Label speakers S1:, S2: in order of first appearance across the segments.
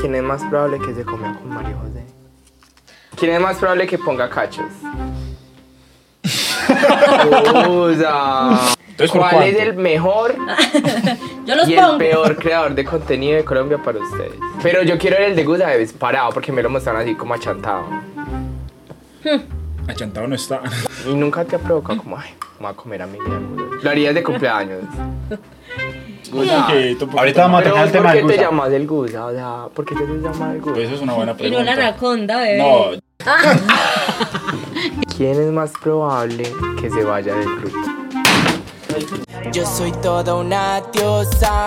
S1: ¿Quién es más probable que se coma con María José? ¿Quién es más probable que ponga cachos? Usa.
S2: Entonces, ¿por
S1: ¿Cuál es
S2: cuánto?
S1: el mejor
S3: Yo los
S1: y el
S3: pongo.
S1: peor creador de contenido de Colombia para ustedes? Pero yo quiero ver el de Good Vibes parado porque me lo mostraron así como achantado.
S2: Achantado no está.
S1: Y nunca te ha provocado como, ay, me voy a comer a mi vida. Lo harías de cumpleaños. Gusa.
S2: Que tú-
S4: Ahorita vamos a
S1: Pero
S4: tocar el
S1: ¿por
S4: tema
S1: qué
S4: del
S1: te
S4: gusa.
S1: llamas el Gusa? O sea, ¿por qué te llamas el Gusa?
S2: Pues Eso es una buena
S3: Y no la
S2: pregunta.
S3: anaconda, bebé.
S2: No,
S1: ¿Quién es más probable que se vaya del grupo?
S5: Yo soy toda una diosa,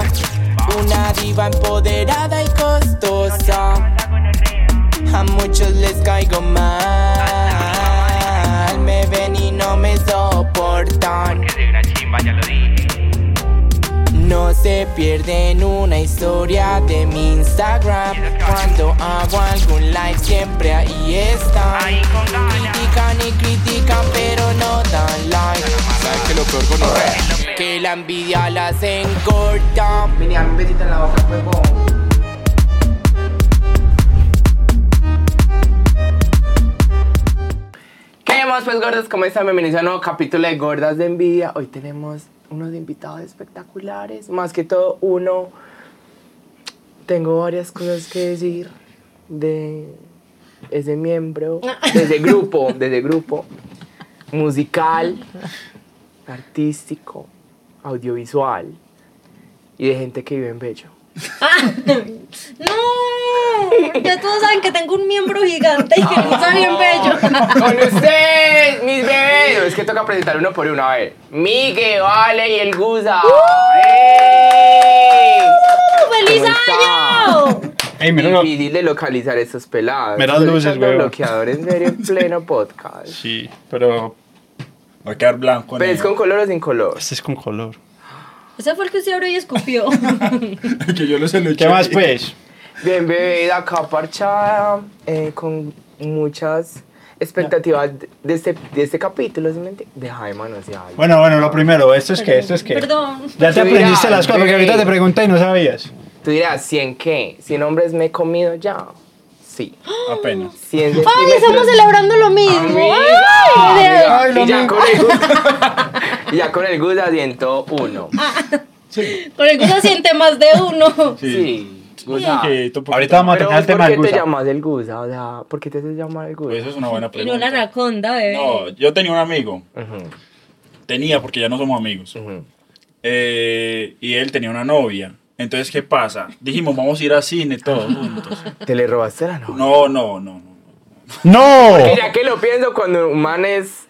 S5: una diva empoderada y costosa. A muchos les caigo mal, me ven y no me soportan. No se pierden una historia de mi Instagram. Cuando hago algún live siempre ahí están. Critican y critican pero no dan like. ¿Sabes qué es lo peor con los Que la envidia las encorta.
S1: Vení, dame un besito en la boca, huevón. ¿Qué más, pues, gordos? ¿Cómo están? Bienvenidos a un nuevo capítulo de Gordas de Envidia. Hoy tenemos unos invitados espectaculares. Más que todo, uno... Tengo varias cosas que decir de ese miembro, de ese grupo, de ese grupo. Musical, artístico, audiovisual y de gente que vive en Bello.
S3: Ah, no. Ya todos saben que tengo un miembro gigante y que no está bien bello.
S1: Con ustedes, mis bebés. Es que toca presentar uno por uno. A ver, Miguel, Vale y el Gusa. ¡Ey!
S3: ¡Uh, ¡Feliz
S1: ¿Cómo está?
S3: año!
S4: Ey, mira, no.
S1: Difícil de localizar estos pelados.
S4: Mira las
S1: Estoy
S4: luces,
S1: echando
S4: huevón.
S1: bloqueador en serio en pleno podcast.
S4: Sí, pero
S2: va a quedar blanco.
S1: ¿Pero es con
S2: negro.
S1: color o sin color?
S4: este es con color.
S3: Ese fue el que usted abrió y escupió.
S2: que yo lo se lo
S4: ¿Qué
S2: eché.
S4: más, pues?
S1: Bien, bebé, acá parchada, eh, con muchas expectativas de- de este, de este capítulo, ¿sí me entiendes? De Jaime, no sé, ay.
S4: Bueno, bueno, lo primero, ¿esto es qué? ¿Esto es qué?
S3: Perdón.
S4: Ya te
S1: Mira,
S4: aprendiste las cosas, porque
S1: ve.
S4: ahorita te pregunté y no sabías.
S1: Tú dirás, ¿100 qué? ¿100 hombres me he comido ya? Sí.
S2: Apenas.
S1: 100
S3: ¡Ay, estamos celebrando lo mismo! ¡Ay! de-
S1: Amiga,
S4: Ay,
S1: y,
S4: lo
S1: ya
S4: mío.
S1: con el Gus- y ya con el Gus a 101.
S3: Con el que se siente más de uno.
S1: Sí. Gusa.
S2: Que tú-
S4: Ahorita vamos a
S1: Pero
S4: tocar el
S1: vos,
S4: tema
S1: ¿por
S4: del
S1: qué te
S4: gusa.
S1: llamas el Gusa? O sea, ¿por qué te haces llamar el Gusa?
S2: Pues Eso es una buena
S3: Y no la
S2: pregunta.
S3: anaconda, bebé.
S2: No, yo tenía un amigo.
S1: Ujú,
S2: Tenía, porque ya no somos amigos.
S1: ujú.
S2: Eh, y él tenía una novia. Entonces, ¿qué pasa? Dijimos, vamos a ir al cine todos juntos.
S1: ¿Te le robaste la novia?
S2: No, no, no. no.
S4: ¡No!
S1: Mira que lo pienso cuando un man es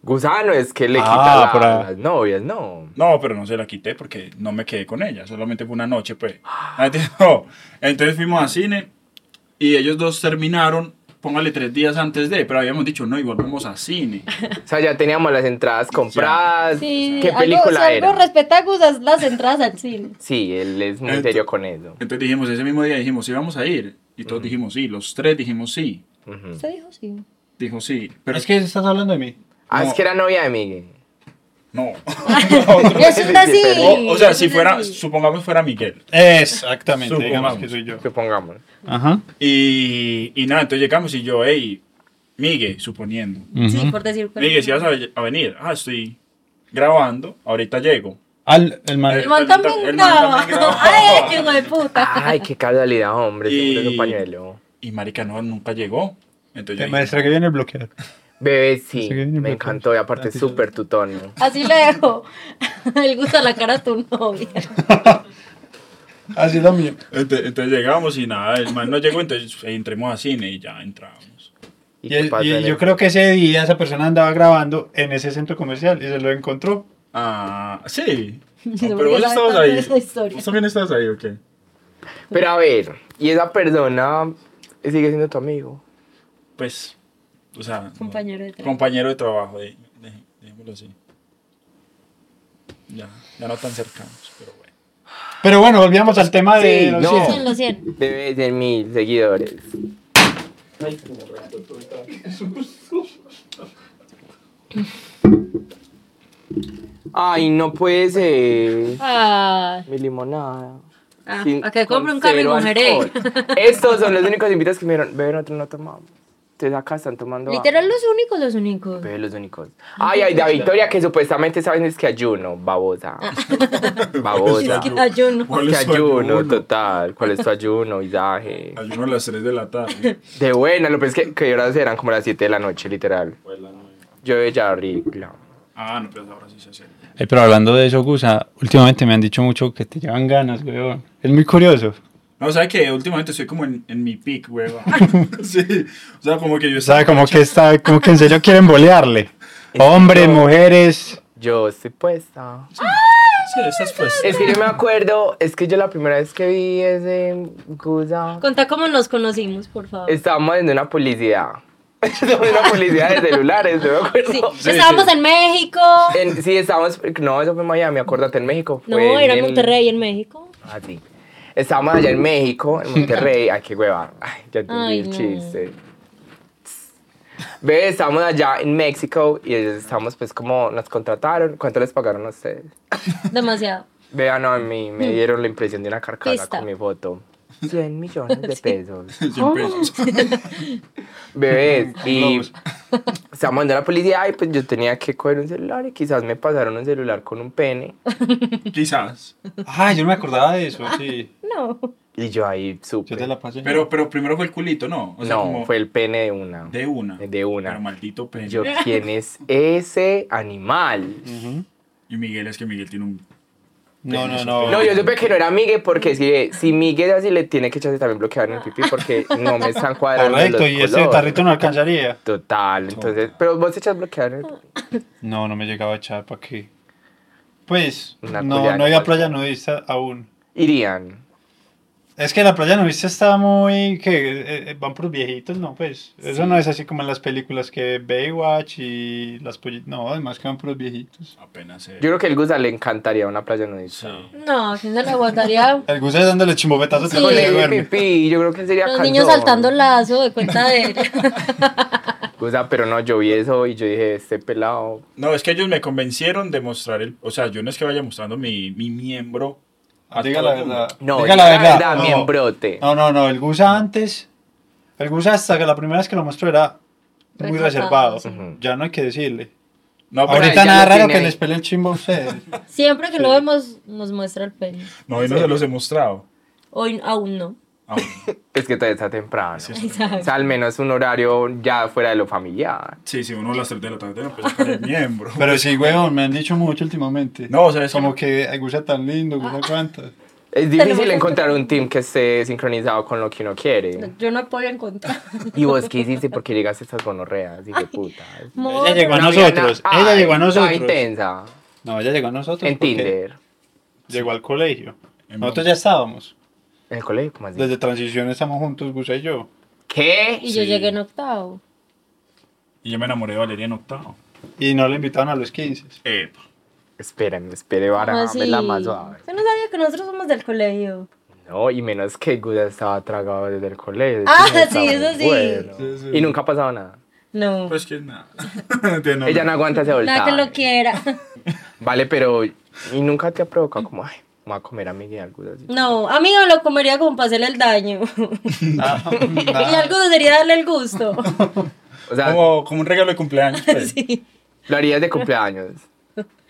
S1: gusano, es que le
S4: Ah,
S1: quita la-
S4: por ahí.
S1: las novias, no.
S2: No, pero no se la quité porque no me quedé con ella. Solamente fue una noche, pues. No. Entonces fuimos al cine y ellos dos terminaron, póngale tres días antes de, pero habíamos dicho, no, igual vamos al cine.
S1: O sea, ya teníamos las entradas compradas.
S3: Sí,
S1: ¿Qué
S3: algo-
S1: película
S3: si algo
S1: era?
S3: respeta Gusas las entradas al cine.
S1: Sí, él es muy
S2: Esto-
S1: serio con eso.
S2: Entonces dijimos, ese mismo día dijimos, sí, vamos a ir. Y todos dijimos, sí, los tres dijimos, sí.
S1: Ujú.
S3: Usted dijo sí.
S2: Dijo, sí. Pero
S4: Pero es que estás hablando de mí.
S1: Ah,
S2: No.
S1: es que era novia de Miguel.
S2: no.
S3: Eso está así.
S2: O, o sea, si
S3: Eso
S2: fuera,
S3: está así.
S2: supongamos fuera Miguel.
S4: Exactamente, digamos
S2: Supongamos.
S4: que soy yo.
S1: Supongamos.
S4: Ajá.
S2: Y, y nada, entonces llegamos y yo, hey, Miguel, suponiendo.
S3: Sí, por decir cuál.
S2: Miguel, si vas a, a venir, ah, estoy grabando, ahorita llego.
S4: Al, el man.
S3: El man también
S2: El man
S3: graba.
S2: también graba.
S3: Ay, qué hijo de puta.
S1: Ay, qué casualidad, hombre.
S2: Y-
S1: Siempre es un pañuelo.
S2: Y marica, no, nunca llegó. Entonces yo
S4: Eh,
S2: dije,
S4: Maestra, que viene el bloquear.
S1: Bebé, sí,
S4: Sí, bien
S1: me
S4: importante.
S1: encantó. Y aparte,
S4: Gracias.
S1: súper tutón.
S3: Así le dejo. El gusto a la cara a tu novia.
S4: Así Ah, es lo mío.
S2: ente- entonces llegamos y nada, el man no llegó, entonces eh, entremos a cine y ya entramos.
S1: ¿Y,
S4: Y,
S1: qué
S4: el-
S1: pasa
S4: y
S1: en
S4: yo
S1: el-
S4: creo que ese día esa persona andaba grabando en ese centro comercial y se lo encontró.
S2: Ah, sí.
S3: No sé
S2: Ah,
S3: por
S2: pero
S3: qué
S2: vos
S3: sabe
S2: estabas
S3: tanto de
S2: ahí.
S3: esa historia.
S2: Vos también estabas ahí, ¿ok?
S1: Pero a ver, ¿y esa persona sigue siendo tu amigo?
S2: Pues, o sea. no.
S3: Compañero de trabajo.
S2: Compañero de trabajo, de- de- dejémoslo así. Ya, ya no tan cercanos, pero bueno.
S4: Pero bueno, volvíamos al tema de
S1: Sí,
S4: los
S1: no.
S4: cien.
S3: En los 100.
S1: Debe de mil seguidores. Ay, no puede ser.
S3: Ah,
S1: Mi limonada.
S3: Ah,
S1: sin-
S3: a que
S1: con
S3: compre un carro y
S1: cero
S3: mujeré.
S1: alcohol. Estos son los únicos invitados que me dijeron, ve, nosotros no tomamos. Entonces acá están tomando agua.
S3: Literal, los únicos, los únicos.
S1: Ve, los únicos. Ay, ay, da Victoria, que supuestamente saben es que ayuno, babosa.
S3: Ah.
S1: babosa.
S3: Es que ayuno.
S2: ¿Cuál
S1: que
S2: es su
S1: ayuno,
S2: ayuno?
S1: total. ¿Cuál es tu ayuno, Isaje?
S2: Ayuno a las 3 de la tarde.
S1: De buena, lo que es que, que horas eran como las 7 de la noche, literal. Yo ya horrible.
S2: Ah, no, pero ahora sí se hace.
S4: Eh, pero hablando de eso, Gusa, últimamente me han dicho mucho que te llevan ganas, weón. Es muy curioso.
S2: No, ¿sabes que Últimamente estoy como en, en mi peak, hueva. sí. O sea, como que yo
S4: O sea, como que está, como que en serio quieren bolearle.
S1: Es
S4: Hombres,
S1: que yo-
S4: mujeres.
S1: Yo estoy puesta.
S2: Sí, estás pues.
S1: Es que yo me acuerdo, es que yo la primera vez que vi ese Gusa,
S3: Contá cómo nos conocimos, por favor.
S1: estábamos haciendo una publicidad. Estábamos haciendo una publicidad de celulares, yo me acuerdo.
S3: Sí,
S2: sí,
S3: estábamos
S2: sí.
S3: en México.
S1: En- sí, estábamos, no, eso fue en Miami, acuérdate, en México.
S3: No,
S1: fue
S3: era en
S1: el-
S3: Monterrey, en México.
S1: Ah, sí. Estábamos allá en México, en Monterrey. Ay, qué hueva. Ay, ya entendí
S3: Ay,
S1: el
S3: no.
S1: chiste. Ve, estábamos allá en México y ellos estamos pues como nos contrataron. ¿Cuánto les pagaron a ustedes?
S3: Demasiado.
S1: Vean, no, a mí
S3: Mm.
S1: me dieron la impresión de una carcasa
S3: Pista.
S1: con mi foto. 100 millones de pesos.
S2: Cien pesos.
S1: Bebés, y
S2: globos.
S1: estaba mandando la policía y pues yo tenía que coger un celular y quizás me pasaron un celular con un pene.
S2: Quizás.
S4: Ah, yo no me acordaba de eso, sí.
S3: No.
S1: Y yo ahí supe.
S4: pasé.
S2: Pero, pero primero fue el culito, ¿no? O sea,
S1: no,
S2: como
S1: fue el pene de una.
S2: de una.
S1: De una.
S2: Pero maldito pene.
S1: Yo, ¿quién es ese animal?
S2: Y Miguel, es que Miguel tiene un...
S4: No, no, no.
S1: No, yo supe que no era Migue porque si, si Migue es así le tiene que echarse también bloquear en el pipí porque no me están cuadrando
S4: Correcto,
S1: los
S4: y ese
S1: colores.
S4: tarrito no alcanzaría.
S1: Total, entonces, pero vos te echas bloquear en el pipí.
S4: No, no me llegaba a echar, ¿para qué? Pues,
S1: Una
S4: no,
S1: culiada.
S4: no había playa nudista aún.
S1: Irían.
S4: Es que la playa nudista está muy... que eh, eh, van por los viejitos, no, pues. Eso no es así como en las películas que Baywatch y las pollitas... No, además que van por los viejitos.
S2: Apenas eh. se...
S1: Yo creo que el Gusa le encantaría una playa nudista.
S2: Sí.
S3: No, ¿quién se la aguantaría?
S4: El gusto es dándole chimbopetazos
S3: Sí.
S4: hasta
S1: Con
S4: que se
S1: el
S4: duerme.
S1: pipí, yo creo que sería
S3: Los
S1: cansón.
S3: niños saltando lazo de cuenta de él.
S1: Gusa, pero no, yo vi eso y yo dije, este pelado.
S2: No, es que ellos me convencieron de mostrar el... O sea, yo no es que vaya mostrando mi, mi miembro. a
S4: Ah, Diga
S2: todo
S4: la
S2: el mundo.
S4: verdad.
S1: No,
S4: Diga
S1: diga
S4: la verdad.
S1: verdad,
S4: no.
S1: miembrote.
S4: No, no, no. El Gusa antes. El Gusa hasta que la primera vez que lo mostró era muy
S3: Reservado,
S4: reservado.
S3: sí.
S1: Ujú.
S4: Ya no hay que decirle.
S2: No, pero...
S1: ya
S4: Ahorita
S1: lo
S4: nada raro
S1: tiene
S4: que
S1: ahí.
S4: les pele el chimbo a ustedes.
S3: Siempre que lo vemos, nos muestra el pene.
S2: No, yo no se los he mostrado. Ah,
S3: Hoy aún no.
S2: Aún.
S1: Es que todavía está temprano.
S3: Exacto.
S1: O sea, al menos un horario ya fuera de lo familiar.
S2: Sí, sí, uno a las 3 de la tarde me empezó a caer el miembro.
S4: Pero sí, huevón, me han dicho mucho últimamente.
S2: No, o sea, es
S4: Como
S2: que-
S4: que el Gusa tan lindo, Gusa cuánto.
S1: Es
S3: Tenemos
S1: difícil
S3: que-
S1: encontrar un team que esté sincronizado con lo que uno quiere.
S3: Yo no puedo encontrar.
S1: ¿Y vos qué hiciste? Porque llegaste a estas gonorreas, hijo de puta.
S3: Amor,
S4: Ella llegó a
S1: No había
S4: nosotros.
S1: na-
S4: Ella
S1: Ay,
S4: llegó a
S1: estaba
S4: nosotros.
S1: intensa.
S4: No, ella llegó a nosotros.
S1: En
S4: porque
S1: Tinder.
S4: Llegó al colegio.
S2: En
S4: Nosotros ya estábamos.
S1: En el colegio, ¿cómo así?
S4: Desde transición estamos juntos, Gusa y yo.
S1: ¿Qué?
S3: Y yo
S2: Sí.
S3: llegué en octavo.
S2: Y yo me enamoré de Valeria en octavo.
S4: Y no le invitaron a los 15.
S2: Epa.
S1: Espérenme, espere, para
S3: ¿Cómo
S1: la
S3: así?
S1: más suave.
S3: Usted no sabía que nosotros somos del colegio.
S1: No, y menos que Guda estaba tragado desde el colegio.
S3: Ah,
S1: Eso
S3: sí,
S1: está
S3: eso
S1: muy
S3: sí.
S2: Sí, sí.
S1: Y nunca ha pasado nada.
S3: No.
S2: Pues que nada. Te enamoré.
S1: Ella no aguanta ese
S3: La
S1: voltaje.
S3: que lo quiera.
S1: Vale, pero... Y nunca te ha provocado como, ay, me voy a comer a Miguel Guda. así.
S3: No, a mí no lo comería como para hacerle el daño.
S4: Ah,
S3: Y
S4: nah.
S3: algo debería darle el gusto.
S1: O sea,
S2: Como, como un regalo de cumpleaños. pues.
S3: Sí.
S1: lo harías de cumpleaños.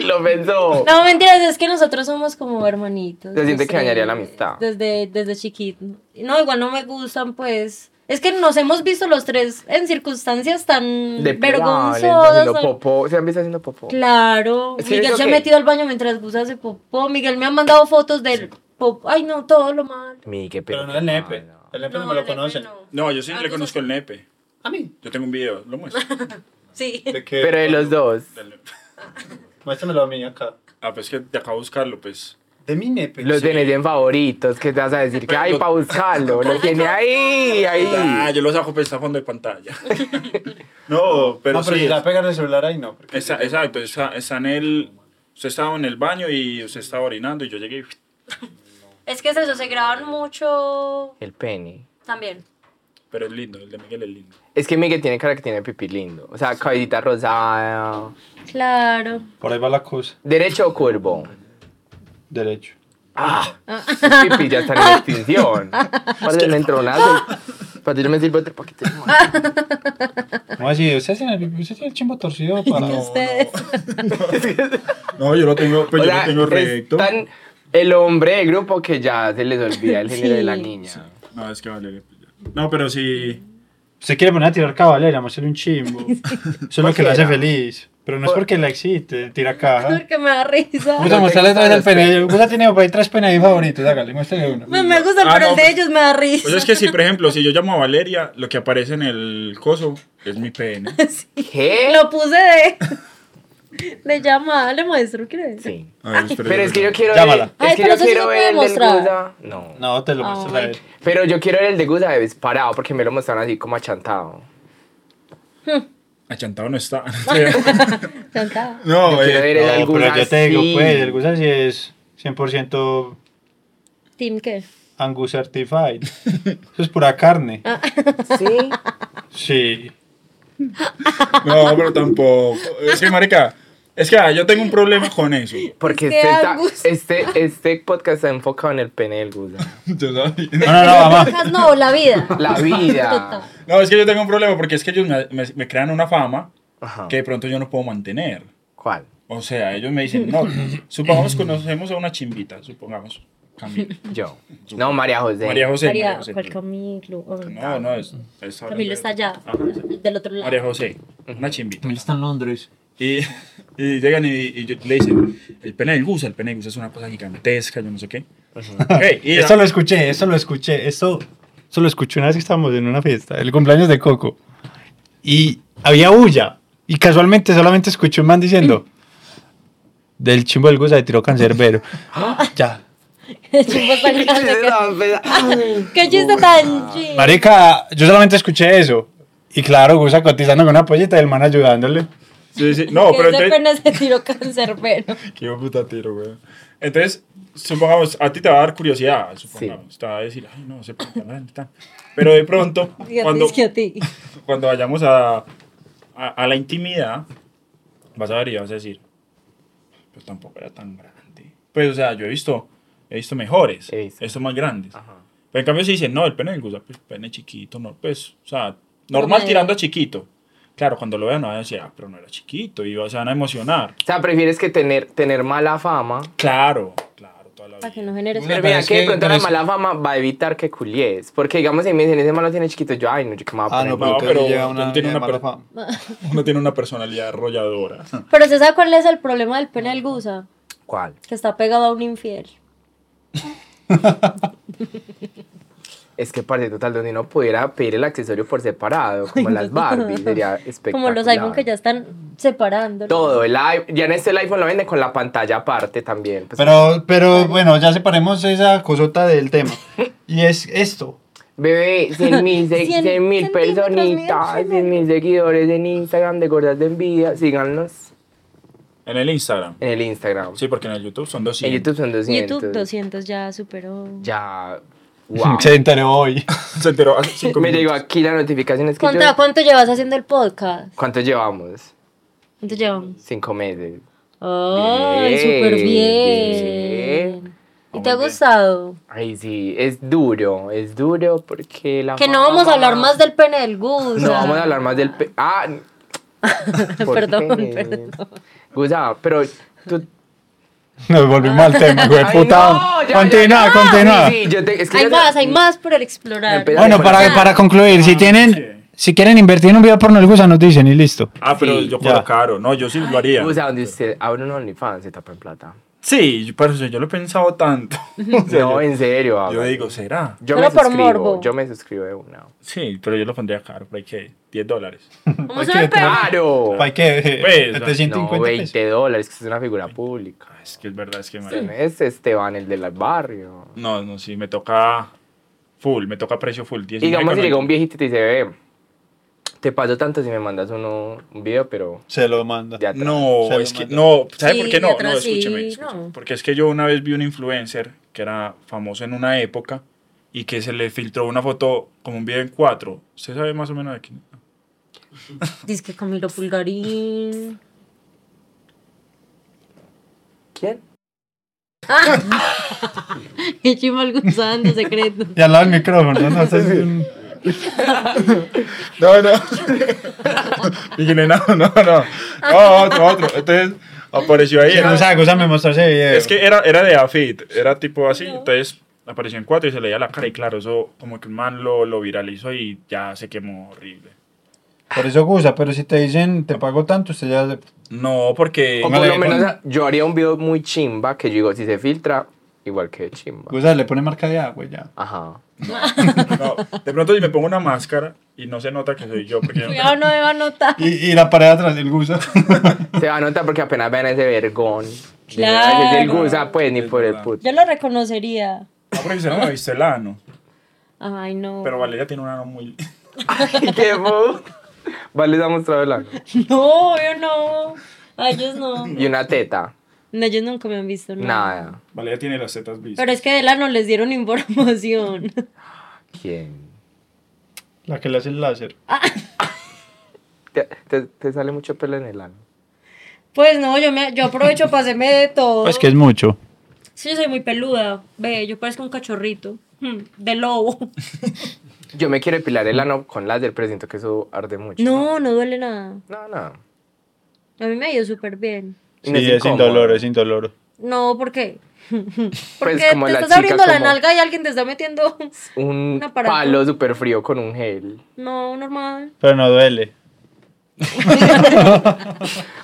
S1: lo pensó.
S3: No, mentiras, es que nosotros somos como hermanitos.
S1: Se siente que
S3: desde-
S1: dañaría la amistad.
S3: Desde, desde chiquito. No, igual no me gustan, pues. Es que nos hemos visto los tres en circunstancias tan
S1: De
S3: vergonzosas.
S1: haciendo popó. Se han visto haciendo popó.
S3: Claro.
S1: Es que yo
S3: Miguel
S1: creo
S3: se ha
S1: que-
S3: metido al baño mientras Gus hace popó. Miguel me ha mandado fotos del popó. Ay, no, todo lo mal.
S1: Mi, qué
S4: Pero
S1: pena.
S4: no el
S1: Ay,
S4: nepe.
S1: no.
S4: El nepe
S3: No,
S4: no me lo
S3: Pepe,
S4: conocen.
S3: no.
S2: No, yo sí
S3: Ah,
S2: le conozco
S3: entonces-
S2: el nepe.
S4: ¿A mí?
S2: Yo tengo un video, lo muestro.
S3: Sí.
S4: ¿De qué?
S1: Pero de los dos.
S2: Del nepe.
S4: Muéstramelo a mí acá.
S2: Ah, pues que te acabo de buscarlo, pues.
S4: De mi nepe.
S1: Los tenés en favoritos. ¿Qué te vas a decir? Que hay para buscarlo. Lo tiene ahí,
S2: Ah,
S1: ahí.
S2: yo lo saco pues a fondo de pantalla. no, pero
S4: no, pero
S2: sí.
S4: si la pegan el celular ahí no. Porque...
S2: Esa- exacto, esa- está en el... Usted estaba en el baño y usted estaba orinando y yo llegué y...
S3: Es que es eso, se graban mucho
S1: El pene.
S3: también.
S2: Pero es lindo, el de Miguel es lindo.
S1: Es que Miguel tiene cara que tiene pipí lindo. O sea, cabellita rosada.
S3: Claro.
S4: Por ahí va la cosa.
S1: Derecho o curvo.
S4: Derecho.
S1: ¡Ah! Sus pipis ya están en extinción. Padre, me entró nada. Padre, yo me sirvo otro poquito. de limón.
S4: No, así, usted tiene, el- usted tiene el chimbo torcido para...
S3: Ustedes.
S2: No, yo lo tengo, pues
S1: O
S2: yo
S1: sea,
S2: lo tengo
S1: es
S2: recto.
S1: tan el hombre del grupo que ya se les olvida el género de la
S3: Sí.
S1: niña.
S2: No, es que vale. No, pero sí.
S4: Usted quiere poner a tirar cabalera, hacerle un chimbo. Eso es lo que lo hace feliz. Pero no es porque la excite, tira caja.
S3: Porque me da risa.
S4: Gusta este. mostrarle otra vez el pene. Gusta tiene por ahí tres pene ahí favoritos. Hágale, muéstrale uno.
S3: Me, me gusta,
S2: Ah,
S3: pero
S2: no,
S3: el de
S2: pues-
S3: ellos me da risa.
S2: Pues es que si, por ejemplo, si yo llamo a Valeria, lo que aparece en el coso es mi pene.
S1: ¿Qué?
S3: Lo puse de. de llamada, le muestro, ¿crees?
S1: Sí.
S2: A ver, espere,
S1: Pero es que yo quiero
S4: Llámala.
S1: ver.
S3: Ay,
S1: Es que
S3: pero
S1: yo
S3: eso sí
S1: quiero
S3: lo
S1: ver
S3: puede
S1: el del
S3: mostrar.
S1: Guda. No.
S4: No, te lo muestro a
S3: Ay.
S4: él.
S1: Pero yo quiero ver el de Guda es parado porque me lo mostraron así como achantado.
S2: Achantado no está.
S3: Cantaba.
S2: no,
S1: Yo quiero ver
S2: eh,
S1: el del
S4: No,
S1: Guda
S4: pero yo te digo,
S1: así.
S4: pues, el Gusa sí es 100%
S3: ¿Team qué?
S4: Angus Certified. Eso es pura carne.
S1: Sí.
S4: Sí.
S2: no, pero tampoco. Es que, marica, es que ah, yo tengo un problema con eso.
S1: Porque
S3: Es que
S1: este, está-
S3: Angus-
S1: este, este podcast está enfocado en el pene del Guda.
S2: Yo sabía.
S4: No, no, no,
S2: Ah,
S4: mamá.
S3: Podcast no, la vida.
S1: La vida.
S3: Total.
S2: No, es que yo tengo un problema porque es que ellos me, me- me crean una fama
S1: Ajá.
S2: que de pronto yo no puedo mantener.
S1: ¿Cuál?
S2: O sea, ellos me dicen, no, supongamos conocemos a una chimbita, supongamos. Camila.
S1: Yo. No, María José.
S2: María José.
S3: María,
S2: María José.
S3: ¿cuál Camilo? Oh,
S2: No, no, es, es ahora-
S3: Camilo está allá,
S2: Ajá, sí.
S3: del otro lado.
S2: María José, una chimbita.
S4: está en Londres.
S2: Y, y llegan y, y yo- le dicen, el pene del gusa, el pene del gusa es una cosa gigantesca, yo no sé qué. Ok, y
S4: Esto lo escuché, esto lo escuché, esto, esto lo escuché una vez que estábamos en una fiesta, el cumpleaños de Coco. Y había bulla. Y casualmente solamente escuché un man diciendo, del chimbo del gusa de tiró cancerbero. ya.
S3: Chimbo está en casa, ¿qué-
S1: pues,
S3: ¿Qué chiste tan chido?
S4: Marica, yo solamente escuché eso. Y claro, Gusa cotizando con una pollita y el man ayudándole.
S2: Sí, sí, No,
S3: Que
S2: pero
S3: ese
S2: entonces...
S3: pene se tiró cancerbero.
S2: Qué hijo de puta tiro, güey. Entonces, supongamos, a ti te va a dar curiosidad, supongamos. Te va a decir, ay, no, se puede hablar, tal". Pero de pronto,
S3: Y a ti,
S2: cuando,
S3: es que a ti.
S2: cuando vayamos a, a, a la intimidad, vas a ver y vas a decir, pues tampoco era tan grande. Pues, o sea, yo he visto, he visto mejores,
S1: He
S2: he
S1: visto.
S2: visto más grandes.
S1: Ajá.
S2: Pero en cambio si dicen, no, el pene del gusa, pues pene chiquito, no, pues, o sea, normal
S3: Promedio.
S2: tirando a chiquito. Claro, cuando lo vean van a decir, ah, pero no era chiquito, y o sea, van a emocionar.
S1: O sea, prefieres que tener, tener mala fama.
S2: Claro, claro, toda la
S3: Para que
S2: vida.
S3: no genere
S1: Pero
S3: Pero
S1: mira,
S4: es
S1: que de
S4: que-
S1: pronto
S4: pero
S1: la
S4: es-
S1: mala fama va a evitar que culies. Porque digamos, si me dicen, ese malo tiene chiquito, yo, ay, no, yo qué me voy a
S4: Ah,
S1: poner.
S4: no,
S2: pero
S4: pero,
S2: entonces llega
S4: llega
S2: una-
S4: una,
S2: tiene una
S4: mala
S2: per-
S4: fama.
S2: Uno tiene una personalidad arrolladora.
S3: ¿se sabe cuál es el problema del pene del gusa?
S1: ¿Cuál?
S3: Que está pegado a un infiel.
S1: Es que parte total, donde uno pudiera pedir el accesorio por separado, como las Barbies, sería espectacular.
S3: Como los iPhone que ya están separando.
S1: Todo, el iPhone, ya en este el iPhone lo venden con la pantalla aparte también. Pues,
S4: Pero, pero bueno, ya separemos esa cosota del tema. Y es esto.
S1: Bebé, 100 mil, se-
S3: Cien
S1: 100 mil
S3: centímetros,
S1: personitas,
S3: mil
S1: 100 mil seguidores en Instagram de Gordas de Envidia. Síganos
S2: en el Instagram.
S1: en el Instagram.
S2: Sí, porque en el YouTube son
S1: En
S2: 200.
S1: YouTube son 200.
S3: YouTube 200 ya superó.
S1: Ya, wow.
S4: Se enteró hoy.
S2: Se enteró hace cinco
S1: Me llegó
S2: minutos.
S1: aquí la notificación, es que
S3: ¿Cuánto,
S1: yo-
S3: ¿Cuánto llevas haciendo el podcast?
S1: ¿Cuánto llevamos?
S3: ¿Cuánto llevamos?
S1: Cinco meses.
S3: ¡Ay,
S1: Bien,
S3: súper
S1: bien.
S3: bien! ¿Y te ha
S2: Vamos bien.
S3: gustado?
S1: Ay, sí, es duro, es duro porque la.
S3: Que no vamos a hablar más
S1: de
S3: del pene del gusa.
S1: No vamos a hablar más del. pe- Ah, ¿por
S3: Perdón,
S1: qué?
S3: perdón.
S1: Gusa, pero tú.
S4: Nos volvimos al tema, hijo de
S1: Ay,
S4: puta.
S1: no, ya,
S4: continúa,
S1: ya, ya.
S4: continúa.
S1: Sí, sí, yo te- es que
S3: Hay
S1: yo-
S3: más, hay más por explorar.
S1: Empezar.
S4: Bueno, para,
S1: Ah.
S4: para concluir, si tienen, si quieren invertir en un video porno, el gusa nos dicen y listo.
S2: Ah, pero
S1: Sí,
S2: yo
S4: ya.
S2: cobro caro. No, yo sí lo haría.
S1: Gusa, donde usted abre un OnlyFans se tapa en plata.
S2: Sí, pero yo, yo lo he pensado tanto. O sea,
S1: No,
S2: yo,
S1: en serio.
S2: yo
S1: hágalo.
S2: digo, ¿será?
S1: Yo
S3: Solo
S1: me
S3: por
S1: suscribo,
S3: morbo.
S1: yo me suscribo de una.
S2: Sí, pero yo lo pondría caro, por ahí que 10 dólares.
S3: Vamos a ver,
S4: Ah,
S3: pero
S1: ¡Claro!
S4: ¿Para qué?
S2: Pues,
S4: Este 150
S1: No, 20
S4: pesos.
S1: dólares, que es una figura pública.
S2: Ah, Es que es verdad, es que...
S1: Este
S2: marica.
S1: no Es Esteban, el del barrio.
S2: No, no, sí, me toca full, me toca precio full. 10
S1: Y digamos, si llega un viejito y te dice, ve, te paso tanto si me mandas uno, un video, pero
S4: Se lo manda.
S1: ya atrás".
S2: No,
S4: Se lo
S2: es que
S4: manda.
S2: no, ¿sabe
S3: Sí,
S2: por qué
S3: de
S2: no? No,
S3: atrás sí,
S2: escúcheme, escúcheme.
S3: no.
S2: Porque es que yo una vez vi un influencer que era famoso en una época y que se le filtró una foto como un video en cuatro. ¿Usted sabe más o menos de quién?
S3: dice que Camilo Pulgarín.
S1: ¿Quién?
S3: Y Chimo el gusano secreto.
S4: Y al lado del micrófono, ¿no? O sea, es un-
S2: No, no. Y que no, no, no. No, otro, otro. Entonces apareció ahí. era-
S4: Gonza- Gonza me mostró ese video.
S2: es que era, era de Afit, era tipo así. Entonces apareció en cuatro y se leía la cara. Y claro, eso como que un man lo, lo viralizó y ya se quemó horrible.
S4: Por eso gusta, pero si te dicen, te pago tanto, usted ya... se-
S2: No, porque.
S1: O por lo
S4: Póngale,
S1: menos
S4: pon-
S1: yo haría un video muy chimba que yo digo, si se filtra, igual que chimba.
S4: Gusta, le pone marca de agua y ya.
S1: Ajá.
S2: No, de pronto si me pongo una máscara y no se nota que soy yo. Porque yo no
S3: Cuidado, no me va a notar.
S4: Y, y la pared atrás del gusa.
S1: Se va a notar porque apenas ven ese vergón.
S3: Claro.
S1: Ni El gusa, pues, ni por el puto.
S3: Yo lo reconocería.
S2: Ah, porque se no me viste el ano.
S3: Ay, no.
S2: Pero Valeria tiene un ano muy.
S1: Ay, qué puto. Vale, les ha mostrado el ano.
S3: No, yo no. A ellos no.
S1: Y una teta.
S3: No, ellos nunca me han visto no.
S1: Nada.
S2: Valeria tiene las tetas vistas.
S3: Pero es que de la no les dieron información.
S1: ¿Quién?
S4: La que le hace el láser.
S1: Te, te- te sale mucho pelo en el ano.
S3: Pues no, yo, me, yo aprovecho para hacerme de todo.
S4: Pues que es mucho.
S3: Sí, yo soy muy peluda. Ve, yo parezco un cachorrito. Hmm, De lobo.
S1: Yo me quiero epilar el ano con láser, pero siento que eso arde mucho.
S3: No, no duele nada.
S1: No, no.
S3: A mí me ha ido súper bien.
S1: Y
S4: Sí,
S1: no
S4: es
S1: incómodo.
S4: indoloro, es indoloro.
S3: No, ¿por qué? Porque
S1: Pues como
S3: te
S1: la
S3: estás
S1: chica
S3: abriendo la
S1: como-
S3: nalga y alguien te está metiendo.
S1: Un
S3: Un aparato.
S1: palo súper frío con un gel.
S3: No, normal.
S4: Pero no duele.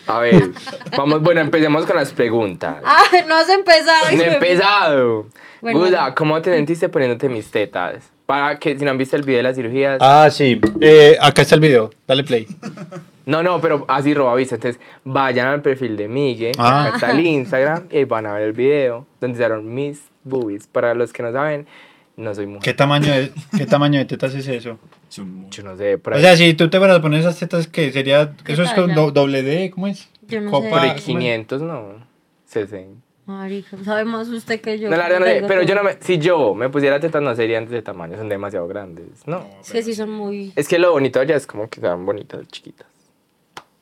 S1: A ver, vamos, bueno, empecemos con las preguntas.
S3: Ah, no has empezado.
S1: No he empezado.
S3: Bueno,
S1: Guda,
S3: bueno.
S1: ¿cómo te sentiste poniéndote mis tetas? Para que si no han visto el video de las cirugías.
S4: Ah, sí. Eh, acá está el video. Dale play.
S1: No, no, pero así roba vista. Entonces, vayan al perfil de Miguel,
S4: Ah.
S1: acá está el Instagram, y ahí van a ver el video donde hicieron mis boobies. Para los que no saben, no soy mujer.
S4: ¿Qué tamaño de, ¿qué tamaño de tetas es eso?
S2: Son muy-
S1: Yo no sé, por
S4: O
S1: ahí.
S4: sea, si tú te fueras a poner esas tetas, que sería? ¿Eso es con
S3: talla?
S4: do- doble D? ¿Cómo es?
S3: Yo no sé.
S1: por ahí
S4: ¿cómo es?
S1: 500, no. 60.
S3: Marica, sabe más usted que yo.
S1: No, la verdad no sé,
S3: Verga,
S1: Pero yo
S3: todo.
S1: no me. Si yo me pusiera tetas, no serían de ese tamaño, son demasiado grandes. No.
S3: Es que sí son muy.
S1: Es que lo bonito ya es como que sean bonitas, chiquitas.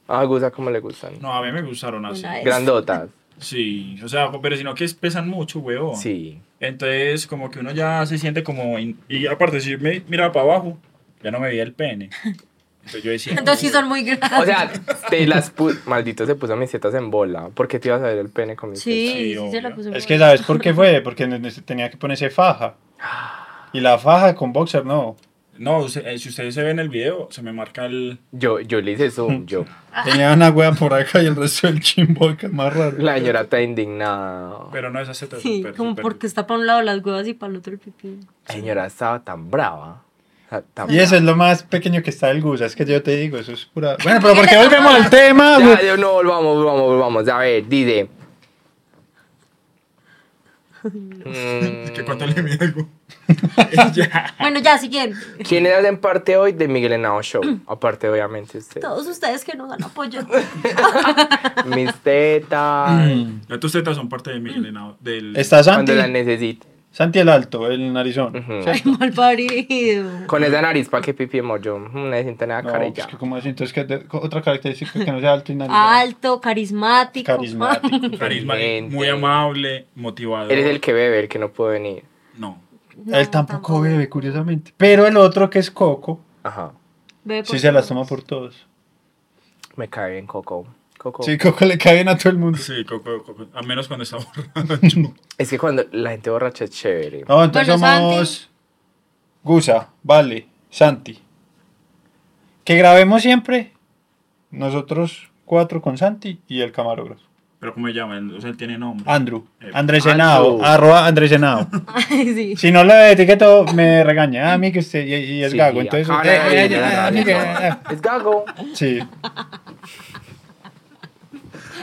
S1: A Gusa, ¿cómo le gustan?
S2: No, a mí me gustaron así.
S3: Una vez.
S1: Grandotas.
S2: Sí, o sea, pero sino que pesan mucho, weón.
S1: Sí.
S2: Entonces, como que uno ya se siente como. in- Y aparte, si me miraba para abajo, ya no me veía el pene. Entonces yo decía.
S3: Entonces sí son muy grandes.
S1: O sea, te las pu- Maldito se puso mis tetas en bola. ¿Por qué te ibas a ver el pene con mis tetas?
S3: sí, sí,
S2: obvio.
S3: se la puse
S4: Es
S3: muy-
S4: que ¿sabes por qué fue? Porque ne- ne- tenía que ponerse faja. Y la faja con boxer, no.
S2: No, se- eh, si ustedes se ven el video, se me marca el.
S1: Yo, yo le hice zoom, yo.
S4: Tenía una wea por acá y el resto del chimbo acá, más raro.
S1: La señora está indignada.
S2: Pero no esas tetas.
S3: Sí,
S2: súper,
S3: como
S2: súper-
S3: porque está para un lado las huevas y para el otro el pipí.
S1: La señora estaba tan brava. O sea, tan
S4: Y eso es lo más pequeño que está el gusa, es que yo te digo, eso es pura... Bueno, pero ¿por qué volvemos al tema?
S1: brava.
S4: güey?
S1: Ya, yo no, volvamos, volvamos, volvamos. A ver, dice. Mm,
S2: Que cuánto le mide algo. ya.
S3: Bueno, ya, siguiente.
S1: ¿Quiénes hacen parte hoy de Miguel Henao Show? Aparte, obviamente, usted.
S3: Todos ustedes que nos dan apoyo.
S1: Mis tetas.
S2: Ya tus tetas son parte de
S1: Mm.
S2: mi Elena. Del...
S4: Está Mm, Santi,
S1: Cuando las necesite.
S4: Santi el alto, el narizón.
S1: Ujú.
S4: ¿cierto?
S3: Mal parido.
S1: Con esa nariz, ¿para qué pipi yo? mm, No necesito nada,
S4: No,
S1: cara, y
S4: pues
S1: ya.
S4: que como así, entonces que de- co- otra característica que no sea alto y
S3: Ah,
S4: narizón.
S3: Alto, carismático.
S4: Carismático.
S2: Carisma,
S1: Gente.
S2: muy amable, motivador.
S1: Eres el que bebe, el que no puede venir.
S2: No.
S3: No,
S4: Él tampoco bebe, curiosamente. Pero el otro que es Coco,
S1: Ajá.
S3: Bebe por
S4: sí se las
S3: todos.
S4: toma por todos.
S1: Me cae bien Coco. Coco.
S4: Sí, Coco le cae bien a todo el mundo.
S2: Sí, Coco, Coco. A menos cuando está borracho.
S1: Es que cuando la gente borracha es chévere.
S4: No, entonces
S3: Bueno,
S4: somos Gusa, Vale, Santi. Que grabemos siempre nosotros cuatro con Santi y el camarógrafo.
S2: Pero ¿cómo se llama? Él- O sea, él tiene nombre.
S4: Andrew.
S2: Eh,
S4: Andrés Henao.
S1: Andrew.
S4: Arroba Andrés Henao.
S3: Ay, sí.
S4: Si no le etiqueto, me regaña. Ah, a mí que usted. Y, y es
S1: Sí,
S4: gago. Entonces.
S1: acá
S4: eh,
S1: nadie
S4: eh,
S1: le
S4: eh,
S1: da
S4: a mí que-
S1: nada.
S4: eh,
S1: Es gago.
S4: Sí.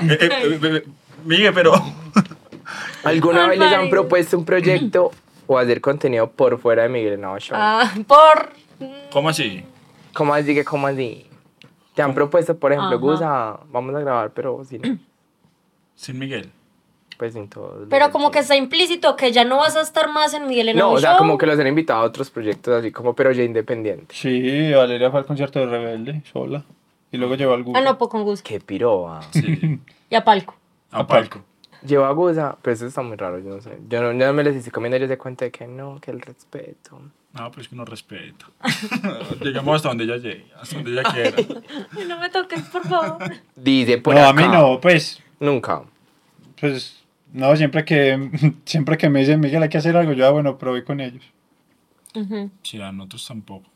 S2: Eh, eh, eh, eh, Miguel, pero.
S1: ¿Alguna
S3: Ay,
S1: vez les han
S3: Mari.
S1: propuesto un proyecto o hacer contenido por fuera de Miguel Henao Show?
S3: Ah, por.
S2: ¿Cómo así?
S1: ¿Cómo así que cómo así? Te han propuesto, por ejemplo,
S3: Ajá.
S1: Gusa, vamos a grabar, pero sin,
S2: Sin Miguel.
S1: pues sin todo.
S3: Pero como que está implícito que ya no vas a estar más en Miguel Henao
S1: No, o sea,
S3: Show.
S1: como que los han invitado a otros proyectos así como, pero ya independiente.
S4: Sí, Valeria fue al concierto de Rebelde, sola. Y luego llevó al Gusa.
S3: Ah, no, pues con Gus.
S1: Qué piroa.
S2: Sí. Ah, pues,
S3: Y a Palco.
S2: A palco.
S1: Llevo aguda, pero eso está muy raro, yo no sé. Yo no, yo no me les hice comiendo, yo se cuenta de que no, que el respeto.
S2: No, pero es que no respeto. Llegamos hasta donde ella llegue, hasta donde ella quiera.
S3: No me toques, por favor.
S1: Dice, por
S4: no,
S1: acá.
S4: a mí no, pues,
S1: Nunca.
S4: pues, no, siempre que, siempre que me dicen, Miguel, hay que hacer algo, yo, ah, bueno, pero voy con ellos.
S3: Ujú.
S2: Sí, a nosotros tampoco.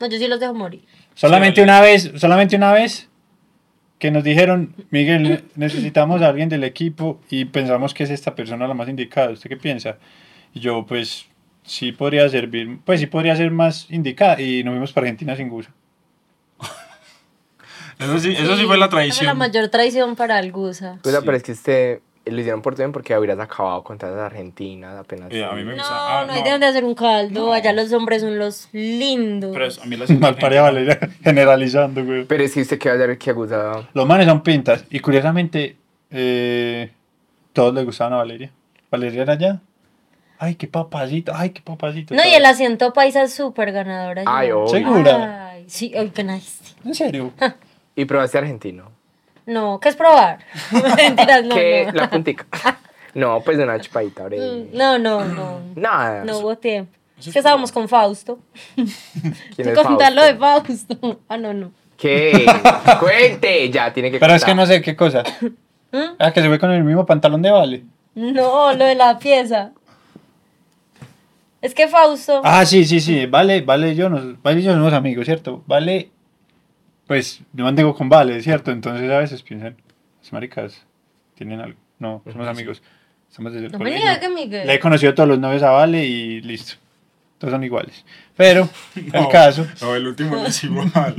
S3: No, yo sí los dejo morir.
S2: Sí,
S4: Solamente una vez, solamente una vez que nos dijeron, Miguel, necesitamos a alguien del equipo y pensamos que es esta persona la más indicada. ¿Usted qué piensa? Y yo, pues, sí podría servir, pues sí podría ser más indicada. Y nos vimos para Argentina sin gusto.
S2: Eso sí, eso sí fue la
S3: Esa fue la
S2: traición.
S3: mayor traición para ah. Algusa.
S1: Pero,
S2: Sí.
S1: pero es que usted eh, lo hicieron por bien porque hubieras acabado contra las argentinas apenas.
S2: Eh, a mí me
S3: No,
S2: gusta. Ah,
S3: no hay de dónde hacer un caldo.
S2: No.
S3: Allá los hombres son los lindos.
S2: Pero es- a mí las
S4: Mal paría Valeria, generalizando, güey.
S1: Pero es que usted que va a ver que aguda.
S4: Los manes son pintas. Y curiosamente, eh, todos le gustaban a Valeria. Valeria era allá. Ay, qué papacito, ay, qué papacito.
S3: No, y el acento paisa es súper ganadora. yo.
S1: Ay, obvio.
S4: ¿Segura?
S3: Ay, sí, ay, qué nice.
S4: En serio.
S1: Y probaste argentino.
S3: No, ¿qué es probar? Mentiras, no.
S1: que
S3: no.
S1: la puntica. no, pues de una chupadita, ahora.
S3: Mm, No, no, no.
S1: Nada.
S3: No hubo tiempo.
S2: eso
S3: Es
S2: es
S3: que estábamos con Fausto.
S1: ¿Quién es
S3: contar lo
S1: Fausto?
S3: de Fausto. Ah, no, no.
S1: ¿Qué? Cuente, ya tiene que
S4: Pero es que no
S1: contar.
S4: sé qué cosa.
S3: ¿Mm?
S4: Ah, que se fue con el mismo pantalón de Vale.
S3: No, lo de la pieza. Es que Fausto.
S4: Ah, sí, sí, sí. Vale, Vale y yo, nos, vale y yo somos amigos, ¿cierto? Vale, pues yo mantengo con Vale, ¿cierto? Entonces a veces piensan, las maricas tienen algo. No, somos amigos. Estamos desde el
S3: No me
S4: colegio.
S3: digas que Miguel.
S4: Le he conocido a todos los novios a Vale y listo. Todos son iguales. Pero, el caso,
S2: No, el último lo hicimos mal.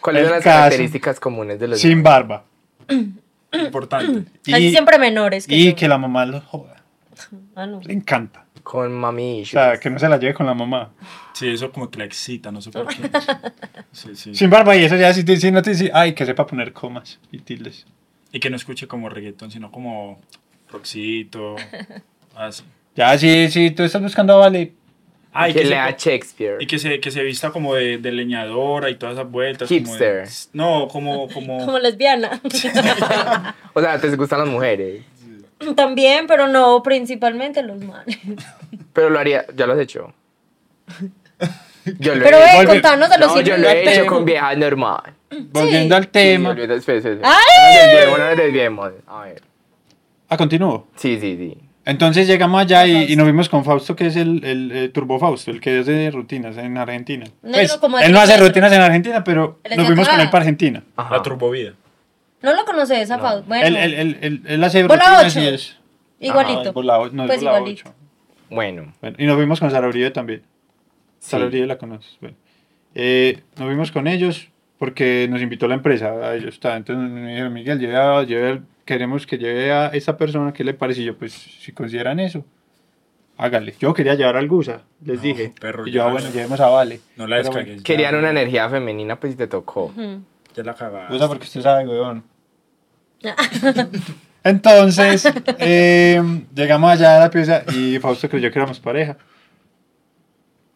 S1: ¿Cuáles son
S4: el
S1: las
S4: caso.
S1: características comunes de los
S4: sin barba.
S2: Importante.
S3: Casi
S4: Y,
S3: siempre menores. Que
S4: y
S3: yo.
S4: que la mamá los joda.
S3: Ah, no.
S4: Le encanta.
S1: con mami
S4: O
S1: issues?
S4: sea, que no se la lleve con la mamá.
S2: Sí, eso como que la excita, no sé por qué. Sí, sí.
S4: Sin barba y eso ya, si, te- si no te dice, ay, que sepa poner comas y tildes.
S2: Y que no escuche como reggaetón, sino como roxito. Así.
S4: Ya, sí, sí, tú estás buscando a Vale.
S2: Ah, y
S1: que
S2: se-
S1: lea Shakespeare.
S2: Y que se, que se vista como de, de leñadora y todas esas vueltas. como de-
S1: Hipster.
S2: no, como, como...
S3: Como lesbiana.
S1: O sea, te gustan las mujeres.
S3: También, pero no principalmente los males.
S1: Pero lo haría, ya lo has hecho. Yo lo
S3: Pero
S1: he
S3: ve,
S4: Volve-
S3: contanos de los
S1: No, yo lo
S3: inmigrantes.
S1: he hecho con vieja normal.
S4: Volviendo al tema.
S1: Sí, espera, espera, espera.
S3: ¡Ay!
S1: No nos desviemos, no nos desviemos. A ver.
S4: Ah, continúo.
S1: Sí, sí, sí.
S4: Entonces llegamos allá y, y nos vimos con Fausto, que es el, el, eh, Turbo Fausto, el que hace rutinas en Argentina.
S3: No,
S4: Pues,
S3: no, como
S4: él
S3: el
S4: no hace
S3: otro.
S4: rutinas en Argentina, pero
S3: Él es
S4: nos
S3: de
S4: fuimos
S3: acá.
S4: con él para Argentina.
S1: Ajá.
S2: La turbovida.
S3: No lo conoces a Fausto. Bueno,
S4: Él, él, él, él, él hace
S3: Bola
S4: rutinas y
S3: ocho.
S4: es... Ah,
S3: igualito.
S4: es bola o- no, es
S3: pues
S4: bola
S3: igualito.
S4: ocho.
S1: Bueno.
S4: Bueno, y nos vimos con Sara Uribe también. Sara
S1: Sí.
S4: Uribe la conoces. Bueno. Eh, nos vimos con ellos porque nos invitó la empresa. A ellos está. Entonces me dijeron, Miguel, lleve a- lleve al- queremos que lleve a esta persona. ¿Qué le parece? Y yo, pues, si consideran eso, hágale. Yo quería llevar al Gusa, les
S2: No,
S4: dije.
S2: perro,
S4: y yo,
S2: ya.
S4: ah, bueno, llevemos a Vale.
S2: No la
S4: Pero
S2: descargues. ya.
S1: Querían una energía femenina, pues y te tocó.
S3: Ujú.
S2: Ya la
S4: bueno, Gusa,
S2: cagada.
S4: porque usted sabe, weón. Entonces, eh, llegamos allá a la pieza y Fausto creyó que éramos pareja.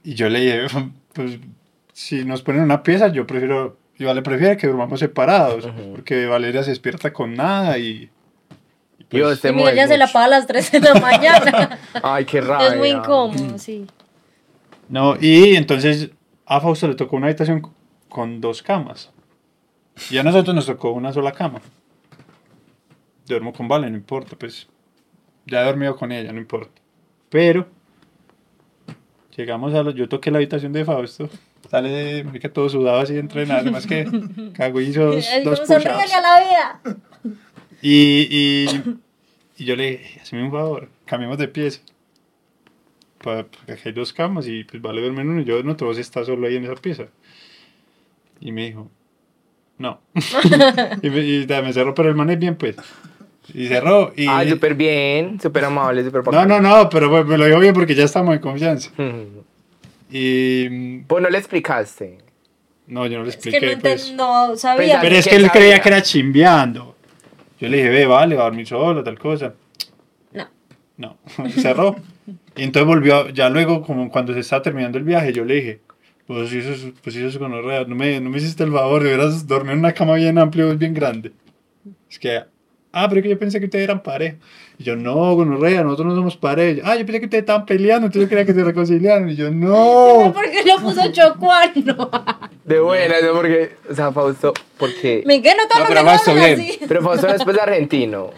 S4: Y yo le dije, pues, si nos ponen una pieza, yo prefiero, y Vale prefiere que durmamos separados,
S1: Ujú.
S4: porque Valeria se despierta con nada y... y pues,
S1: Dios, te
S3: Y Miguel ya
S1: mueves
S3: se la
S1: mucho.
S3: paga a las 3 de la mañana.
S1: Ay, qué raro.
S3: es muy incómodo, sí.
S4: No, y entonces a Fausto le tocó una habitación c- con dos camas. Y a nosotros nos tocó una sola cama. Duermo con Vale, no importa, pues. Ya he dormido con ella, no importa. Pero llegamos a los. Yo toqué la habitación de Fausto. Sale de marica, todo sudado así entrenado, además que cago y hizo dos,
S3: Ay,
S4: dos
S3: como sonríele a
S4: push-ups.
S3: la vida.
S4: Y, y, y yo le dije, hazme un favor, cambiemos de pieza. Pa- Porque aquí hay dos camas y pues vale verme en uno y yo en otro, vos estás solo ahí en esa pieza. Y me dijo, no. y, me, y da, me cerró, pero el man es bien pues. Y cerró y...
S1: Ay, súper bien, súper amable, súper
S4: no, no, no, pero pues, me- me lo dijo bien porque ya estamos en confianza.
S1: no.
S4: Y... mm,
S1: Vos no le explicaste.
S4: No, yo no le
S3: Es que
S4: expliqué
S3: no,
S4: pues.
S3: enten- no sabía.
S1: Pues,
S4: Pero es
S1: ¿Qué
S4: que él
S1: sabía?
S4: creía que era chimbeando. Yo le dije, ve, vale, va a dormir solo, tal cosa.
S3: No.
S4: No, cerró. Y entonces volvió, ya luego, como cuando se estaba terminando el viaje, yo le dije, pues eso es, pues eso es gonorrea, no me, no me hiciste el favor, de veras dormir en una cama bien amplia, bien grande. Es que ah, pero es que yo pensé que ustedes eran pareja. Y yo, no, gonorrea, nosotros no somos pareja. Ah, yo pensé que ustedes estaban peleando, entonces yo quería que se reconciliaran. Y yo,
S1: Oh.
S4: no.
S3: Porque lo puso chocuano.
S1: De buena, ¿no? Porque, o sea, Fausto, porque...
S3: Me encanta no todos los
S4: No, pero
S3: venezolanos
S4: Fausto, bien.
S3: así.
S1: Pero Fausto no es pues argentino.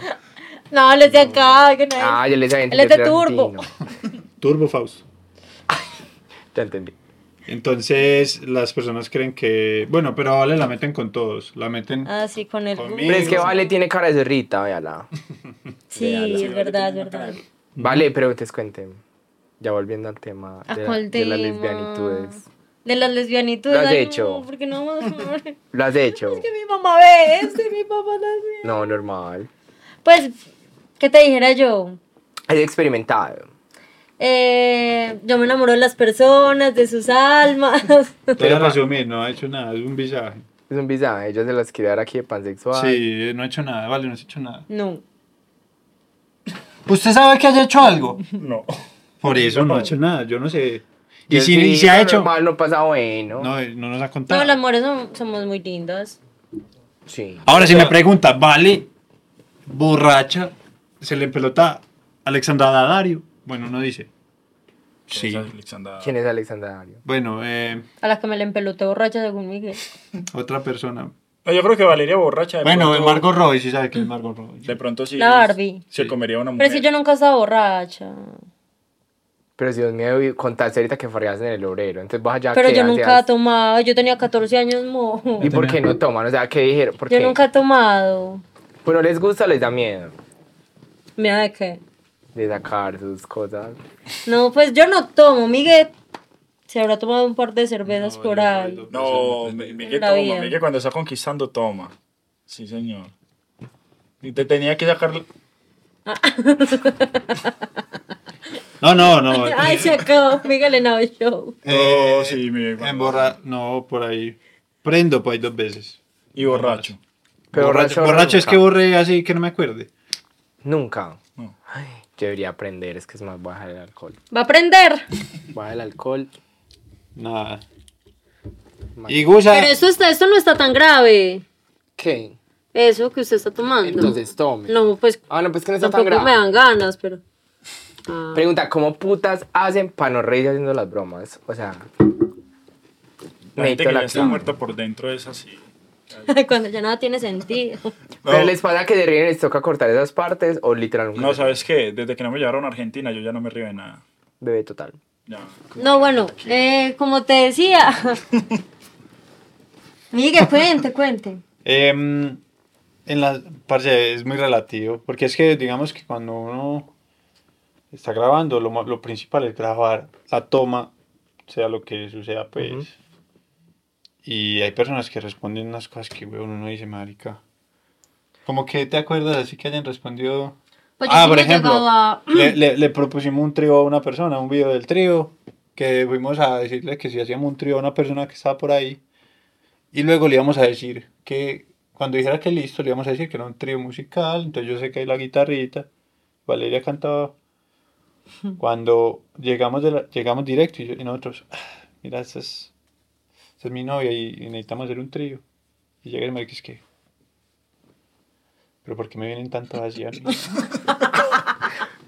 S3: No, él es de acá. Que no es.
S1: Ah, yo le decía
S3: Él es de turbo.
S4: Turbo Fausto.
S1: Te entendí.
S4: Entonces, las personas creen que. Bueno, pero vale, la meten con todos. La meten.
S3: Ah, sí, con el...
S4: Conmigo.
S1: Pero es que Vale tiene cara de zorrita, véala.
S3: Sí, es verdad, es verdad.
S1: Vale, pero entonces cuénteme. Ya volviendo al tema
S3: ¿A
S1: de, la-
S3: cuál
S1: de las
S3: tema?
S1: lesbianitudes.
S3: De las lesbianitudes.
S1: Lo has
S3: ay,
S1: hecho.
S3: No, porque no vamos a hablar. Es
S1: ¿Lo has hecho?
S3: que mi mamá ve esto y mi papá también.
S1: No, normal.
S3: Pues, ¿qué te dijera yo?
S1: Es experimentado.
S3: Eh, yo me enamoro de las personas, de sus almas.
S4: Pero para asumir, no ha hecho nada, es un visaje.
S1: Es un visaje, yo se las quería dar aquí de pansexual.
S4: Sí, no ha hecho nada, vale, no ha hecho nada.
S3: No.
S4: ¿Usted sabe que haya hecho algo?
S2: No.
S4: Por eso no, ha hecho nada, yo no sé. Y
S1: Yo
S4: si
S1: sí,
S4: ni se ha
S1: no,
S4: hecho.
S1: Normal, no pasa bueno.
S4: No, eh, no nos ha contado.
S3: No, las mujeres son- somos muy lindas.
S1: Sí.
S4: Ahora, si me pregunta, vale, borracha, se le pelota Alexandra Daddario. Bueno, no dice.
S2: Sí.
S1: ¿Quién es Alexandra Dario?
S4: Bueno, eh,
S3: A las que me la empeloté borracha, según Miguel.
S4: otra persona.
S2: Yo creo que Valeria borracha. De
S4: Bueno,
S2: pronto,
S4: Margot Robbie, sí sabe que es Margot Robbie.
S2: De pronto sí.
S3: La Barbie.
S2: Se comería una
S3: Pero
S2: mujer.
S3: es que yo nunca he estado borracha.
S1: Pero si Dios mío, contaste ahorita que farreas en el obrero. Entonces vas allá
S3: Pero
S1: ¿qué
S3: yo nunca he
S1: hacías?
S3: tomado. Yo tenía 14 años, mojo.
S1: ¿Y por qué no toman? O sea, ¿qué dijeron? ¿Por
S3: Yo
S1: qué?
S3: nunca he tomado.
S1: Pues no les gusta, les da miedo
S3: Mira de qué.
S1: de sacar sus cosas.
S3: No, pues yo no tomo. Miguel se habrá tomado un par de cervezas por ahí.
S2: No, mi- Miguel
S3: La vida.
S2: toma. Miguel cuando está conquistando toma. Sí, señor. Y te tenía que sacar...
S4: No, no, no.
S3: Ay, se acabó Miguel en el show.
S4: Eh,
S2: Oh, sí, Miguel.
S4: Emborra... No, por ahí. Prendo por ahí dos veces.
S2: Y borracho.
S1: Pero
S4: borracho,
S1: borracho,
S4: borracho es
S1: nunca.
S4: que borré así que no me acuerde.
S1: Nunca.
S2: No.
S1: Ay, yo debería aprender, es que es más baja el alcohol.
S3: Va a aprender.
S1: Baja el alcohol.
S4: Nada. Y Gusa.
S3: Pero esto, está, esto no está tan grave.
S1: ¿Qué?
S3: Eso que usted está tomando.
S1: Entonces tome.
S3: No, pues
S1: Ah, no, pues que no está tan
S3: tampoco me
S1: grave.
S3: dan ganas, pero. Ah.
S1: Pregunta, ¿cómo putas hacen para no reírse haciendo las bromas? O sea,
S2: La gente
S1: necesito
S2: que
S1: la
S2: ya está
S1: clave.
S2: muerta por dentro es así.
S3: Ah. Cuando ya nada tiene sentido.
S1: ¿Pero les pasa que se ríen y les toca cortar esas partes o literalmente
S2: No, ¿sabes qué? Desde que no me llevaron a Argentina, yo ya no me río de nada.
S1: bebé total?
S2: Ya.
S3: No, bueno, eh, como te decía. Miguel, cuente, cuente.
S4: Em, en la parce, es muy relativo, porque es que digamos que cuando uno está grabando, lo, ma- lo principal es grabar la toma, sea lo que suceda, pues.
S1: Ujú.
S4: Y hay personas que responden unas cosas que, weón, uno dice, marica. Como que te acuerdas así que hayan respondido.
S3: Pues yo
S4: ah,
S3: sí
S4: por
S3: me
S4: ejemplo,
S3: llegaba-
S4: le, le- le propusimos un trío a una persona, un video del trío, que fuimos a decirle que si hacíamos un trío a una persona que estaba por ahí, y luego le íbamos a decir que, cuando dijera que listo, le íbamos a decir que era un trío musical, entonces yo sé que hay la guitarrita, Valeria cantaba. Cuando llegamos, de la- llegamos directo y, yo- y nosotros, "Ah, mira, esta es, esta es mi novia y, y necesitamos hacer un trío. Y llega el marica, es que, pero ¿por qué me vienen tantas así a mí?"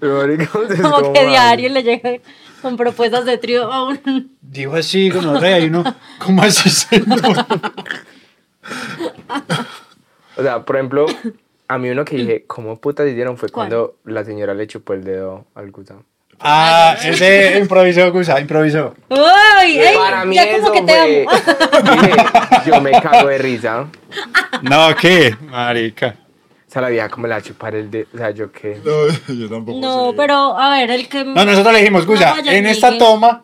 S3: Como que diario le llegan con propuestas de trío a un.
S4: Digo así, con rey, y uno, ¿cómo así señor?
S1: O sea, por ejemplo, a mí uno que dije, ¿cómo putas hicieron? Fue
S3: ¿Cuál?
S1: cuando la señora le chupó el dedo al gusa.
S4: Ah, ese improvisó, Gusa, improvisó.
S3: ¡Uy! ey,
S1: Para mí
S3: ya
S1: eso
S3: como que te
S1: fue-
S3: amo.
S1: Dije, yo me cago de risa.
S4: No, ¿qué? Marica.
S1: O sea, la vieja como la chupar el dedo. O sea, yo qué.
S2: No, yo tampoco.
S3: No,
S2: sé.
S3: pero a ver, el que.
S4: No, nosotros le dijimos, Gusa,
S3: No, ya
S4: en esta
S3: llegué.
S4: toma,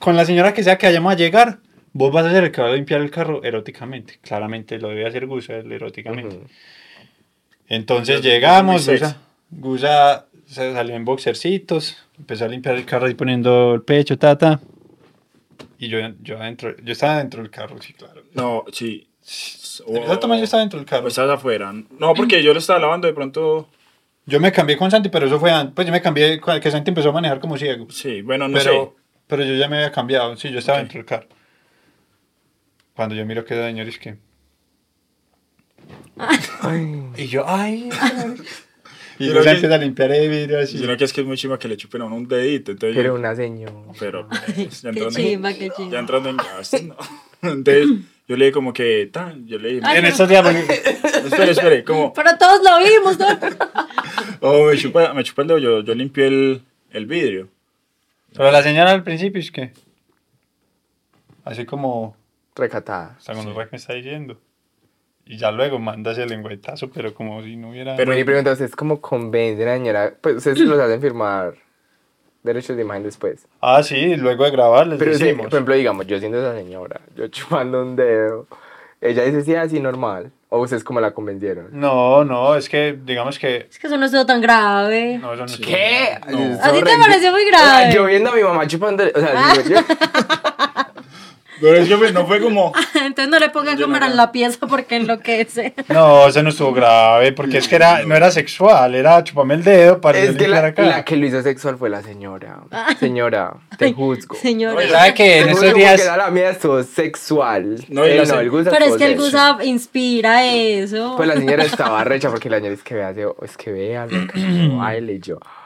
S4: con la señora que sea que vayamos a llegar, vos vas a ser el que va a limpiar el carro eróticamente. Claramente lo debe hacer Gusa, el eróticamente.
S1: Ujú.
S4: Entonces llegamos,
S2: Muy
S4: Gusa, Gusa se salió en boxercitos, empezó a limpiar el carro ahí poniendo el pecho, tata. Y yo, yo adentro, yo estaba dentro del carro, sí, claro.
S2: No, sí.
S4: En esa toma yo estaba dentro del carro.
S2: O estás afuera. No, porque yo lo estaba lavando de pronto.
S4: Yo me cambié con Santi, pero eso fue antes. Pues yo me cambié, con- que Santi empezó a manejar como ciego.
S2: Sí, bueno, no
S4: pero, pero yo ya me había cambiado. Sí, yo estaba
S2: Ok.
S4: dentro del carro. Cuando yo miro que señor es que.
S1: Ay.
S4: Y yo, ay. y
S2: Pero
S4: yo
S2: oye-
S4: antes a limpiar el vidrio así.
S2: Sino que es que es muy chima que le chupen a uno un dedito. Entonces,
S1: Pero una señora.
S2: pero pues, ya
S3: Qué
S2: entrando en,
S3: chimba, qué
S2: ya
S3: chimba.
S2: entrando en gastos, no. Entonces, yo le dije como que, tan, yo le dije,
S3: Ay,
S4: en
S3: no.
S4: estos días, porque-
S2: espere, espere, como,
S3: Pero todos lo vimos, ¿no?
S2: oh, me chupa, me chupa el dedo, yo, yo limpié el, el vidrio.
S4: Pero la señora al principio es que. Así como.
S1: Recatada.
S4: O sea, con los que me está diciendo. Y ya luego manda ese lengüetazo, pero como si no hubiera.
S1: Pero mi pregunta es cómo convencen a la señora. Pues ustedes los hacen firmar derechos de imagen después.
S4: Ah, sí, luego de grabar les
S1: Pero, sí,
S4: decimos.
S1: por ejemplo, digamos, yo siendo esa señora, yo chupando un dedo. Ella dice, sí, así normal. O ustedes como la convencieron.
S4: No, no, es que digamos que.
S3: Es que eso no estuvo tan grave.
S4: No, eso no es-
S1: ¿Qué?
S2: No.
S1: Es
S3: ¿A ti te
S1: horrible.
S3: pareció muy
S1: O sea,
S3: grave? Ah.
S1: yo viendo a mi mamá chupando. O sea, digo, yo-
S2: Pero es que pues, no fue como,
S3: Entonces no le pongan
S2: Yo no
S3: cámara
S2: creo.
S3: en la pieza porque enloquece.
S4: No, eso no estuvo grave, porque es que era, no era sexual, era chupame el dedo para
S1: es que
S4: limpiar
S1: la,
S4: acá.
S1: la que lo hizo sexual fue la señora.
S3: Ah.
S1: Señora, te juzgo.
S3: Señora.
S2: Oye,
S4: ¿Sabe que en
S1: Te juzgo
S4: estos
S1: porque
S4: días.
S1: da la mía estuvo sexual.
S2: No, y
S1: Eh,
S2: la se-
S1: el gusto
S3: Pero es que el
S1: estuvo sexual.
S3: Gusab inspira eso.
S1: Pues la señora estaba recha porque la señora es que vea, yo, es que vea, loca, no baile y yo. "Ah,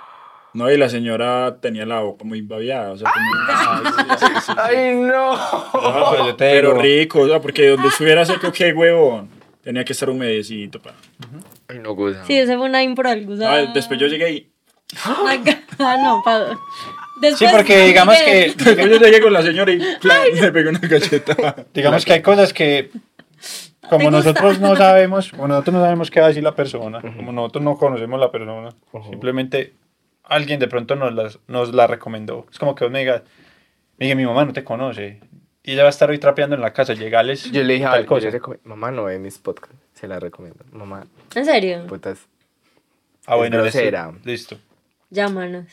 S2: no, y la señora tenía la boca muy babeada, o sea, como, Ay, sí, sí, sí.
S1: ¡Ay, no!
S4: No, pero
S3: Ah,
S4: yo te
S2: pero
S4: digo,
S2: rico, o sea, porque donde estuviera seco, qué huevón, tenía que estar humedecito, pa.
S1: Ay, no, gusta.
S3: Sí, ese fue una impro del Gusab.
S2: Ah, después yo llegué y,
S3: Ah, no, pa-
S4: Sí,
S3: Después
S4: porque digamos que.
S2: después yo llegué con la señora y, le pegué una cachetada.
S4: Digamos que hay cosas que. Como
S3: Me gusta.
S4: nosotros no sabemos, como nosotros no sabemos qué va a decir la persona, como nosotros no conocemos la persona, simplemente alguien de pronto nos, las, nos la recomendó. Es como que vos me digas, "Miguel, mi mamá no te conoce y ella va a estar hoy trapeando en la casa, llegales.
S1: Yo le dije, a
S4: tal
S1: ver, yo
S4: cosa.
S1: le recome- mamá no ve mis podcasts, se la recomiendo. Mamá,
S3: ¿En serio?
S1: putas,
S4: Ah, bueno, listo,
S1: grosera.
S4: listo.
S3: Llámanos.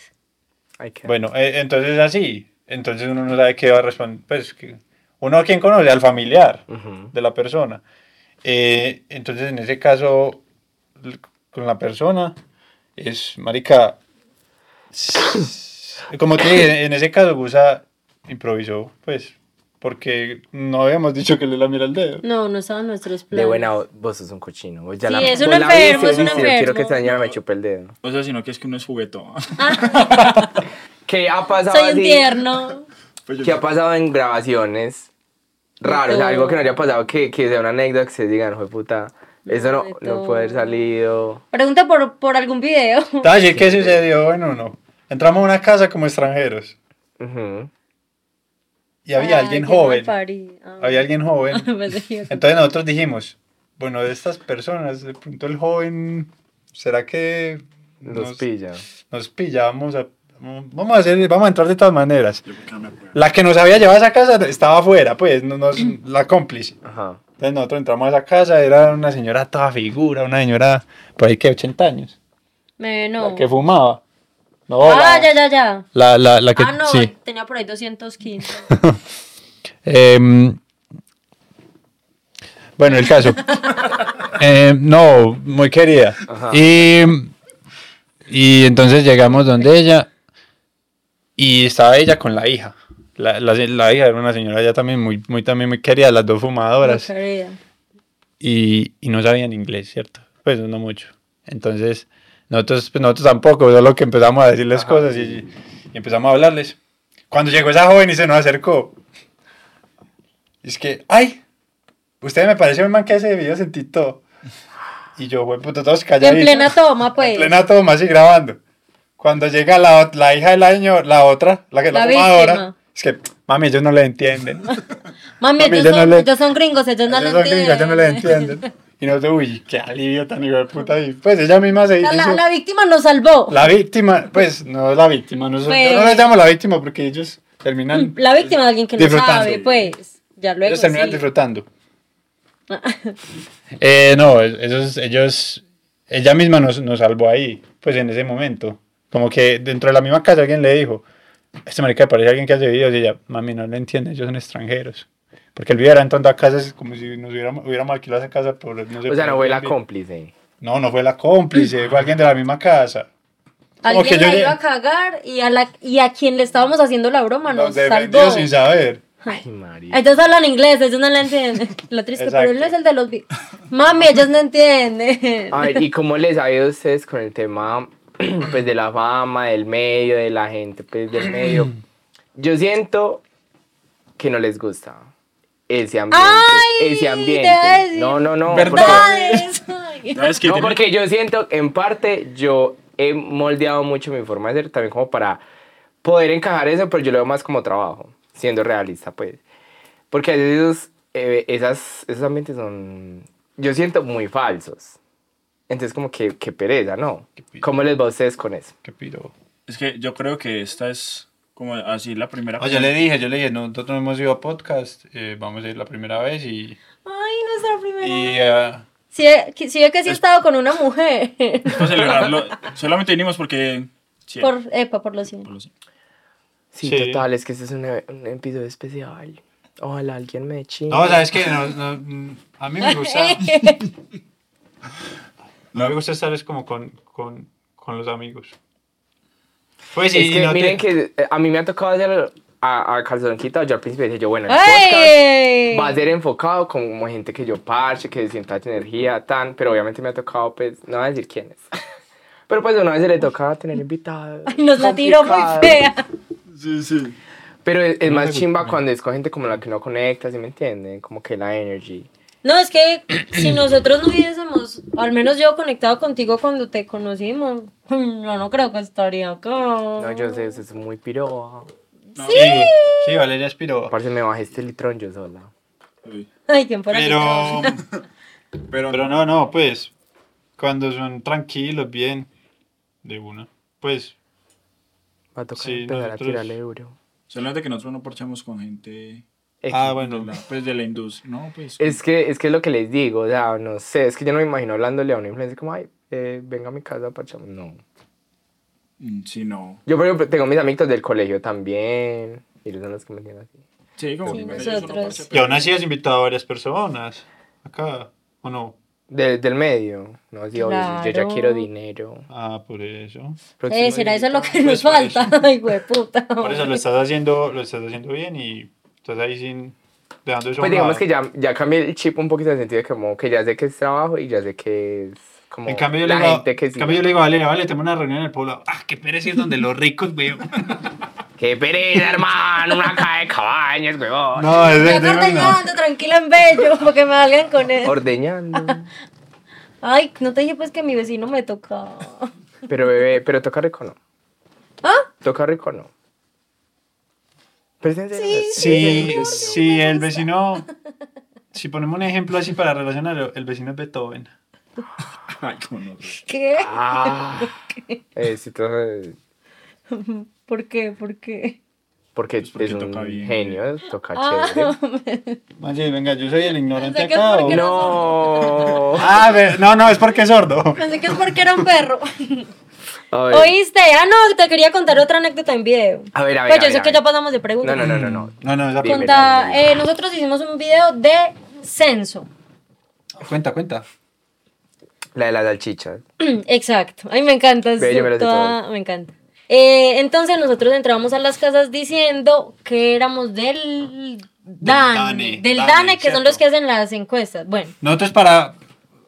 S1: hay que...
S4: Bueno, eh, entonces así. Entonces uno no sabe qué va a responder. Pues, que- uno a quién conoce, al familiar
S1: Ujú.
S4: de la persona. Eh, entonces en ese caso, l- con la persona, es, marica, s- como te dije, en ese caso Gusa improvisó, pues, porque no habíamos dicho que le la mira el dedo.
S3: No, no estaban nuestros planes.
S1: De buena, voz, vos sos un cochino. Vos ya
S3: Sí,
S1: la,
S3: es
S1: vos
S3: un
S1: la
S3: enfermo,
S1: viste,
S3: es un
S1: viste, yo Quiero que
S3: enfermo.
S1: esta señora me chupe el dedo.
S2: O sea, sino que es que uno es juguetón.
S1: ¿Qué ha pasado
S3: Soy Ah, un
S1: así?
S3: tierno.
S2: Pues yo-
S1: ¿Qué ha pasado en grabaciones? Raro, o sea,
S3: todo.
S1: algo que no haya pasado, que, que sea una anécdota que se digan, hijo de puta, eso no,
S3: de
S1: no
S3: todo.
S1: puede haber salido.
S3: Pregunta por, por algún video.
S4: Te voy a decir qué sucedió en uno. Entramos a una casa como extranjeros
S1: Ujú.
S4: y había
S3: Ay,
S4: alguien
S3: qué mal
S4: joven.
S3: parí. Ah.
S4: Había alguien joven.
S3: Pues, sí,
S4: Entonces nosotros dijimos, bueno, de estas personas, de pronto el joven, ¿será que
S1: Los
S4: nos,
S1: pilla.
S4: nos pilla? Vamos a, vamos a hacer, vamos a entrar de todas maneras.
S2: yo porque no me acuerdo.
S4: La que nos había llevado a esa casa estaba afuera, pues, no- nos- la cómplice.
S1: Ajá.
S4: Entonces nosotros entramos a esa casa, era una señora toda figura, una señora por ahí que 80 años,
S3: Me-
S4: la
S3: no.
S4: que fumaba. No,
S3: Ah,
S4: la,
S3: ya, ya, ya.
S4: La, la- la que,
S3: Ah, no,
S4: sí.
S3: tenía por ahí 215.
S4: Em, bueno, el caso. Em, no, muy querida. Y, y entonces llegamos donde ella y estaba ella con la hija. La, la- la hija era una señora ya también muy, muy, también muy querida, las dos fumadoras
S3: No quería.
S4: y, y no sabían inglés, ¿cierto? Pues no mucho. Entonces, nosotros, pues, nosotros tampoco, solo que empezamos a decirles cosas y, y empezamos a hablarles. Cuando llegó esa joven y se nos acercó, es que, ¡ay! Usted me parece un man que hace videos en TikTok. Y yo, güey, puto, todos calladitos.
S3: En plena toma, pues.
S4: En plena toma, así grabando. Cuando llega la, ot- la hija de la señora, la otra, la que la,
S3: La
S4: fumadora,
S3: víctima.
S4: es que, mami, ellos no le entienden.
S3: Mami,
S4: Mami,
S3: ellos,
S4: yo no
S3: son,
S4: le-
S3: ellos son gringos, ellos no
S4: Yo
S3: lo
S4: soy gringa, yo no la
S3: entienden.
S4: entienden. Y nosotros, uy, qué alivio tan hijo de puta. Y pues ella misma se
S3: La,
S4: hizo-
S3: la-
S4: la,
S3: la víctima nos salvó. La,
S4: víctima, pues no es la víctima. No, son-
S3: Pues-
S4: Yo no la llamo la víctima porque ellos terminan,
S3: víctima de alguien que no
S4: Disfrutando.
S3: sabe, pues. Ya luego.
S4: ellos terminan
S3: sí.
S4: disfrutando. Eh, no, ellos, ellos, ella misma nos, nos salvó ahí, pues en ese momento. Como que dentro de la misma casa alguien le dijo, este marica parece alguien que hace videos y ella, mami, no lo entiende, ellos son extranjeros. Porque el video era entrando a casas como si nos hubiéramos, hubiéramos alquilado esa casa por... No sé,
S1: O sea,
S4: por
S1: no fue la
S4: Airbnb.
S1: cómplice.
S4: No, no fue la cómplice, fue alguien de la misma casa. Como que
S3: Alguien
S4: yo
S3: la
S4: llegué-
S3: iba a cagar y a, la, y a quien le estábamos haciendo la broma nos
S4: Los defendió
S3: salvó.
S4: sin saber.
S1: Ay, María.
S3: Ellos hablan inglés, ellos no la entienden. Lo triste, pero él es el de los... vi- Mami, ellos no entienden.
S1: A ver, ¿y cómo les ha ido a ustedes con el tema pues, de la fama, del medio, de la gente pues, del medio? Yo siento que no les gusta ese ambiente.
S3: Ay,
S1: ese
S3: te iba a
S1: ambiente.
S3: decir.
S1: No, no, no.
S2: ¿Verdad?
S1: porque-
S3: Verdades. Ay.
S2: ¿Sabes qué?
S1: no,
S2: Tiene-
S1: porque yo siento, en parte, yo he moldeado mucho mi forma de ser también como para poder encajar eso, pero yo lo veo más como trabajo, siendo realista, pues. Porque a veces esos, eh, esas, esos ambientes son, yo siento, muy falsos. Entonces, como que, que pereza, ¿no?
S4: pereza.
S1: ¿Cómo les va a ustedes con eso?
S4: Qué piro.
S2: Es que yo creo que esta es como así la primera.
S4: yo le dije, yo le dije, nosotros no hemos ido a podcast, eh, vamos a ir la primera vez y...
S3: Ay, nuestra primera.
S4: y
S3: vez.
S4: ah,
S3: Sí, eh, que- sí, es que sí he estado con una mujer.
S2: Para celebrarlo, solamente vinimos porque. sí,
S3: por, epa, por los
S2: por
S3: cinco.
S2: los-
S1: Sí,
S4: Sí.
S1: total, es que este es un, e- un episodio especial. Ojalá alguien me chingue.
S4: no, ¿sabes qué? No, no, mm, a mí me gusta... No me gusta estar es como con, con, con los amigos. Pues sí,
S1: es que
S4: no te-
S1: miren que eh, a mí me ha tocado hacer a, a calzón quitado. Yo al principio dije, yo, bueno, el podcast
S3: ¡Ay!
S1: va a ser enfocado como gente que yo parche, que sienta esa energía, tan, pero obviamente me ha tocado, pues, no voy a decir quién es. Pero pues una vez se le toca tener invitados.
S3: Ay, nos la tiró muy
S1: complicados.
S3: fea.
S2: Sí, sí.
S1: Pero es, es más chimba cuando es con gente como la que no conecta, ¿sí me entienden? Como que la energy.
S3: No, es que si nosotros no hubiésemos, al menos yo conectado contigo cuando te conocimos, yo no creo que estaría acá.
S1: No, yo sé, eso es muy piroa.
S4: Sí, sí, Valeria es piro.
S1: Aparte me bajé este litrón yo sola.
S3: Ay, ¿quién fuera
S4: Pero,
S2: Pero,
S4: pero no, no, pues, cuando son tranquilos, bien, de una. Pues,
S1: Va a tocar
S4: Sí,
S1: empezar
S4: nosotros-
S1: a tirarle euro.
S2: solamente que nosotros no parchamos con gente.
S4: ah,
S2: de
S4: bueno,
S2: la- pues de la industria. No, pues.
S1: Es que, es que es lo que les digo, o sea, no sé, es que yo no me imagino hablándole a una influencer como, ay, eh, venga a mi casa, parchamos. No.
S2: Mm, Sí, no.
S1: Yo, por ejemplo, tengo mis amigos del colegio también, y ellos son los que me tienen así.
S2: Sí, como que
S3: Sí, nosotros.
S2: ellos son una parcha,
S4: y
S2: pero-
S4: aún así has invitado a varias personas acá, ¿o no?
S1: Del- del medio, no, sí, obvio, yo ya
S3: Claro.
S1: quiero dinero.
S4: Ah, por eso.
S1: Próximo
S3: Eh, será eso lo que nos
S4: Pues, por eso.
S3: falta. Ay, güey, puta.
S4: Por eso lo estás haciendo, lo estás haciendo bien y estás ahí sin, dejando eso a
S1: Pues
S4: un
S1: digamos
S4: lado.
S1: que ya, ya cambié el chip un poquito en el sentido de como que ya sé que es trabajo y ya sé que es como
S4: En cambio, yo le
S1: la
S4: digo,
S1: gente que
S4: en
S1: sí.
S4: cambio yo le digo, Valeria, vale, tengo una reunión en el pueblo. Ah, qué pereza ir donde los ricos, güey.
S1: ¡Qué pereza, hermano! ¡Una caja de cabañas, huevón!
S4: No, es
S3: Ya ordenando, tranquila en bello, para que me valgan con él.
S1: Ordeñando.
S3: Ay, no te dije pues que mi vecino me toca.
S1: Pero bebé, pero toca rico no.
S3: ¿Ah?
S1: Toca rico no. Pero es en serio, es-
S4: Si, si el vecino, si ponemos un ejemplo así para relacionarlo, el vecino es Beethoven.
S2: Ay, con nosotros.
S3: ¿Qué?
S1: Ah, eh, sí, entonces,
S3: ¿Por qué? ¿Por qué?
S1: porque,
S2: Pues porque
S1: es un
S2: toca bien,
S1: genio, toca
S3: Ah,
S1: chévere.
S4: Oye, venga, yo soy el ignorante
S3: Pensé que
S4: acá.
S3: es porque
S4: ¿o?
S3: no-
S1: No.
S4: Ah, a ver, no, no, es porque es sordo.
S3: pensé que es porque era un perro.
S1: A ver,
S3: ¿Oíste? Ah, no, te quería contar otra anécdota en video.
S1: a ver, a ver.
S3: Pues
S1: a
S3: yo
S1: ver,
S3: sé
S1: a
S3: que
S1: ver.
S3: ya pasamos de
S1: No,
S3: preguntas.
S1: no, no, no, no.
S4: No, no, es
S1: Dime.
S4: la pregunta.
S3: Conta- eh, nosotros hicimos un video de censo.
S4: Cuenta, cuenta.
S1: La de las salchichas.
S3: Exacto. Ay, me encanta. es
S1: Ve, yo me lo sé
S3: toda-
S1: todo.
S3: me encanta. Eh, entonces nosotros entramos a las casas diciendo que éramos del
S4: Dane,
S3: DANE. Del
S4: Dane,
S3: DANE, que son
S4: cierto.
S3: los que hacen las encuestas. Bueno,
S4: Nosotros para,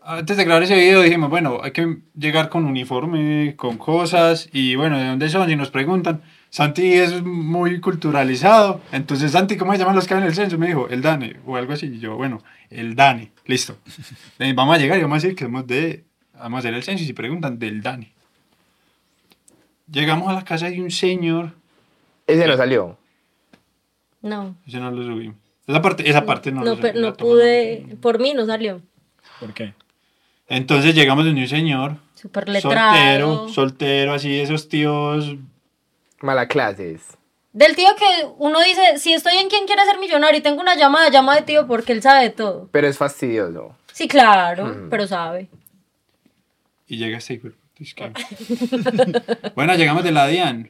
S4: antes de grabar ese video dijimos, bueno, hay que llegar con uniforme, con cosas, y bueno, ¿de dónde son? Y nos preguntan. Santi es muy culturalizado, entonces Santi, ¿cómo se llaman los que en el censo? Me dijo, el Dani, o algo así, y yo, bueno, el Dani, listo. Eh, vamos a llegar y vamos a decir que somos de, vamos a hacer el censo y si preguntan, del Dani. Llegamos a la casa de un señor,
S1: Ese no salió.
S3: no.
S4: ese no lo subimos. Esa parte, esa parte no,
S3: No,
S4: lo
S3: pe-
S4: subimos,
S3: no
S4: la toma
S3: pude. Por mí no salió.
S2: ¿Por qué?
S4: Entonces llegamos donde un señor,
S3: Súper letrado.
S4: Soltero, soltero, así de esos tíos.
S1: Mala clases.
S3: Del tío que uno dice, si estoy en quien quiere ser millonario y tengo una llamada, llama de tío porque él sabe de todo.
S1: Pero es fastidioso.
S3: Sí, claro,
S1: Mm.
S3: pero sabe.
S4: Y llega este hijo de puta, es que- bueno, llegamos de la DIAN.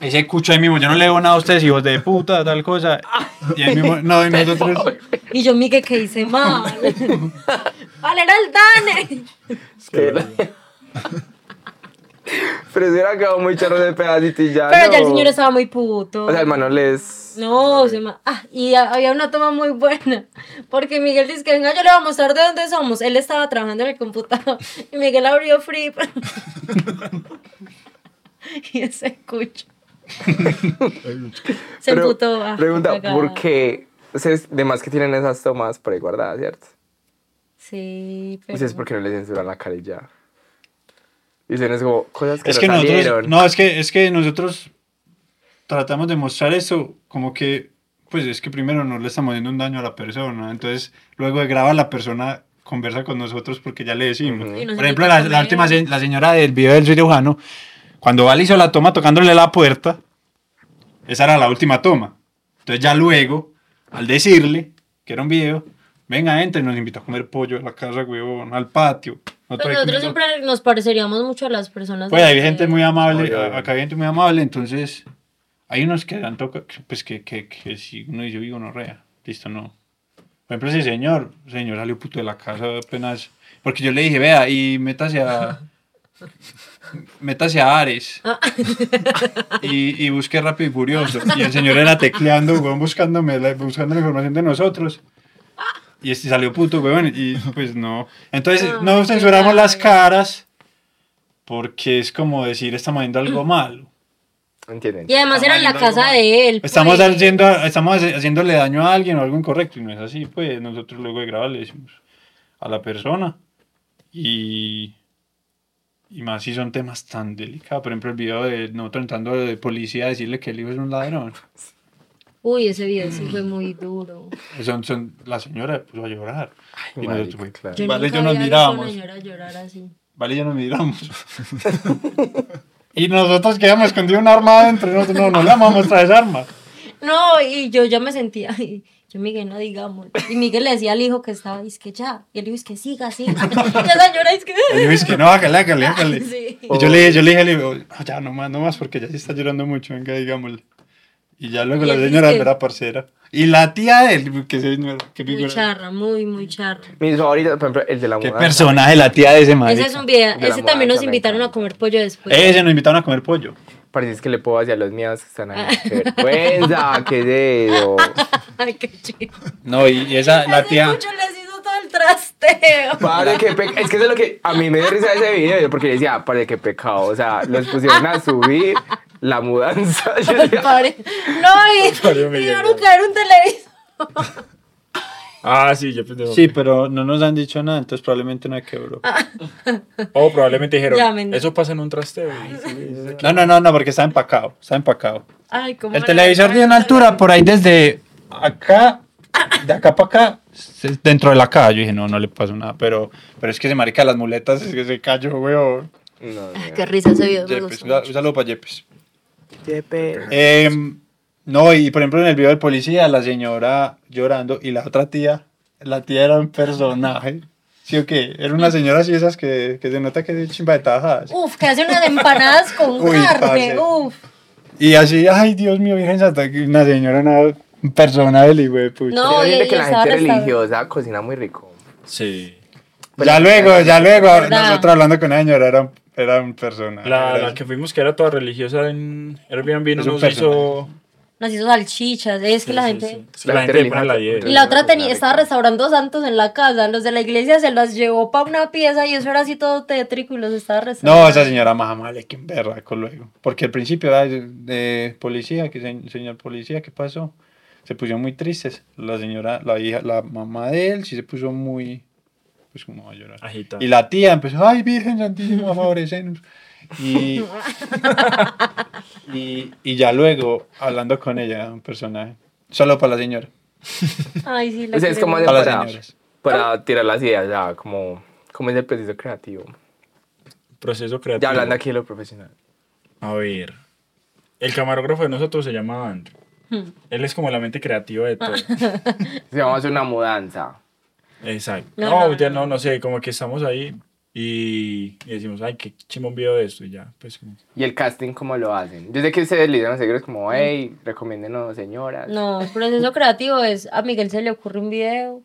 S4: Ese cucho ahí mismo, yo no le digo nada a ustedes, hijos de puta, tal cosa. Y ahí mismo, no, y nosotros.
S3: Y yo, Miguel, que hice mal. vale, era el Dane.
S1: Que- Pero se hubiera quedado muy charro de pedacito y ya.
S3: Pero
S1: no.
S3: ya el señor estaba muy puto.
S1: O sea, el Manoles.
S3: No, se ma- ah, y a- había una toma muy buena. Porque Miguel dice que venga, yo le voy a mostrar de dónde somos. Él estaba trabajando en el computador y Miguel abrió Free. y se escucha. se
S1: Pero,
S3: emputó. ah,
S1: Pregunta,
S3: cagada.
S1: ¿por qué? Ustedes, de más que tienen esas tomas por ahí guardadas, ¿cierto?
S3: Sí, pero.
S1: Ustedes, ¿por qué no le censuran la cara y ya? Y dicen, es como, cosas que
S4: Es
S1: no
S4: que nosotros,
S1: salieron.
S4: no, es que, es que nosotros tratamos de mostrar eso como que, pues es que primero no le estamos haciendo un daño a la persona, entonces luego de grabar la persona conversa con nosotros porque ya le decimos.
S1: Ujú.
S3: Y nos
S4: Por ejemplo,
S3: invita a
S4: la, la
S3: comer.
S4: última, se- la señora del video del cirujano, cuando Val hizo la toma tocándole la puerta, esa era la última toma. Entonces ya luego, al decirle que era un video, venga, entra y nos invitó a comer pollo a la casa, huevón, al patio.
S3: Pero
S4: ahí
S3: nosotros
S4: comiendo-
S3: siempre nos pareceríamos mucho a las personas.
S4: pues
S3: de-
S4: hay gente muy amable,
S1: Oye, oye.
S4: acá hay gente muy amable, entonces hay unos que dan toca, pues que, que, que si uno dice, uy, no rea, listo, no. Por ejemplo, ese señor, señor salió puto de la casa apenas, porque yo le dije, vea, y métase a, métase a Ares,
S3: Ah,
S4: y, y busque Rápido y Furioso, y el señor era tecleando, weón, buscándome, la, buscando la información de nosotros. Y este salió puto, weón, y pues no. Entonces,
S3: Ah,
S4: no
S3: qué
S4: censuramos las
S3: raro.
S4: caras porque es como decir, estamos haciendo algo malo.
S1: ¿Entienden?
S3: y además
S4: Estamos
S3: era en la
S4: haciendo algo
S3: casa
S4: mal.
S3: de él.
S4: Estamos,
S3: pues.
S4: haciendo, estamos hace- haciéndole daño a alguien o algo incorrecto, y no es así, pues nosotros luego de grabar le decimos a la persona. Y, y más si son temas tan delicados. Por ejemplo, el video de nosotros entrando de policía a decirle que el hijo es un ladrón.
S3: Uy, ese video sí fue muy duro.
S4: pues Son, son, la señora puso a llorar. y nosotros,
S1: Marica,
S4: pues,
S1: claro.
S3: Yo
S4: vale,
S3: nunca
S4: yo nos
S3: había visto a
S4: mirábamos.
S3: una señora llorar así.
S4: Vale, ya nos miramos. y nosotros quedamos escondido un arma adentro. y Nosotros no, no le vamos a mostrar esa arma.
S3: No, y yo ya me sentía, y yo Miguel, no digamos. Y Miguel le decía al hijo que estaba, es que ya. Y el hijo es que siga, siga. Y la señora es que...
S4: Y yo dije, no, hágale, hágale, hágale.
S3: Sí.
S4: Y yo le dije, yo le dije, le digo, "No, ya, no más, no más, porque ya se está llorando mucho, venga, digámosle. Y ya luego
S3: Y
S4: la
S3: él
S4: señora
S3: dice-
S4: era parcera. Y la tía de él, que señora, qué
S3: Muy
S4: figura.
S3: charra, muy, muy charra.
S1: Mis favoritos, por ejemplo, el de la mudanza.
S4: la tía de ese
S3: Ese es un pues, video,
S1: De la
S3: ese también nos
S1: mudanza, me
S3: invitaron a
S1: encanta.
S3: comer pollo después.
S4: Ese nos invitaron a comer pollo.
S1: Parece que le puedo hacer a los miedos que están ahí. ¡Qué vergüenza! ¡Qué dedo!
S3: Ay, qué chido.
S4: No, y y esa, la
S3: Ese
S4: tía.
S3: mucho les hizo todo el trasteo.
S1: Padre, qué peca- Es que eso es lo que a mí me dio risa ese video, porque yo decía, padre, qué pecado. O sea, los pusieron a subir la mudanza. Yo
S3: Ay,
S1: decía,
S3: pobre.
S2: Pobre
S3: No, y, y
S2: Miguel.
S3: dejaron caer un televisor.
S2: Ah, sí, yo pensé.
S4: Sí, pero no nos han dicho nada, entonces probablemente no quebró.
S3: Ah.
S2: O oh, probablemente dijeron,
S3: Ya, men-
S2: eso pasa en un trasteo.
S4: No, no, no, no, porque está empacado, está empacado.
S3: Ay, cómo
S4: El
S3: era
S4: televisor
S3: la-
S4: de una altura
S3: pues.
S4: por ahí desde acá, de acá para acá, se- dentro de la caja. Yo dije, no, no le pasó nada, pero, pero es que se marica las muletas, es que se cayó, weón.
S1: No, no.
S3: Qué risa ese video, me
S4: Yepes,
S3: gustó.
S4: un un saludo para Yepes.
S1: Qué pena.
S4: Em, no, y por ejemplo en el video del policía, la señora llorando y la otra tía, la tía era un personaje. ¿Sí o qué? Era una señora así esas que, que se nota que es chimba de tajas.
S3: Uf, que hace unas empanadas con
S4: Uy, parce.
S3: carne. Uf.
S4: Y así, ay Dios mío, Virgen Santa, que una señora, una persona del hijo de puta.
S3: No,
S1: Pero
S3: y-
S1: gente que
S3: y
S1: la
S3: estaba
S1: gente
S3: restado.
S1: religiosa cocina muy rico.
S2: Sí.
S4: ya luego, ya luego,
S3: ¿Verdad?
S4: nosotros hablando con la señora era, un- era un personaje.
S2: La,
S4: Era-
S2: la que fuimos que era toda religiosa en Airbnb no
S4: Ah, Es un
S2: nos hizo.
S3: Nos hizo salchichas. Es que la gente.
S2: Sí, La gente le pone la 10.
S1: Sí.
S3: Y la otra
S1: Una
S3: tenía,
S1: rica.
S3: estaba restaurando santos en la casa. Los de la iglesia se las llevó para una pieza y eso era así todo tétrico y los estaba restaurando.
S4: No, esa señora más amable que un berraco luego. Porque al principio era de, de policía, que se- señor policía, ¿qué pasó? Se pusieron muy tristes. La señora, la hija, la mamá de él sí se puso muy, pues como va a llorar.
S2: Agita.
S4: Y la tía empezó, ay Virgen Santísima, favorecenos. Y, y, y ya luego, hablando con ella, un personaje. Solo para la señora.
S3: Ay, sí, la
S1: O sea, es
S3: quiero.
S1: como de
S4: Para las
S1: para,
S4: señoras.
S1: para tirar las ideas, ya, como, como es el proceso creativo.
S2: Proceso creativo.
S1: Ya hablando aquí de lo profesional.
S2: A ver. El camarógrafo de nosotros se llama Andrew.
S3: Hmm.
S2: Él es como la mente creativa
S3: Ah.
S2: de todo.
S1: Si vamos a hacer una mudanza.
S2: Exacto.
S3: No,
S2: No,
S3: no,
S2: ya
S3: no.
S2: no, no sé, como que estamos ahí y, y decimos, ay, qué chimba un video de esto y ya. Pues como que-
S1: ¿Y el casting cómo lo hacen? Yo sé que ustedes le dicen a los seguidores como, hey, recomiéndenos, señoras.
S3: Mm. No, el proceso creativo es a Miguel se le ocurre un video.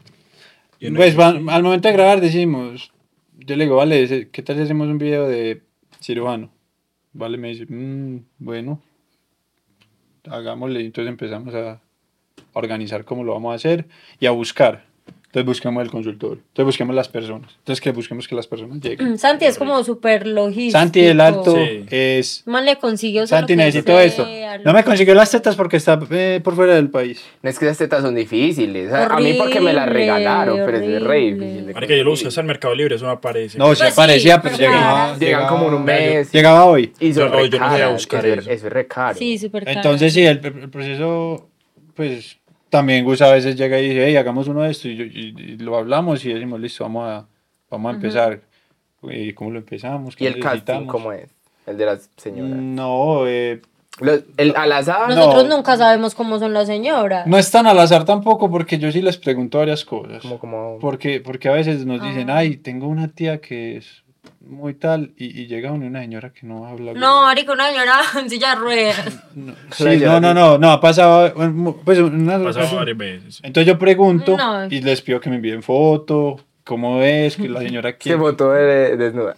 S2: y uno-
S4: Pues va- al momento de grabar decimos, yo le digo, vale, ¿qué tal si hacemos un video de cirujano. Vale, me dice, "Mm, bueno, hagámosle. Entonces empezamos a, a organizar cómo lo vamos a hacer y a buscar. Entonces busquemos el consultorio, entonces busquemos las personas, entonces que busquemos que las personas lleguen.
S3: Santi es como súper logístico.
S4: Santi el alto
S2: Sí.
S4: es...
S3: Man le consiguió. o sea,
S4: Santi
S3: lo que
S4: necesito
S3: sea,
S4: esto.
S3: lo
S4: No me
S3: que-
S4: consiguió las tetas porque está eh, por fuera del país.
S1: No es que esas tetas son difíciles. A- a mí porque me las
S3: Horrible,
S1: regalaron, pero es re
S3: horrible.
S1: difícil. de
S2: Marica, yo lo busqué
S1: conseguir.
S2: hasta en Mercado Libre, eso no aparece.
S4: No, se
S3: Pues sí,
S4: aparecía, pero
S3: pero
S4: llegaba,
S3: caras.
S1: Llegan como en un mes.
S4: Llegaba hoy.
S1: Y son
S2: Yo-
S1: re
S2: yo no voy a
S1: caras,
S2: buscar
S1: eso es-
S2: eso.
S1: Eso es re caro.
S3: Sí, súper caro.
S4: Entonces, sí, el, el proceso, pues también Gus a veces llega y dice, hey, hagamos uno de esto, y, yo- y- y lo hablamos y decimos, listo, vamos a, vamos a empezar. Eh, ¿Cómo lo empezamos? ¿Qué
S1: ¿Y el casting
S4: necesitamos?
S1: cómo es? El de las señoras.
S2: Mm.
S4: No, eh,
S1: Los- el, al azar.
S3: Nosotros
S4: no.
S3: nunca sabemos cómo son las señoras.
S4: no es tan al azar tampoco porque yo sí les pregunto varias cosas.
S1: Como, como.
S4: Porque, porque a veces nos dicen,
S3: Ah.
S4: ay, tengo una tía que es muy tal, y, y llega una una señora que no habla.
S3: No, marica, una señora en silla de ruedas.
S4: No,
S1: La
S4: sí, no,
S1: lloradita.
S4: no, no, no, ha pasado, bueno, mu- pues una
S2: Pasaba
S4: ocasión.
S2: varias veces.
S4: Entonces yo pregunto
S3: No.
S4: y les pido que me envíen foto, cómo es, que la señora
S1: Se
S4: quiere.
S1: montó de- desnuda.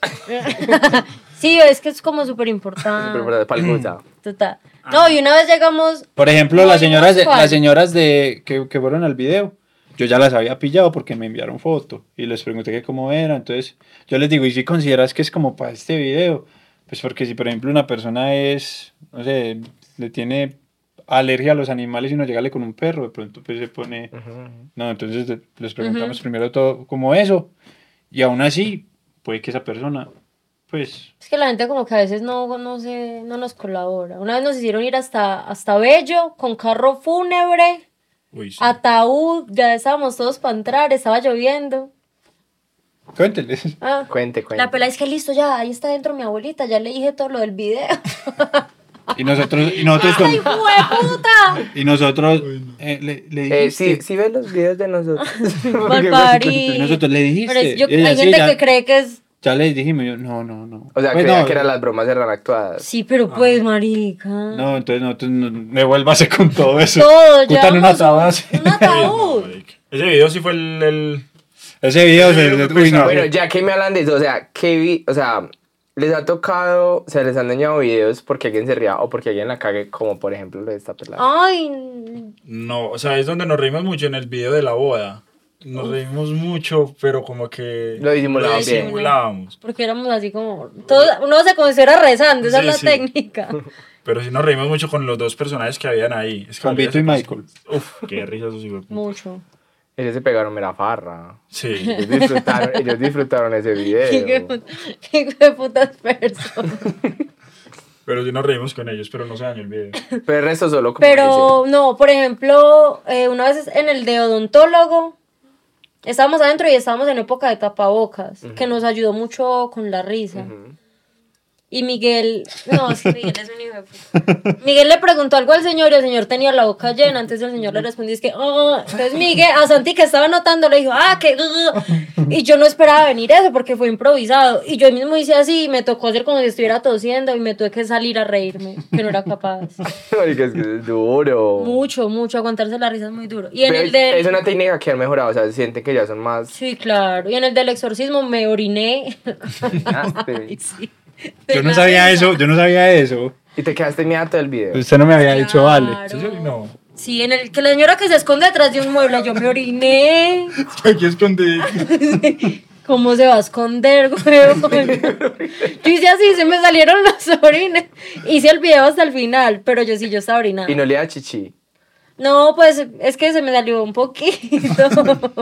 S3: Sí, es que es como súper importante.
S1: Pero para-
S2: Mm.
S1: para el gusta.
S3: Total.
S4: Ah.
S3: No, y una vez llegamos.
S4: Por ejemplo,
S3: No,
S4: las
S3: no,
S4: señoras, de,
S3: ¿cuál?
S4: las señoras de, que, que fueron al video, yo ya las había pillado porque me enviaron foto y les pregunté que cómo era. Entonces yo les digo, ¿y si consideras que es como para este video? Pues porque si, por ejemplo, una persona es, no sé, le tiene alergia a los animales y no llegale con un perro, de pronto pues se pone... No, entonces de- les preguntamos primero todo como eso. Y aún así, puede que esa persona, pues,
S3: Es que la gente como que a veces no, no, se, no nos colabora. Una vez nos hicieron ir hasta, hasta Bello con carro fúnebre,
S2: Uy, sí.
S3: ataúd, ya estábamos todos para entrar, estaba lloviendo.
S4: cuéntenles.
S3: Ah.
S1: Cuente, cuente.
S3: La pela es que listo, ya, ahí está dentro mi abuelita, ya le dije todo lo del video.
S4: Y nosotros, y nosotros, con-
S3: ¡Ay, puta!
S4: y nosotros, eh, le, le dijiste.
S1: Eh, sí, sí ves los videos de nosotros.
S3: Mal
S1: Porque-
S4: Entonces
S3: pari.
S4: nosotros le dijiste.
S3: Pero es- yo-
S4: y ella,
S3: hay
S4: sí,
S3: gente
S4: ya,
S3: que cree que es.
S4: ya le dijimos, yo, no, no, no.
S1: o sea,
S4: Pues,
S1: creía
S4: no,
S1: que eran las bromas eran actuadas.
S3: Sí, pero pues, marica.
S4: Ah. No, entonces no, tú no- me vuelvas con todo eso.
S3: Todo,
S4: Puta, no
S3: llevamos
S4: nos abas.
S3: Un ataúd.
S2: Marica. Ese video sí fue el. el-
S4: Ese video se.
S2: Yo
S4: uy, no.
S2: pensaba,
S1: Bueno, ya que me hablan de eso, o sea, que vi, o sea, les ha tocado, se les han dañado videos porque alguien se ría o porque alguien la cague, como por ejemplo lo de esta pelada.
S3: Ah. Ay,
S2: No, o sea, es donde nos reímos mucho en el video de la boda. Nos reímos mucho, pero como que.
S1: Lo disimulábamos
S2: Lo
S1: bien.
S2: disimulábamos.
S3: porque éramos así como. Todos, uno se considera rezando, esa
S2: Sí,
S3: es la
S2: sí.
S3: técnica.
S2: Pero sí nos reímos mucho con los dos personajes que habían ahí. Es que
S4: Con Vito y Michael.
S2: Uf, qué risa esos hijos. de puta.
S3: Mucho.
S1: Ellos se pegaron mera farra.
S2: Sí.
S1: Ellos disfrutaron, ellos disfrutaron ese
S3: Qué
S1: video.
S3: de putas personas.
S2: Pero sí nos reímos con ellos, pero no se dañó el video.
S1: Pero el resto solo como
S3: Pero no, por ejemplo, eh, una vez en el de odontólogo, estábamos adentro y estábamos en época de tapabocas, que nos ayudó mucho con la risa.
S1: Ujú.
S3: Y Miguel, no, es que Miguel es un hijo de puta. Miguel le preguntó algo al señor y el señor tenía la boca llena. Antes el señor le respondió, es que, "Ah". entonces Miguel, a Santi que estaba anotando, le dijo, ah, que, ah". y yo no esperaba venir eso porque fue improvisado. Y yo mismo hice así y me tocó hacer como si estuviera tosiendo y me tuve que salir a reírme, que no era capaz.
S1: dicen. Marica, es que es duro.
S3: Mucho, mucho, aguantarse la risa es muy duro. Y en
S1: Pero
S3: el de...
S1: Es una técnica que han mejorado, o sea, sienten que ya son más.
S3: Sí, claro. Y en el del exorcismo me oriné. Ay, sí. De
S4: Yo no
S3: la
S4: sabía
S3: risa.
S4: eso, yo no sabía eso.
S1: Y te quedaste mirando todo el video.
S4: Usted no me había dicho, vale.
S3: Claro.
S2: Sí, sí, no.
S3: Sí, en el que la señora que se esconde detrás de un mueble, yo me oriné.
S2: Aquí escondí.
S3: ¿Cómo se va a esconder, güey? Yo hice así, se me salieron los orines. Hice el video hasta el final, pero yo sí, yo estaba orinada.
S1: Y no le da chichi.
S3: No, pues es que se me salió un poquito.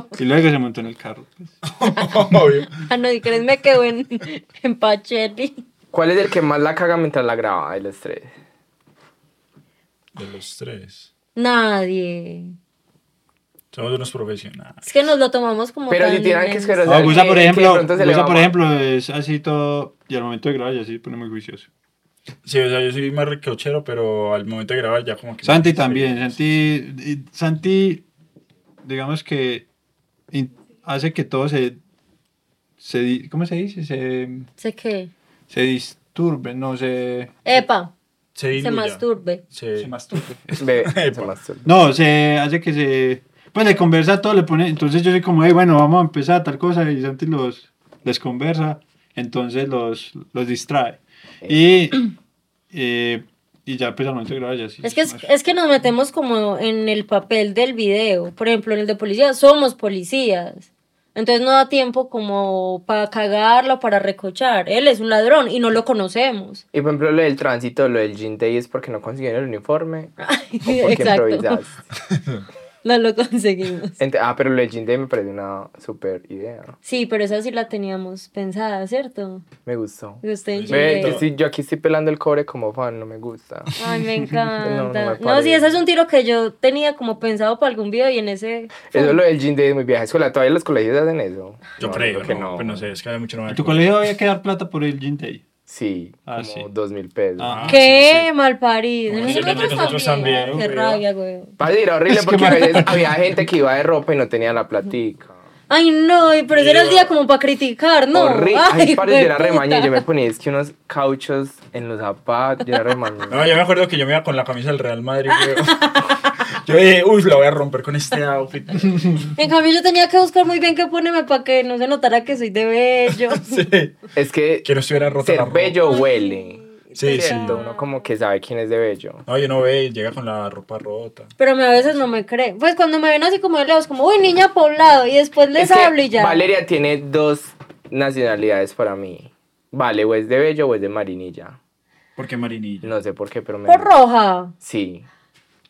S4: Y luego se montó en el carro. pues.
S2: Obvio.
S3: ah, no, y crees me quedó en, en Pacheli.
S1: ¿Cuál es el que más la caga mientras la graba? El estrés.
S2: De los tres.
S3: Nadie.
S2: Somos unos profesionales.
S3: Es que nos lo tomamos como.
S1: Pero
S3: tan
S1: si tienen que
S3: inmenso.
S1: esperar- O sea,
S4: No, Gusa,
S1: que-
S4: por
S1: que de
S4: ejemplo,
S1: pronto se le
S4: Gusa,
S1: va
S4: por
S1: mal.
S4: ejemplo, es así todo. Y al momento de grabar, ya sí pone muy juicioso.
S2: Sí, o sea, yo soy más recochero, pero al momento de grabar ya como que...
S4: Santi también. Santi, y- Santi digamos que in- hace que todo se, se. di- ¿Cómo se dice? Se,
S3: Sé que.
S4: se disturbe, no se.
S3: Epa,
S2: Se,
S3: se
S2: diluya.
S3: masturbe.
S2: Se-
S4: masturbe.
S1: Ve, se
S2: Epa.
S1: masturba.
S4: No, se hace que se. Pues le conversa todo, le pone. Entonces yo soy como, hey, bueno, vamos a empezar tal cosa. Y Santi los, les conversa. Entonces los, los distrae. Y, eh, y ya, pues al momento de grabar, ya sí.
S3: Es que, es, es que nos metemos como en el papel del video. Por ejemplo, en el de policía, somos policías. Entonces no da tiempo como para cagarlo, para recochar. Él es un ladrón y no lo conocemos.
S1: Y por ejemplo, lo del tránsito, lo del Jean Day es porque no consiguieron el uniforme. o porque
S3: Exacto.
S1: improvisaste.
S3: No lo conseguimos.
S1: Ent- ah, pero lo del Jean Day me parece una super idea.
S3: Sí, pero esa sí la teníamos pensada, ¿cierto?
S1: Me gustó.
S3: Usted en
S1: Ve,
S3: Chile.
S1: yo, Pues sí- yo aquí estoy pelando el cobre como fan, no me gusta.
S3: Ay,
S1: No,
S3: me
S1: no me
S3: encanta. No,
S1: parece.
S3: sí, ese es un tiro que yo tenía como pensado para algún video y en ese...
S1: Eso lo del Jean Day es muy vieja escuela. Todavía los colegios hacen eso.
S2: Yo
S1: No,
S2: creo,
S1: que
S2: no,
S1: no.
S2: pues no sé, es que hay mucho no me
S4: En tu
S2: acuerdo.
S4: colegio había que dar plata por el Gin Day.
S1: Sí,
S4: Ah,
S1: como
S4: sí.
S1: dos mil pesos.
S4: Ah.
S3: ¡Qué mal parido!
S2: Ay, nosotros también,
S3: ¡Qué
S2: güey.
S3: rabia, güey!
S1: Parce, era horrible
S4: Es que
S1: porque a
S4: me-
S1: veces había gente que iba de ropa y no tenía la platica.
S3: Ay, no, y pero ese era el día como para criticar, ¿no?
S1: Horrible. Ay, parce, yo
S3: güey,
S1: era remaña.
S3: puta.
S1: Yo me ponía es que unos cauchos en los zapatos. Yo era remaña.
S2: Ah, No, yo me acuerdo que yo me iba con la camisa del Real Madrid. creo. yo dije, uy, la voy a romper con este outfit.
S3: En cambio, yo tenía que buscar muy bien qué ponerme para que no se notara que soy de bello.
S2: Sí.
S1: Es que
S2: Que no estuviera rota la
S1: ser
S2: ropa.
S1: bello huele.
S2: Sí, sí.
S1: Cierto, uno como que sabe quién es de bello.
S2: No, yo no ve, llega con la ropa rota.
S3: Pero me- a veces no me cree. Pues cuando me ven así como de lejos, como, uy, niña poblado, y después les
S1: Es que
S3: hablo y ya.
S1: Valeria tiene dos nacionalidades para mí. Vale, o es de bello o es de marinilla.
S2: Porque Marinilla.
S1: No sé por qué, pero me.
S3: Por roja.
S1: Sí.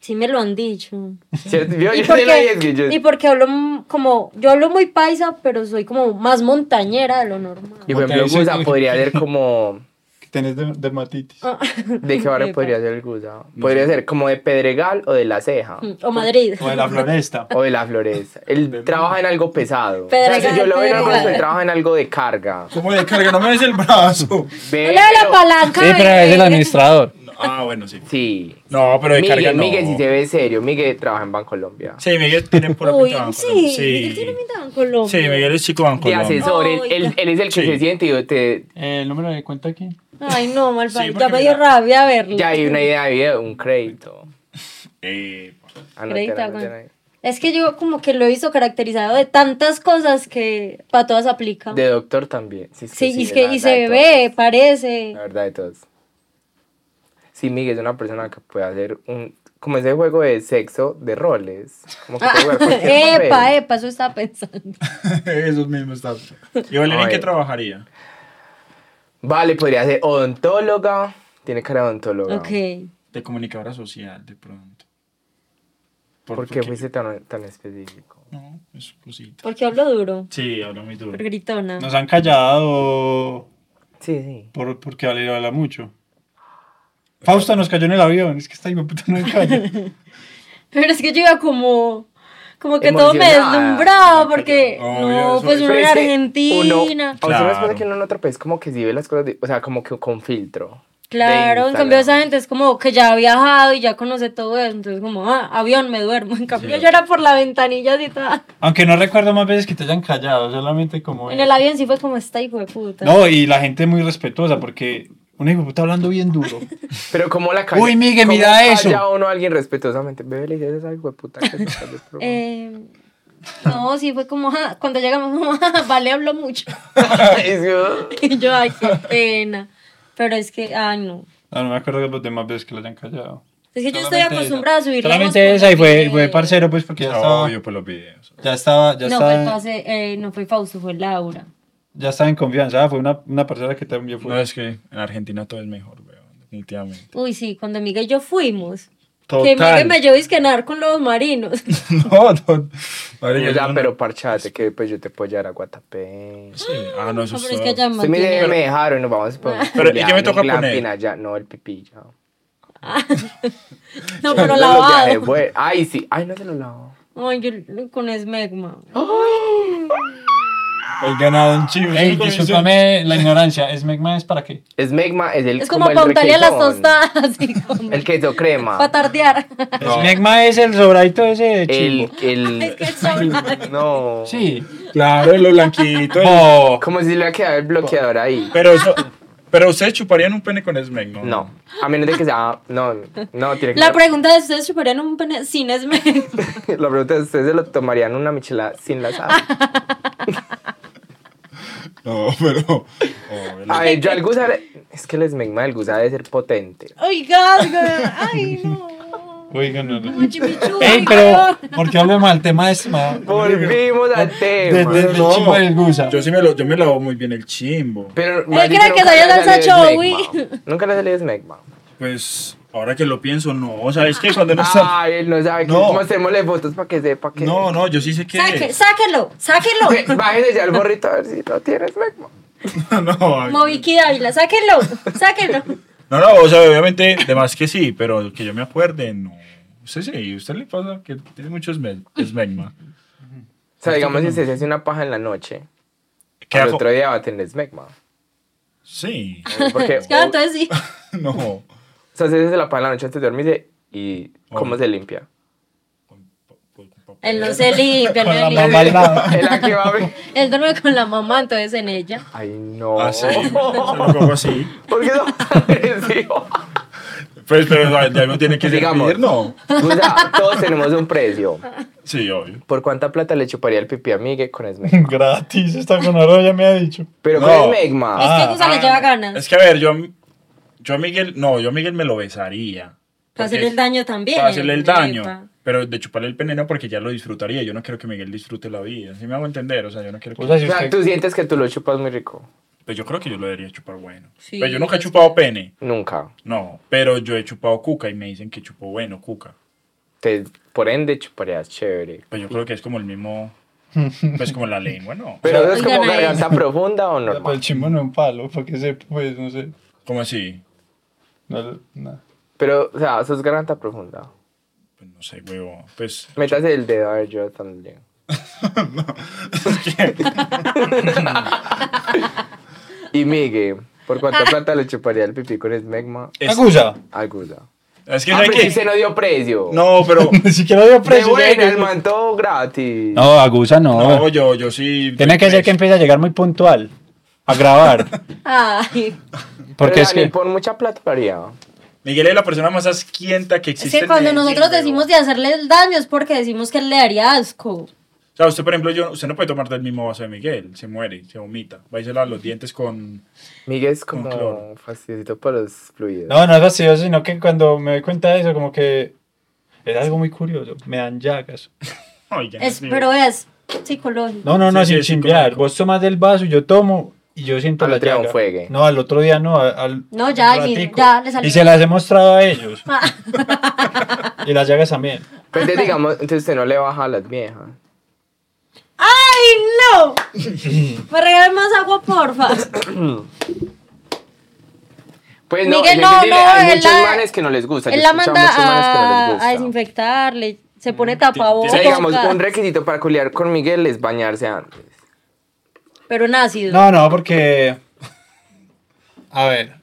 S3: Sí me lo han dicho.
S1: ¿Cierto? Yo,
S3: ¿Y
S1: yo
S3: por
S1: sé lo
S3: qué?
S1: que es que yo-
S3: Y porque hablo m- como, yo hablo muy paisa, pero soy como más montañera de lo normal.
S1: Y por
S4: Ok,
S1: ejemplo,
S4: sí,
S1: Gusa
S4: sí.
S1: podría ser como.
S4: Que tenés de, de matitis.
S3: Ah.
S1: ¿De qué barrio
S3: Epa.
S1: podría ser el Gusa? Podría ser como de Pedregal o de La Ceja.
S3: O Madrid.
S4: O de la floresta.
S1: O de la floresta. Él trabaja en algo pesado. O sea,
S3: Pedregal,
S1: si yo lo veo en algo,
S3: Pedregal.
S1: él trabaja en algo de carga.
S2: ¿Cómo de carga? No me ves el brazo.
S1: Ve,
S3: Habla de la
S1: pero-
S3: palanca. bebé.
S4: administrador.
S2: Ah, bueno, sí.
S1: Sí.
S2: No, pero de carga
S1: Miguel,
S2: no.
S1: Miguel, si se ve serio, Miguel trabaja en Bancolombia.
S2: Sí, Miguel tiene pura
S3: Uy,
S2: pinta de
S3: sí,
S2: Bancolombia.
S3: Miguel tiene mitad en Colombia.
S2: Sí, Miguel es chico
S1: Te
S2: Bancolombia.
S1: asesor, él,
S3: Ay,
S1: él- él es el que
S2: Sí.
S1: se siente y te,
S4: Eh, el número de cuenta aquí.
S3: Ay, no, mal
S2: Sí,
S3: Ya
S2: porque
S3: me dio
S2: mira-
S3: rabia verlo.
S1: Ya hay una idea de video, un crédito. Ah,
S2: Eh,
S1: Anótela,
S3: Crédito,
S1: anótela
S3: güey.
S1: ahí.
S3: Es que yo como que lo he visto caracterizado de tantas cosas que para todas aplica.
S1: De doctor también. Sí,
S3: sí,
S1: sí,
S3: y es
S1: la
S3: que y
S1: verdad
S3: se
S1: de
S3: ve,
S1: todos,
S3: parece.
S1: La verdad de todos. Sí, Miguel es una persona que puede hacer un. Como ese juego de sexo de roles. Como que puede jugar cualquier
S3: Ah, epa,
S1: papel.
S3: epa, eso estaba pensando.
S2: Eso mismo está. ¿Y Valeria en
S1: Ay.
S2: qué trabajaría?
S1: Vale, podría ser odontóloga. Tiene cara de odontóloga.
S3: Ok.
S2: De comunicadora social, de pronto.
S1: ¿Por qué fuiste tan, tan específico?
S2: No, es cosita.
S3: Porque hablo duro,
S2: Sí, habla muy duro.
S3: por gritona.
S4: Nos han callado
S1: Sí, sí.
S4: por, porque Valeria habla mucho. Fausta nos cayó en el avión. Es que esta hijo de puta no me calla.
S3: Pero es que yo iba como como que todo me
S1: Emocionada.
S3: deslumbraba porque
S2: Obvio,
S3: no,
S2: eso
S3: pues
S2: es-
S3: uno
S1: Pero
S3: en
S1: es que Uno,
S3: Argentina.
S1: a usted no les pasa
S2: Claro.
S1: que uno en otro país como que sí ve las cosas, de- o sea, como que con filtro. de
S3: Claro, en cambio
S1: Instagram.
S3: esa gente es como que ya ha viajado y ya conoce todo eso, entonces como, ah, avión, me duermo. En cambio
S2: Sí.
S3: yo era por la ventanilla así toda.
S4: Aunque no recuerdo más veces que te hayan callado, solamente como.
S3: En el avión sí fue como esta hijo de puta.
S4: No, y la gente muy respetuosa porque una hijo de puta hablando bien duro.
S1: Pero como la calle.
S4: Uy, Miguel,
S1: ¿cómo
S4: mira
S1: calla
S4: eso.
S1: uno a alguien respetuosamente. Bebe, le dices algo de puta que no sale pro.
S3: Eh, no, sí fue como, ah, cuando llegamos, como, ah, vale, hablo mucho.
S1: Es que-
S3: Y yo, ay, qué pena. Pero es que, ay, no.
S4: No, no me acuerdo de de más veces que lo hayan callado.
S3: Es que yo estoy acostumbrada a subir la voz
S4: Solamente
S3: cuando
S4: esa y fue,
S3: me-
S4: fue parcero, pues porque ya estaba.
S2: Obvio, por los videos.
S4: Ya estaba, ya
S3: No,
S4: estaba,
S3: fue pase, eh, no fue Fausto, fue Laura.
S4: ya estaba en confianza. Ah, Fue una, una parcera que también fue.
S2: No, es que en Argentina todo es mejor, weón. Definitivamente.
S3: Uy, sí, cuando Miguel y yo fuimos. Que
S2: Total.
S3: Miguel me llevó a nadar con los marinos.
S2: no, no. Valeria,
S1: O sea,
S2: no-
S1: "Ah, pero parchate, que pues yo te puedo llevar a Guatapé.
S2: Sí. Ah, no, eso
S3: No,
S2: es
S3: pero es
S2: todo.
S3: que allá
S1: Usted me,
S3: mantiene-
S1: me dejaron y nos vamos pues, por
S2: Pero, ¿y qué me toca poner?
S1: Allá. No, el pipilla.
S3: No, pero
S1: Los viajes,
S3: lavado.
S1: bueno. Ay, sí. Ay, no se lo lavo.
S3: Ay, yo con esmegma.
S2: El ganado en Chile.
S4: Ey, discúlpame la ignorancia. ¿Es Megma es para qué?
S1: Es Megma, es el
S3: Es como para
S1: el
S3: untarle a las
S1: requesón,
S3: tostadas. y como-
S1: El queso crema.
S3: Para tardear.
S4: Es Megma es el sobradito ese de
S1: El,
S4: chivo.
S3: Es que
S1: el...
S3: es chaval.
S1: No.
S4: Sí.
S2: Claro, lo blanquito. el-
S4: Oh.
S1: Como si le hubiera quedado el bloqueador ahí.
S2: Pero eso. Pero ustedes chuparían un pene con Smeg, ¿no?
S1: No. A menos de que sea... No, no, tiene que
S3: La pregunta es, ¿ustedes chuparían un pene sin esmegma?
S1: La pregunta es, ¿ustedes se lo tomarían una michelada sin la sal?
S2: No, pero. oh, el-
S1: A ver, yo al Gusa le- Es que el esmegma del gusa debe ser potente.
S3: Oiga, oiga, ay, no.
S4: Oiga, no, no.
S3: Como chimichurri,
S4: Ey, pero, ¿por qué hablamos del tema de este, man?
S1: Volvimos al
S4: De-
S1: tema.
S4: de- del
S2: No.
S4: chimbo del gusa.
S2: Yo sí me lo, yo me lavo muy bien el chimbo.
S1: Pero,
S3: cree que
S1: nunca
S3: sabía
S1: le ha
S3: salsa
S1: salido
S3: chowi.
S1: esmegma. Nunca le ha salido esmegma.
S2: Pues ahora que lo pienso, no, ¿sabes qué? Cuando no está...
S1: Ay, él no sabe. que-
S2: No.
S1: Mostrémosle fotos para que sepa que...
S2: No, no, yo sí sé que...
S3: Saque, sáquelo, sáquelo.
S1: Ve, Bájese ya el borrito a ver si no tiene esmegma.
S2: no, ay.
S3: Movicky Dávila, sáquelo, sáquelo.
S2: no, no, o sea, obviamente, de más que sí, pero que yo me acuerde, no. Usted sí, usted le pasa que tiene mucho esme- esmegma.
S1: O sea, digamos, si usted se hace una paja en la noche,
S2: ¿Qué
S1: al
S2: hago?
S1: otro día va a tener esmegma.
S2: Sí,
S1: Porque,
S3: Ya,
S1: o,
S3: ah, entonces sí.
S2: no.
S1: sea, si se hace la paja en la noche antes de dormirse, ¿y cómo
S2: Oh.
S1: se limpia?
S3: Él no se limpia,
S4: Con la
S3: él no
S4: mamá al
S3: limpia.
S4: lado.
S1: El aquí va a ver.
S3: Él duerme con la mamá, entonces en ella.
S1: Ay, no.
S4: Oh.
S2: Así, se lo cojo así.
S1: ¿Por qué son tan agresivos?
S2: Pues, pero ya- ya no tiene que
S1: Digamos.
S2: servir, no.
S1: O sea, todos tenemos un precio.
S2: Sí, obvio.
S1: ¿Por cuánta plata le chuparía el pipí a Miguel con esmegma?
S4: Gratis, esta con ya me ha dicho.
S1: Pero
S2: No.
S1: con esmegma.
S3: es que Gusa le lleva ganas.
S2: ah, Es que a ver, yo, yo a Miguel, no, yo a Miguel me lo besaría.
S3: Para
S2: Porque-
S3: hacerle el daño también.
S2: Para hacerle el daño.
S3: Epa.
S2: Pero de chuparle el veneno porque ya lo disfrutaría. Yo no quiero que Miguel disfrute la vida. ¿Sí me hago entender? O sea, yo no quiero que.
S4: O sea, si
S1: O sea,
S4: usted,
S1: tú sientes que tú lo chupas muy rico.
S2: Pues yo creo que yo lo debería chupar bueno.
S3: Sí,
S2: pero yo nunca he
S3: es
S2: chupado pene.
S1: Nunca.
S2: No, pero yo he chupado cuca y me dicen que chupo bueno cuca.
S1: Te, por ende, chuparías chévere.
S2: Pues yo creo que es como el mismo. Pues como la lengua, ¿no?
S1: Pero eso es como
S3: Oigan ahí.
S1: garganta profunda o
S4: pues,
S1: normal.
S4: el chimbo no es un palo, porque se, pues, no sé.
S2: ¿Cómo así?
S4: No, no.
S1: Pero, o sea, eso es garganta profunda.
S2: Pues no sé, huevo. Pues.
S1: Métase el dedo a ver yo también. Y Miguel, ¿por cuánta
S3: Ah.
S1: plata le chuparía el pipí con esmegma
S2: Es-
S4: Agusa.
S1: al Gusa?
S2: Es que
S1: Ah,
S2: no hay
S1: pero
S2: que.
S1: si se no dio precio.
S2: No, pero.
S4: Ni siquiera dio
S1: De
S4: precio.
S1: buena,
S4: ya-
S1: el man todo gratis.
S4: No, Agusa no.
S2: No, yo, yo sí.
S4: Tiene que ser que empiece a llegar muy puntual a grabar.
S3: Ay,
S4: Porque
S1: Pero
S4: es
S1: Dani,
S4: que.
S1: por mucha plata lo haría.
S2: Miguel es la persona más asquienta que
S3: es
S2: existe.
S3: que
S2: en
S3: cuando
S2: Medellín,
S3: nosotros
S2: huevo.
S3: decimos de hacerle el daño es porque decimos que él le daría asco.
S2: O sea, usted, por ejemplo, yo, usted no puede tomar del mismo vaso de Miguel. Se muere, se vomita. Va y se lava los dientes con...
S1: Miguel es
S2: Con
S1: como
S2: cloro.
S1: fastidiosito para los fluidos.
S4: No, no es fastidioso, sino que cuando me doy cuenta de eso, como que. Es algo muy curioso. Me dan llagas.
S2: Ay, ya
S3: Es,
S2: no sé.
S3: pero es psicológico.
S4: No, no,
S2: Sí,
S4: no,
S2: sí,
S4: sin
S2: es
S4: chimbear.
S2: psicológico.
S4: Vos tomas del vaso, yo tomo y yo siento
S1: Al
S4: la
S1: otro día un
S4: llaga.
S1: fuegue.
S4: No, al otro día no. al- Al,
S3: No, ya,
S4: al
S3: y-
S4: ratico.
S3: ya, le salió.
S4: Y se las he mostrado a ellos.
S3: Ah.
S4: y las llagas también.
S1: Pues entonces, digamos, entonces usted no le baja a las viejas.
S3: ¡Ay, no! Me regalen más agua, porfa.
S1: Pues no, es
S3: Miguel, no,
S1: mentira,
S3: no,
S1: hay
S3: él
S1: muchos
S3: la-
S1: manes que no les gusta. yo
S3: Él
S1: he
S3: la
S1: escuchado
S3: manda
S1: muchos manes que no les
S3: a,
S1: gusta.
S3: a desinfectarle, se pone tapabocas.
S1: O sea, digamos, un requisito para culiar con Miguel es bañarse antes.
S3: Pero en ácido.
S4: No, no, porque. A ver.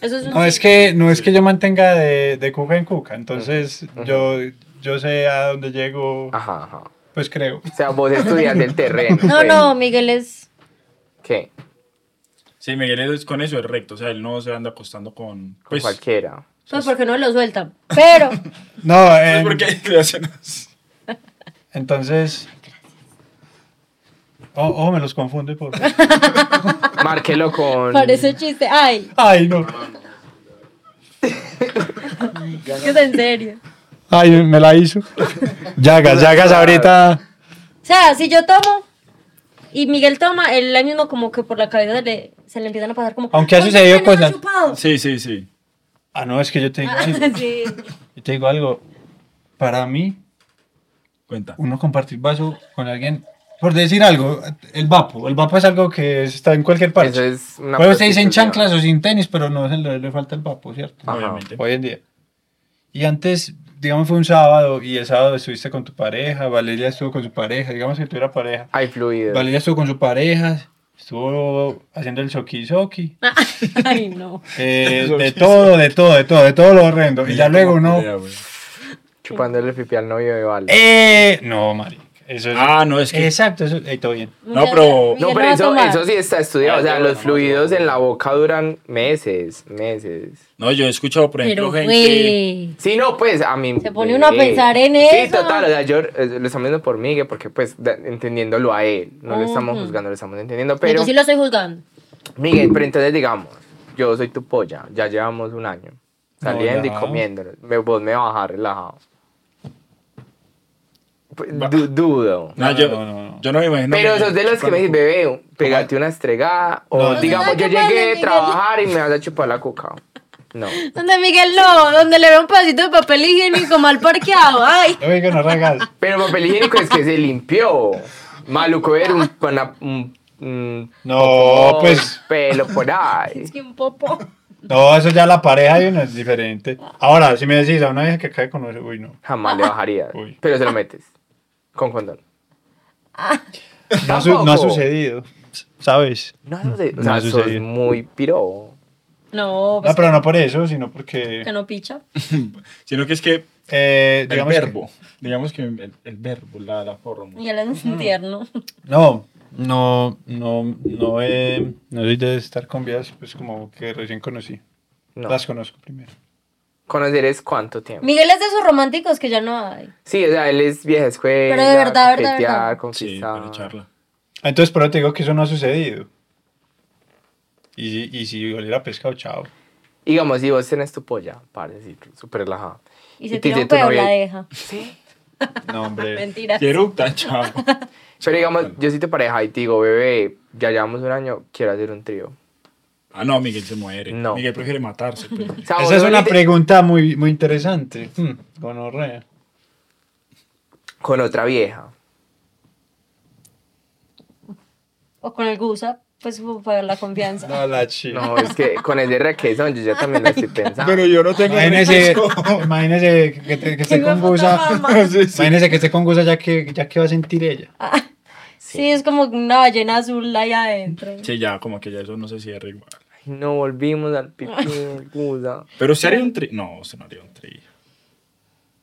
S3: Eso es un-
S4: No es que, no es que yo mantenga de, de cuca en cuca. Entonces yo, yo sé a dónde llego,
S1: Ajá, ajá.
S4: pues creo.
S1: O sea, vos estudias del terreno.
S3: no,
S1: pues.
S3: no, Miguel es.
S1: ¿Qué?
S2: Sí, Miguel es con eso, es recto. O sea, él no se anda acostando con...
S1: Con
S2: Pues,
S1: cualquiera.
S3: Pues porque no lo sueltan. Pero,
S4: No,
S2: pues
S4: em,
S2: porque le hacen así.
S4: entonces. Oh, oh, me los confunde por.
S1: Márquelo con.
S3: parece chiste. Ay,
S4: Ay, no.
S3: es que es en serio.
S4: Ay, me la hizo. Llagas, llagas ahorita.
S3: O sea, si yo tomo y Miguel toma, él ahí mismo como que por la cabeza se le, se le empiezan a pasar como...
S4: Aunque ha
S3: "Oye,
S4: sucedido
S3: ¿quién no
S4: cosas".
S3: ha chupado?
S2: Sí, sí, sí.
S4: Ah, no, es que yo te digo,
S3: Ah, sí.
S4: yo te digo algo. Para mí,
S2: Cuenta.
S4: uno compartir vaso con alguien. Por decir algo, el vapo. El vapo es algo que está en cualquier parte.
S1: Eso es una
S4: Luego se dicen
S1: prostitución. Ah,
S4: chanclas o sin tenis, pero no se le, le falta el papo, ¿cierto?
S1: Ajá.
S2: Obviamente.
S4: Hoy en día. Y antes, digamos, fue un sábado y el sábado estuviste con tu pareja, Valeria estuvo con su pareja, digamos que tú eras pareja.
S1: Hay fluidos.
S4: Valeria estuvo con su pareja, estuvo haciendo el shoki shoki,
S3: Ah, Ay, no.
S4: eh,
S2: Shoki
S4: de todo, de todo, de todo, de todo lo horrendo. Y ya luego
S2: Idea,
S4: uno.
S2: güey.
S1: Chupándole el pipi al novio de Vale.
S4: ¡Eh! No, marica. Eso es.
S2: Ah, no, es que...
S4: Exacto, eso. Ahí todo bien.
S2: No, pero-
S3: Miguel
S1: No, pero
S3: va a
S1: eso,
S3: tomar.
S1: eso sí está estudiado. O sea, los fluidos en la boca duran meses, meses.
S2: No, yo he escuchado, por ejemplo,
S3: Pero,
S2: gente...
S3: güey.
S1: Sí, no, pues a mí.
S3: Se pone uno a pensar en eso.
S1: Sí, total. O sea, yo eh, lo estamos viendo por Miguel, porque pues da- entendiéndolo a él. No lo estamos
S3: Ujú.
S1: juzgando, lo estamos entendiendo.
S3: Pero
S1: Pero,
S3: yo sí lo estoy juzgando.
S1: Miguel, pero entonces digamos, yo soy tu polla, ya llevamos un año saliendo y
S4: Hola.
S1: comiéndonos. Me, vos me vas a dejar relajado. Pues,
S2: Va.
S1: du- dudo.
S2: No,
S4: No,
S2: yo,
S4: no, no, no.
S2: yo no me imagino.
S1: Pero
S2: eso
S1: sos de los que me dicen, bebé, pégate una estregada. O
S4: No, no.
S1: digamos, yo
S3: Ay, qué
S1: llegué
S3: padre,
S1: a
S3: Miguel.
S1: trabajar y me vas a chupar la coca. No.
S3: Donde Miguel no, donde le veo un pedacito de papel higiénico mal parqueado. Ay,
S4: Oiga, no ragas.
S1: Pero papel higiénico es que se limpió. Maluco era un, pana- un- un
S4: No,
S1: popó,
S4: pues.
S1: pelo por ahí.
S3: es que un popo.
S4: No, eso ya la pareja de uno es diferente. Ahora, si me decís a una vieja que cae con uno, uy, no.
S1: Jamás le bajaría.
S4: Uy.
S1: Pero se lo metes. Con condón.
S3: Ah.
S4: No ha, su- no ha
S1: Tampoco.
S4: sucedido, ¿sabes?
S1: No ha sucedido. O
S4: No
S1: sea,
S4: ha
S1: sos
S4: sucedido.
S1: muy piro.
S3: No,
S4: No,
S3: pues
S4: pero no por eso, sino porque.
S3: que no picha.
S2: Sino que es que
S4: eh,
S2: el
S4: digamos que-
S2: verbo, digamos que el, el verbo, la, la forma.
S3: Miguel es un tierno.
S4: no, no, no, no, eh, no soy de estar con viejas, pues como que recién conocí.
S1: No.
S4: Las conozco primero.
S1: Conocer es cuánto tiempo.
S3: Miguel es de esos románticos que ya no hay.
S1: Sí, o sea, él es vieja escuela.
S3: Pero de verdad, verdad,
S1: coquetear,
S3: verdad.
S2: Sí,
S1: conquistar.
S2: para charla.
S4: Ah, Entonces, pero te digo que eso no ha sucedido. Y, si- y si oliera pescado, chao.
S1: Digamos, si vos tenés tu polla, parce, sí, súper relajada.
S3: Y se
S1: te
S3: tira
S1: dice
S3: un
S1: tu
S3: pedo,
S1: novia,
S3: la deja.
S1: Sí.
S4: No, hombre.
S3: Mentira.
S2: Quiero tan chavo.
S1: Pero digamos, yo si te pareja y te digo, bebé, ya llevamos un año, quiero hacer un trío.
S2: Ah, no, Miguel se muere.
S1: No.
S2: Miguel prefiere matarse. pues. pero-
S1: O sea, vos
S4: Esa es una
S1: solita-
S4: pregunta muy, muy interesante. Hmm, gonorrea.
S1: Con otra vieja.
S3: O con el gusa, pues para ver la confianza.
S4: No, la chica.
S1: No, es que con ese requesón yo ya también la estoy pensando.
S2: yo no tengo.
S4: Imagínese, imagínese que, te- que esté
S3: me
S4: con
S3: falta
S4: Gusa.
S3: fama.
S4: Imagínese que esté con Gusa ya que, ya que va a sentir ella.
S3: Ah. Sí, es como una ballena azul ahí adentro.
S2: Sí, ya, como que ya eso no se cierra igual.
S1: Ay, no volvimos al pipí, gusa.
S2: Pero se haría un tri. No, usted no haría un tri.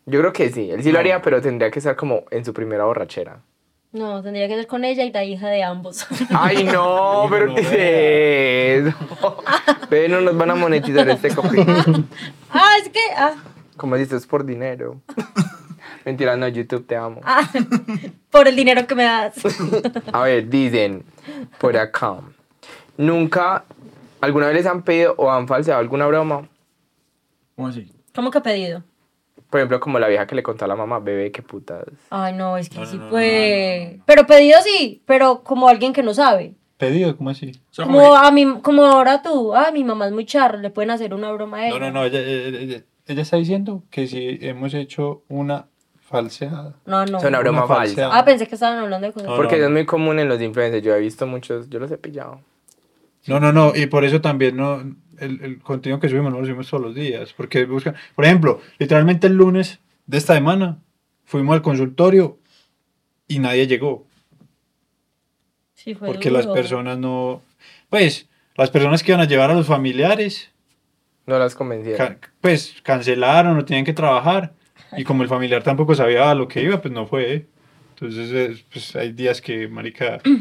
S1: Yo creo que sí, él sí lo haría, pero tendría que estar como en su primera borrachera.
S3: No, tendría que ser con ella y la hija de ambos.
S1: Ay, no, pero ¿qué es eso? Pero no nos van a monetizar este capítulo.
S3: ah, es que. Ah,
S1: Como dices, es por dinero. Mentira, no, YouTube, te amo.
S3: ah, por el dinero que me das.
S1: A ver, dicen por acá. Nunca, alguna vez les han pedido o han falseado alguna broma.
S2: ¿Cómo así?
S3: ¿Cómo que pedido?
S1: Por ejemplo, como la vieja que le contó a la mamá, bebé, qué putas.
S3: Ay, no, es que sí
S2: no, no,
S3: fue. Pero pedido sí, pero como alguien que no sabe.
S4: Pedido, ¿cómo así?
S2: O sea,
S3: Como, a mi, como ahora tú, ah, mi mamá es muy charra, le pueden hacer una broma a ella.
S4: No, no, no. Ella, ella- ella- ella está diciendo que si hemos hecho una falseada.
S3: No, no.
S1: Es una broma
S4: Una
S1: falsa.
S4: falseada.
S3: Ah, pensé que estaban hablando de cosas.
S4: No,
S1: Porque
S4: no.
S1: eso es muy común en los influencers. Yo he visto muchos, yo los he pillado.
S4: No, no, no. Y por eso también no, el, el contenido que subimos no lo subimos todos los días. Porque buscan. Por ejemplo, literalmente el lunes de esta semana fuimos al consultorio y nadie llegó.
S3: Sí, fue
S4: Porque las
S3: duro.
S4: personas no. Pues, las personas que iban a llevar a los familiares.
S1: No las convencieron.
S4: ca- pues cancelaron o tenían que trabajar y como el familiar tampoco sabía a lo que iba, pues no fue. Entonces, eh, pues hay días que, marica, por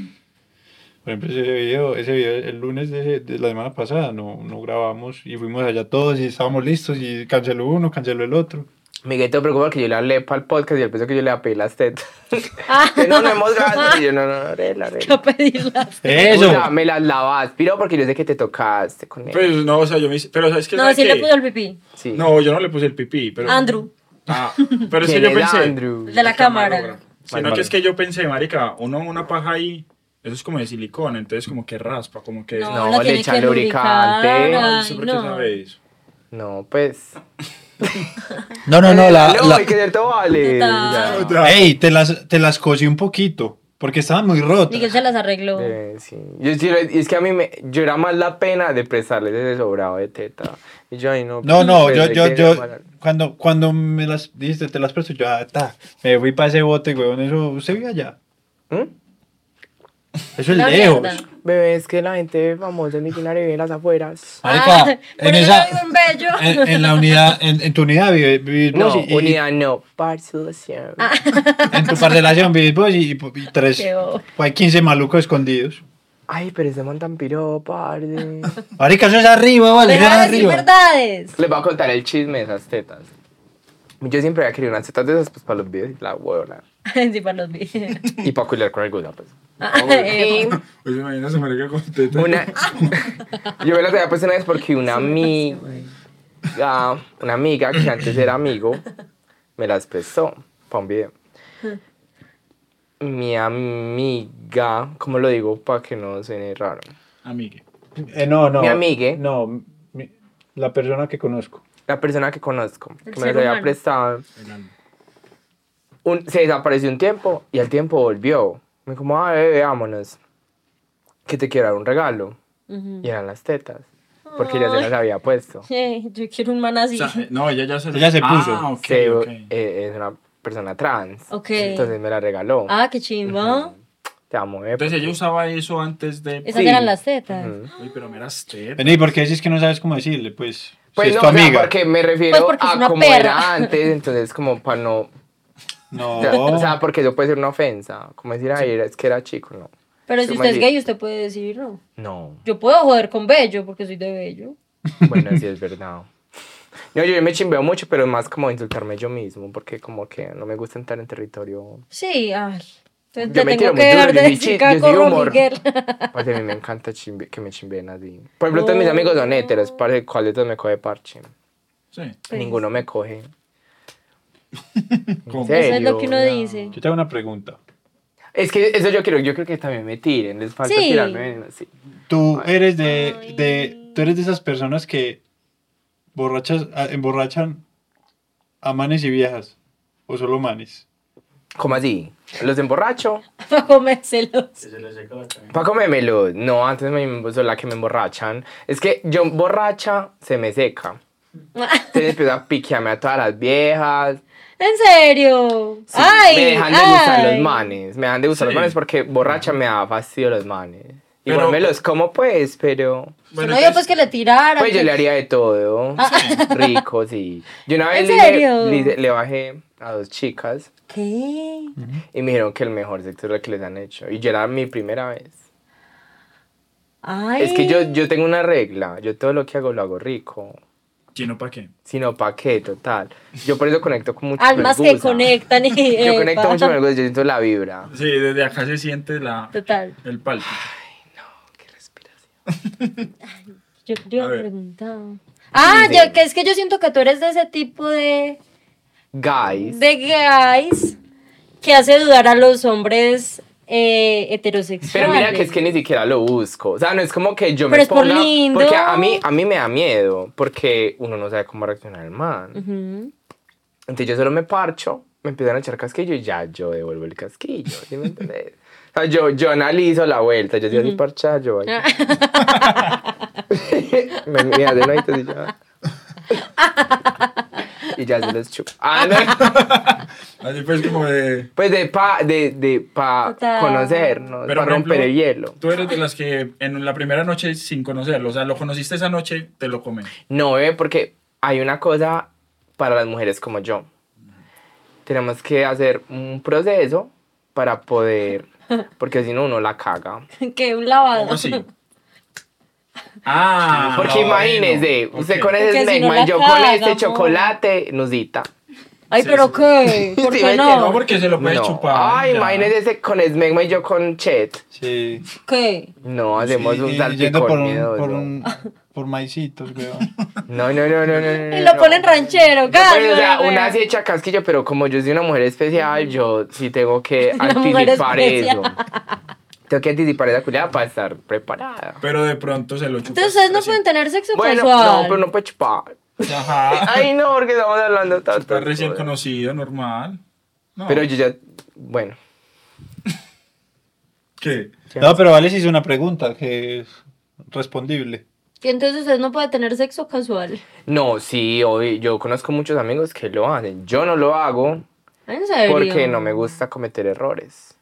S4: ejemplo, ese video, ese video el lunes de, de la semana pasada no, no grabamos y fuimos allá todos y estábamos listos y canceló uno, canceló el otro.
S1: Miguel, te preocupa que yo le hablé para el podcast y él pensó que yo le iba a pedir las tetas.
S3: Ah,
S1: Que no, no hemos grabado. Y yo, no, no, no, arregla, arregla.
S3: a pedirlas.
S4: ¡Eso!
S1: Puta, me las lavas, piro, porque yo sé que te tocaste con él.
S2: Pues no, o sea, yo me hice. Pero ¿sabes qué?
S3: No,
S2: ¿Sabes
S3: sí le
S2: qué?
S3: puso el pipí.
S1: sí.
S2: No, yo no le puse el pipí. Pero...
S3: Andrew,
S2: Ah, pero es que
S1: ¿Quién es
S2: yo pensé.
S1: Andrew?
S3: el de la cámara.
S2: Camarógrafo.
S1: Vale,
S2: Sino
S1: vale.
S2: que es que yo pensé, marica, uno una paja ahí, eso es como de silicona, entonces como que raspa, como que...
S3: No,
S1: No,
S3: la
S1: le
S3: tiene
S1: echan
S3: que
S1: lubricante.
S3: lubricar,
S2: no,
S3: ay,
S2: sé por qué
S3: no.
S2: sabe eso.
S1: No, pues.
S4: No, no, no, la...
S1: No, hay que ser todo vale.
S3: Total.
S1: Ya.
S4: ¡Ey! Te las, te las cosí un poquito porque estaban muy rotas.
S3: Miguel se las arregló.
S1: Eh, sí. Yo, sí, y es que a mí me, yo era más la pena de prestarles ese sobrado de teta. Y yo, ay, no.
S4: No, no,
S1: pues,
S4: yo,
S1: hay
S4: yo,
S1: que
S4: yo,
S1: llamar a-
S4: cuando, cuando me las dijiste, te las presto, yo, ah, ta, me fui para ese bote, weón, eso, usted vive allá,
S1: ¿Mm?
S4: eso es
S3: La
S4: lejos.
S3: mierda.
S1: Bebé, es que la gente famosa es millonaria y vive en las afueras.
S4: Marica,
S3: Ah, por
S4: en
S3: eso
S4: esa,
S3: lo digo en bello.
S4: en, en la unidad, en, en tu unidad vive- vivís
S1: No,
S4: vos y- y,
S1: unidad no, parcelación.
S3: Ah.
S4: en tu parcelación vivís vos y, y- y tres, pues
S3: Qué bobo.
S4: hay 15 malucos escondidos.
S1: Ay, pero ese man tan piro, parce.
S4: Marica, eso es arriba, vale, eso
S3: Pero
S4: es
S3: van a decir
S4: arriba.
S3: verdades.
S1: Les voy a contar el chisme de esas tetas. Yo siempre había querido unas tetas de esas pues, para los videos y la huevona.
S3: Sí, para los videos.
S1: Y para culiar con el Guda, pues.
S3: Eh,
S2: Pues imagina su marica con teta.
S1: Una, yo me las había puesto una vez porque una amiga, una amiga que antes era amigo, me las prestó para un video. Mi amiga, ¿cómo lo digo para que no suene raro?
S2: Amigue.
S4: Eh, no, no.
S1: Mi amigue.
S4: No, mi- la persona que conozco.
S1: La persona que conozco, que
S3: El
S1: me las
S3: ser
S1: había
S3: humano.
S1: prestado,
S2: el alma.
S1: un- se desapareció un tiempo y al tiempo volvió. Me dijo, ah, bebé, vámonos, que te quiero dar un regalo.
S3: ujú.
S1: Y eran las tetas, porque ya se las había puesto.
S3: Eh, Yo quiero un man así.
S2: O sea, eh, no, ella ya se
S4: Ella se puso.
S2: Ah, ok,
S1: Se-
S2: ok.
S1: eh, es una persona trans.
S3: Ok.
S1: Entonces me la regaló.
S3: Ah, qué chimba.
S1: Te amo, eh.
S2: Entonces ella usaba eso antes de.
S3: Esas
S4: Sí.
S3: eran las tetas.
S1: Ujú.
S2: Uy, pero me eras teta.
S4: Vení, ¿por qué dices que no sabes cómo decirle? Pues,
S1: Pues
S4: si es
S1: no,
S4: tu
S1: o sea,
S4: amiga.
S1: porque me refiero
S3: Pues porque es
S1: a
S3: una
S1: como
S3: perra.
S1: era antes, entonces como para no...
S4: No.
S1: O sea,
S4: Oh.
S1: o sea, porque eso puede ser una ofensa. Como decir, ay, era- es que era chico, no.
S3: Pero
S1: Yo
S3: si usted es
S1: maldito.
S3: gay, usted puede decir no.
S1: No.
S3: Yo puedo joder con bello porque soy de bello.
S1: Bueno, sí es verdad. No, yo me chimbeo mucho, pero es más como insultarme yo mismo, porque como que no me gusta entrar en territorio...
S3: Sí, ay.
S1: Yo
S3: Entonces te
S1: me
S3: tengo
S1: tiro
S3: que
S1: muy duro,
S3: dejar
S1: yo
S3: de
S1: soy
S3: decir
S1: chi- yo soy
S3: cacorro,
S1: humor.
S3: Miguel. Pues,
S1: Parce, a mí me encanta chimbe- que me chimbeen así. Por ejemplo, todos mis amigos son héteros, parce, ¿cuál de todos me coge parche?
S2: Sí.
S3: Pues,
S1: Ninguno me coge.
S2: ¿Cómo?
S1: ¿En
S3: Eso es lo
S1: serio?
S3: que uno
S1: No.
S3: dice.
S4: Yo tengo una pregunta.
S1: Es que eso yo quiero, yo creo que también me tiren, les falta
S3: Sí.
S1: tirarme veneno, sí.
S4: Tú eres de, de, tú eres de esas personas que borrachas, a- emborrachan a manes y viejas. O solo manes.
S1: ¿Cómo así? ¿Los emborracho?
S3: Para comérselos.
S1: Pa' comérmelos. No, antes me soy la que me emborrachan. Es que yo borracha se me seca. Entonces empiezo a piquearme a todas las viejas.
S3: ¿En serio?
S1: Sí,
S3: ay,
S1: me dejan de
S3: ay.
S1: gustar los manes. Me dejan de gustar
S2: Sí.
S1: los manes porque borracha me da fastidio los manes.
S2: Pero-
S1: Igual me los como pues, pero...
S2: Bueno,
S3: no, yo
S2: entonces-
S3: pues que le tirara.
S1: Pues yo
S3: que-
S1: le haría de todo. Rico, sí. Yo una vez
S3: Ah, ¿En
S1: le-
S3: serio?
S1: le- le bajé a dos chicas.
S3: ¿Qué?
S1: Y me dijeron que el mejor sexo era el que les han hecho. Y yo era mi primera vez.
S3: Ay.
S1: Es que yo, yo tengo una regla. Yo todo lo que hago lo hago rico.
S2: ¿Chino para qué?
S1: Sino pa' qué, total. Yo por eso conecto con mucho
S3: Almas que
S1: merguza.
S3: conectan y.
S1: Yo conecto
S3: epa.
S1: mucho con el yo siento la vibra.
S2: Sí, desde acá se siente la,
S3: Total.
S2: el palpito.
S1: Qué respiración.
S3: Yo, yo
S2: A
S3: había
S2: ver.
S3: preguntado. Ah,
S1: Sí,
S3: yo-
S1: sí.
S3: que es que yo siento que tú eres de ese tipo de,
S1: Guys.
S3: de guys que hace dudar a los hombres eh, heterosexuales.
S1: Pero mira que es que ni siquiera lo busco. O sea, no es como que yo
S3: Pero
S1: me
S3: es por
S1: ponga.
S3: lindo.
S1: Porque a mí, a mí me da miedo. Porque uno no sabe cómo reaccionar el man.
S3: Ujú. Mm.
S1: Entonces yo solo me parcho, me empiezan a echar casquillo y ya yo devuelvo el casquillo. ¿Sí me entendés? O sea, yo, yo analizo la vuelta, yo soy
S3: Mm.
S1: así parchada, yo ahí. me mira de noche y ya. y ya se los chupo. Ah, no.
S2: Así pues como de...
S1: Pues de pa, de, de pa
S3: Total.
S1: conocernos, para
S2: Pero, por ejemplo,
S1: romper el hielo.
S2: Tú eres de las que en la primera noche sin conocerlo, o sea, lo conociste esa noche, te lo comen.
S1: No, bebé, porque hay una cosa para las mujeres como yo. Tenemos que hacer un proceso para poder, porque si no uno la caga.
S3: que un lavado.
S2: ¿Cómo así? Ah,
S1: Porque
S2: no,
S1: imagínese,
S2: bueno,
S1: usted
S2: ok.
S1: con
S3: Porque
S1: ese
S3: si no
S1: Snackman,
S3: la
S1: yo con
S3: caga,
S1: este
S3: amor.
S1: chocolate, nusita.
S3: Ay,
S2: Sí,
S3: pero
S2: sí.
S3: qué, ¿por
S1: Sí,
S3: qué
S1: ves que
S2: No,
S3: no?
S2: porque se lo puedes
S1: No.
S2: chupar.
S1: Ay,
S2: ya.
S1: imagínese ese con Smegma y yo con Chet.
S4: Sí.
S3: ¿Qué?
S1: No, hacemos
S4: Sí,
S1: un
S4: y yendo por
S1: salpicón
S4: un,
S1: miedoso.
S4: por un- por maicitos, weón.
S1: No, no, no, no, no, no, no,
S3: Y lo
S1: no.
S3: ponen ranchero, casi.
S1: Pues, o sea, una así hecha casquillo, pero como yo soy una mujer especial, yo sí tengo que
S3: Una mujer
S1: anticipar eso.
S3: especial.
S1: Tengo que anticipar esa culiada para estar preparada.
S2: Pero de pronto se lo chupas.
S3: Entonces ustedes no
S2: así.
S3: pueden tener sexo
S1: Bueno,
S3: casual.
S1: no, pero no puede chupar.
S2: Ajá.
S1: Ay, no, porque estamos hablando tanto.
S2: Está Ah. Pues recién conocido, normal. No.
S1: Pero yo ya, bueno.
S2: ¿Qué?
S4: No, pero Vale se hizo una pregunta que es respondible.
S3: Que entonces usted no puede tener sexo casual.
S1: No, sí, hoy yo conozco muchos amigos que lo hacen. Yo no lo hago
S3: ¿En serio?
S1: porque no me gusta cometer errores.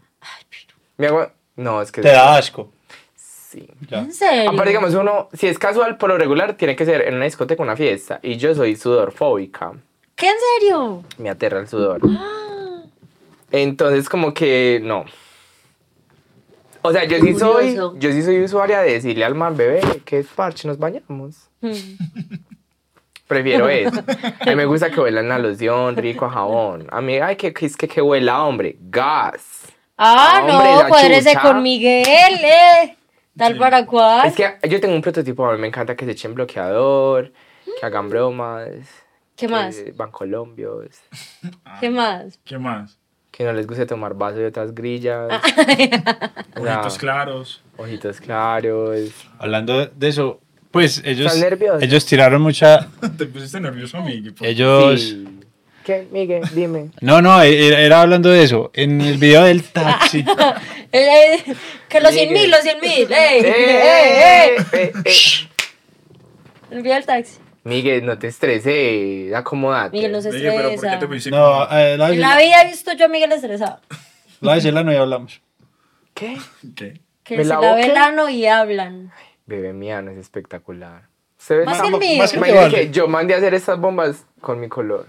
S1: Me hago... No, es que...
S4: Te da asco.
S1: Sí.
S4: Ya.
S3: ¿En serio?
S1: Aparte, digamos, uno, si es casual, por lo regular, tiene que ser en una discoteca o una fiesta. Y yo soy sudorfóbica.
S3: ¿Qué en serio?
S1: Me aterra el sudor. Ah. Entonces, como que no. O sea, yo sí soy,
S3: Curioso.
S1: yo sí soy usuaria de decirle al man, bebé, que es parche, nos bañamos.
S3: Mm.
S1: Prefiero eso. A mí me gusta que huelan a loción, rico a jabón. A mí, ay, que, que es que, que huela, hombre. Gas.
S3: Ah,
S1: Ah, hombre,
S3: no,
S1: la
S3: cuadrese
S1: chucha.
S3: con Miguel, eh. Tal para cual.
S1: Es que yo tengo un prototipo, a mí me encanta que se echen bloqueador, que hagan bromas. eh,
S3: ¿Qué más?
S1: Que van colombios.
S3: ¿Qué más?
S2: ¿Qué más?
S1: Que no les guste tomar vaso de otras grillas. O sea,
S2: Ojitos claros.
S1: Ojitos claros.
S4: Hablando de eso, pues ellos,
S1: ¿Estás nervioso?
S4: ellos tiraron mucha.
S2: Te pusiste nervioso, amigo.
S4: Ellos.
S1: Sí. ¿Qué, Miguel? Dime.
S4: No, no, era, era hablando de eso. En el video del taxi.
S3: Eh, eh, que los 100
S1: Miguel.
S3: mil, los 100 mil, eh.
S1: ¡Eh,
S3: eh, eh.
S1: eh, eh!
S3: Envía el taxi.
S1: Miguel, no te estreses, acomódate.
S3: Miguel no se
S2: Oye, pero ¿por qué
S3: estresa.
S2: te pusiste
S4: no, eh, la
S3: En la vida he visto yo a Miguel estresado.
S4: la no y hablamos.
S1: ¿Qué?
S2: ¿Qué?
S3: Que
S1: ¿Me
S3: se
S1: la
S3: lave
S1: boca?
S3: el ano y hablan.
S1: Bebé mía, no es espectacular. ¿Se ve?
S3: Más que el
S4: Tampoco-
S3: mío.
S4: más que el
S1: Imagina
S4: de
S1: que
S4: Vale.
S1: yo mandé a hacer estas bombas con mi color.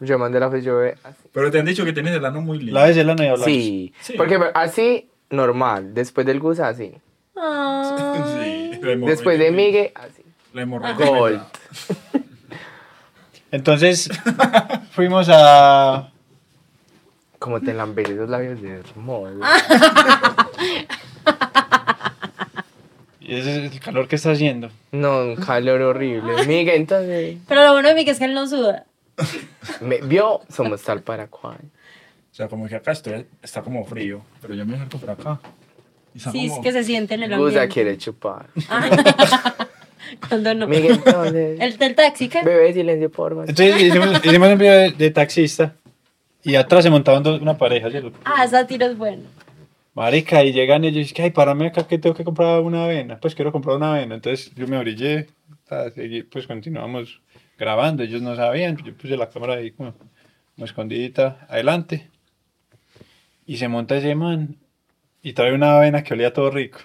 S1: yo mandé la fe, yo ve así.
S2: Pero te han dicho que tienes el ano muy lindo.
S4: La no y hablamos.
S1: Sí,
S2: Sí.
S1: porque así, normal. Después del Gus, así.
S3: Ay.
S2: Sí, la hemorroida.
S1: Después de Miguel, así.
S2: La hemorroida.
S1: Gold.
S4: Entonces, fuimos a.
S1: Como te lamberé los labios de hermoso.
S3: Ah.
S4: y ese es el calor que está haciendo.
S1: No, un calor horrible. Miguel, entonces.
S3: Pero lo bueno de Miguel es que él no suda.
S1: Me vio, somos tal para cual.
S2: O sea, como que acá estoy, está como frío, pero yo me salto por acá. Y está
S3: Sí, es
S2: como-
S3: que se siente en el
S1: Gusa
S3: ambiente.
S1: quiere chupar.
S3: Cuando no.
S1: Miguel, entonces.
S3: El del taxi, ¿qué?
S1: Bebé, silencio, por favor.
S4: Entonces, hicimos, hicimos un video de, de taxista. Y atrás se montaban dos- una pareja, ¿cierto?
S3: Ah, esa tiro es bueno.
S4: Marica, y llegan ellos y dicen, ay, parame acá que tengo que comprar una avena. Pues quiero comprar una avena. Entonces yo me orillé, ta, seguí, pues continuamos grabando. Ellos no sabían, yo puse la cámara ahí como, como escondidita adelante. Y se monta ese man y trae una avena que olía todo rico.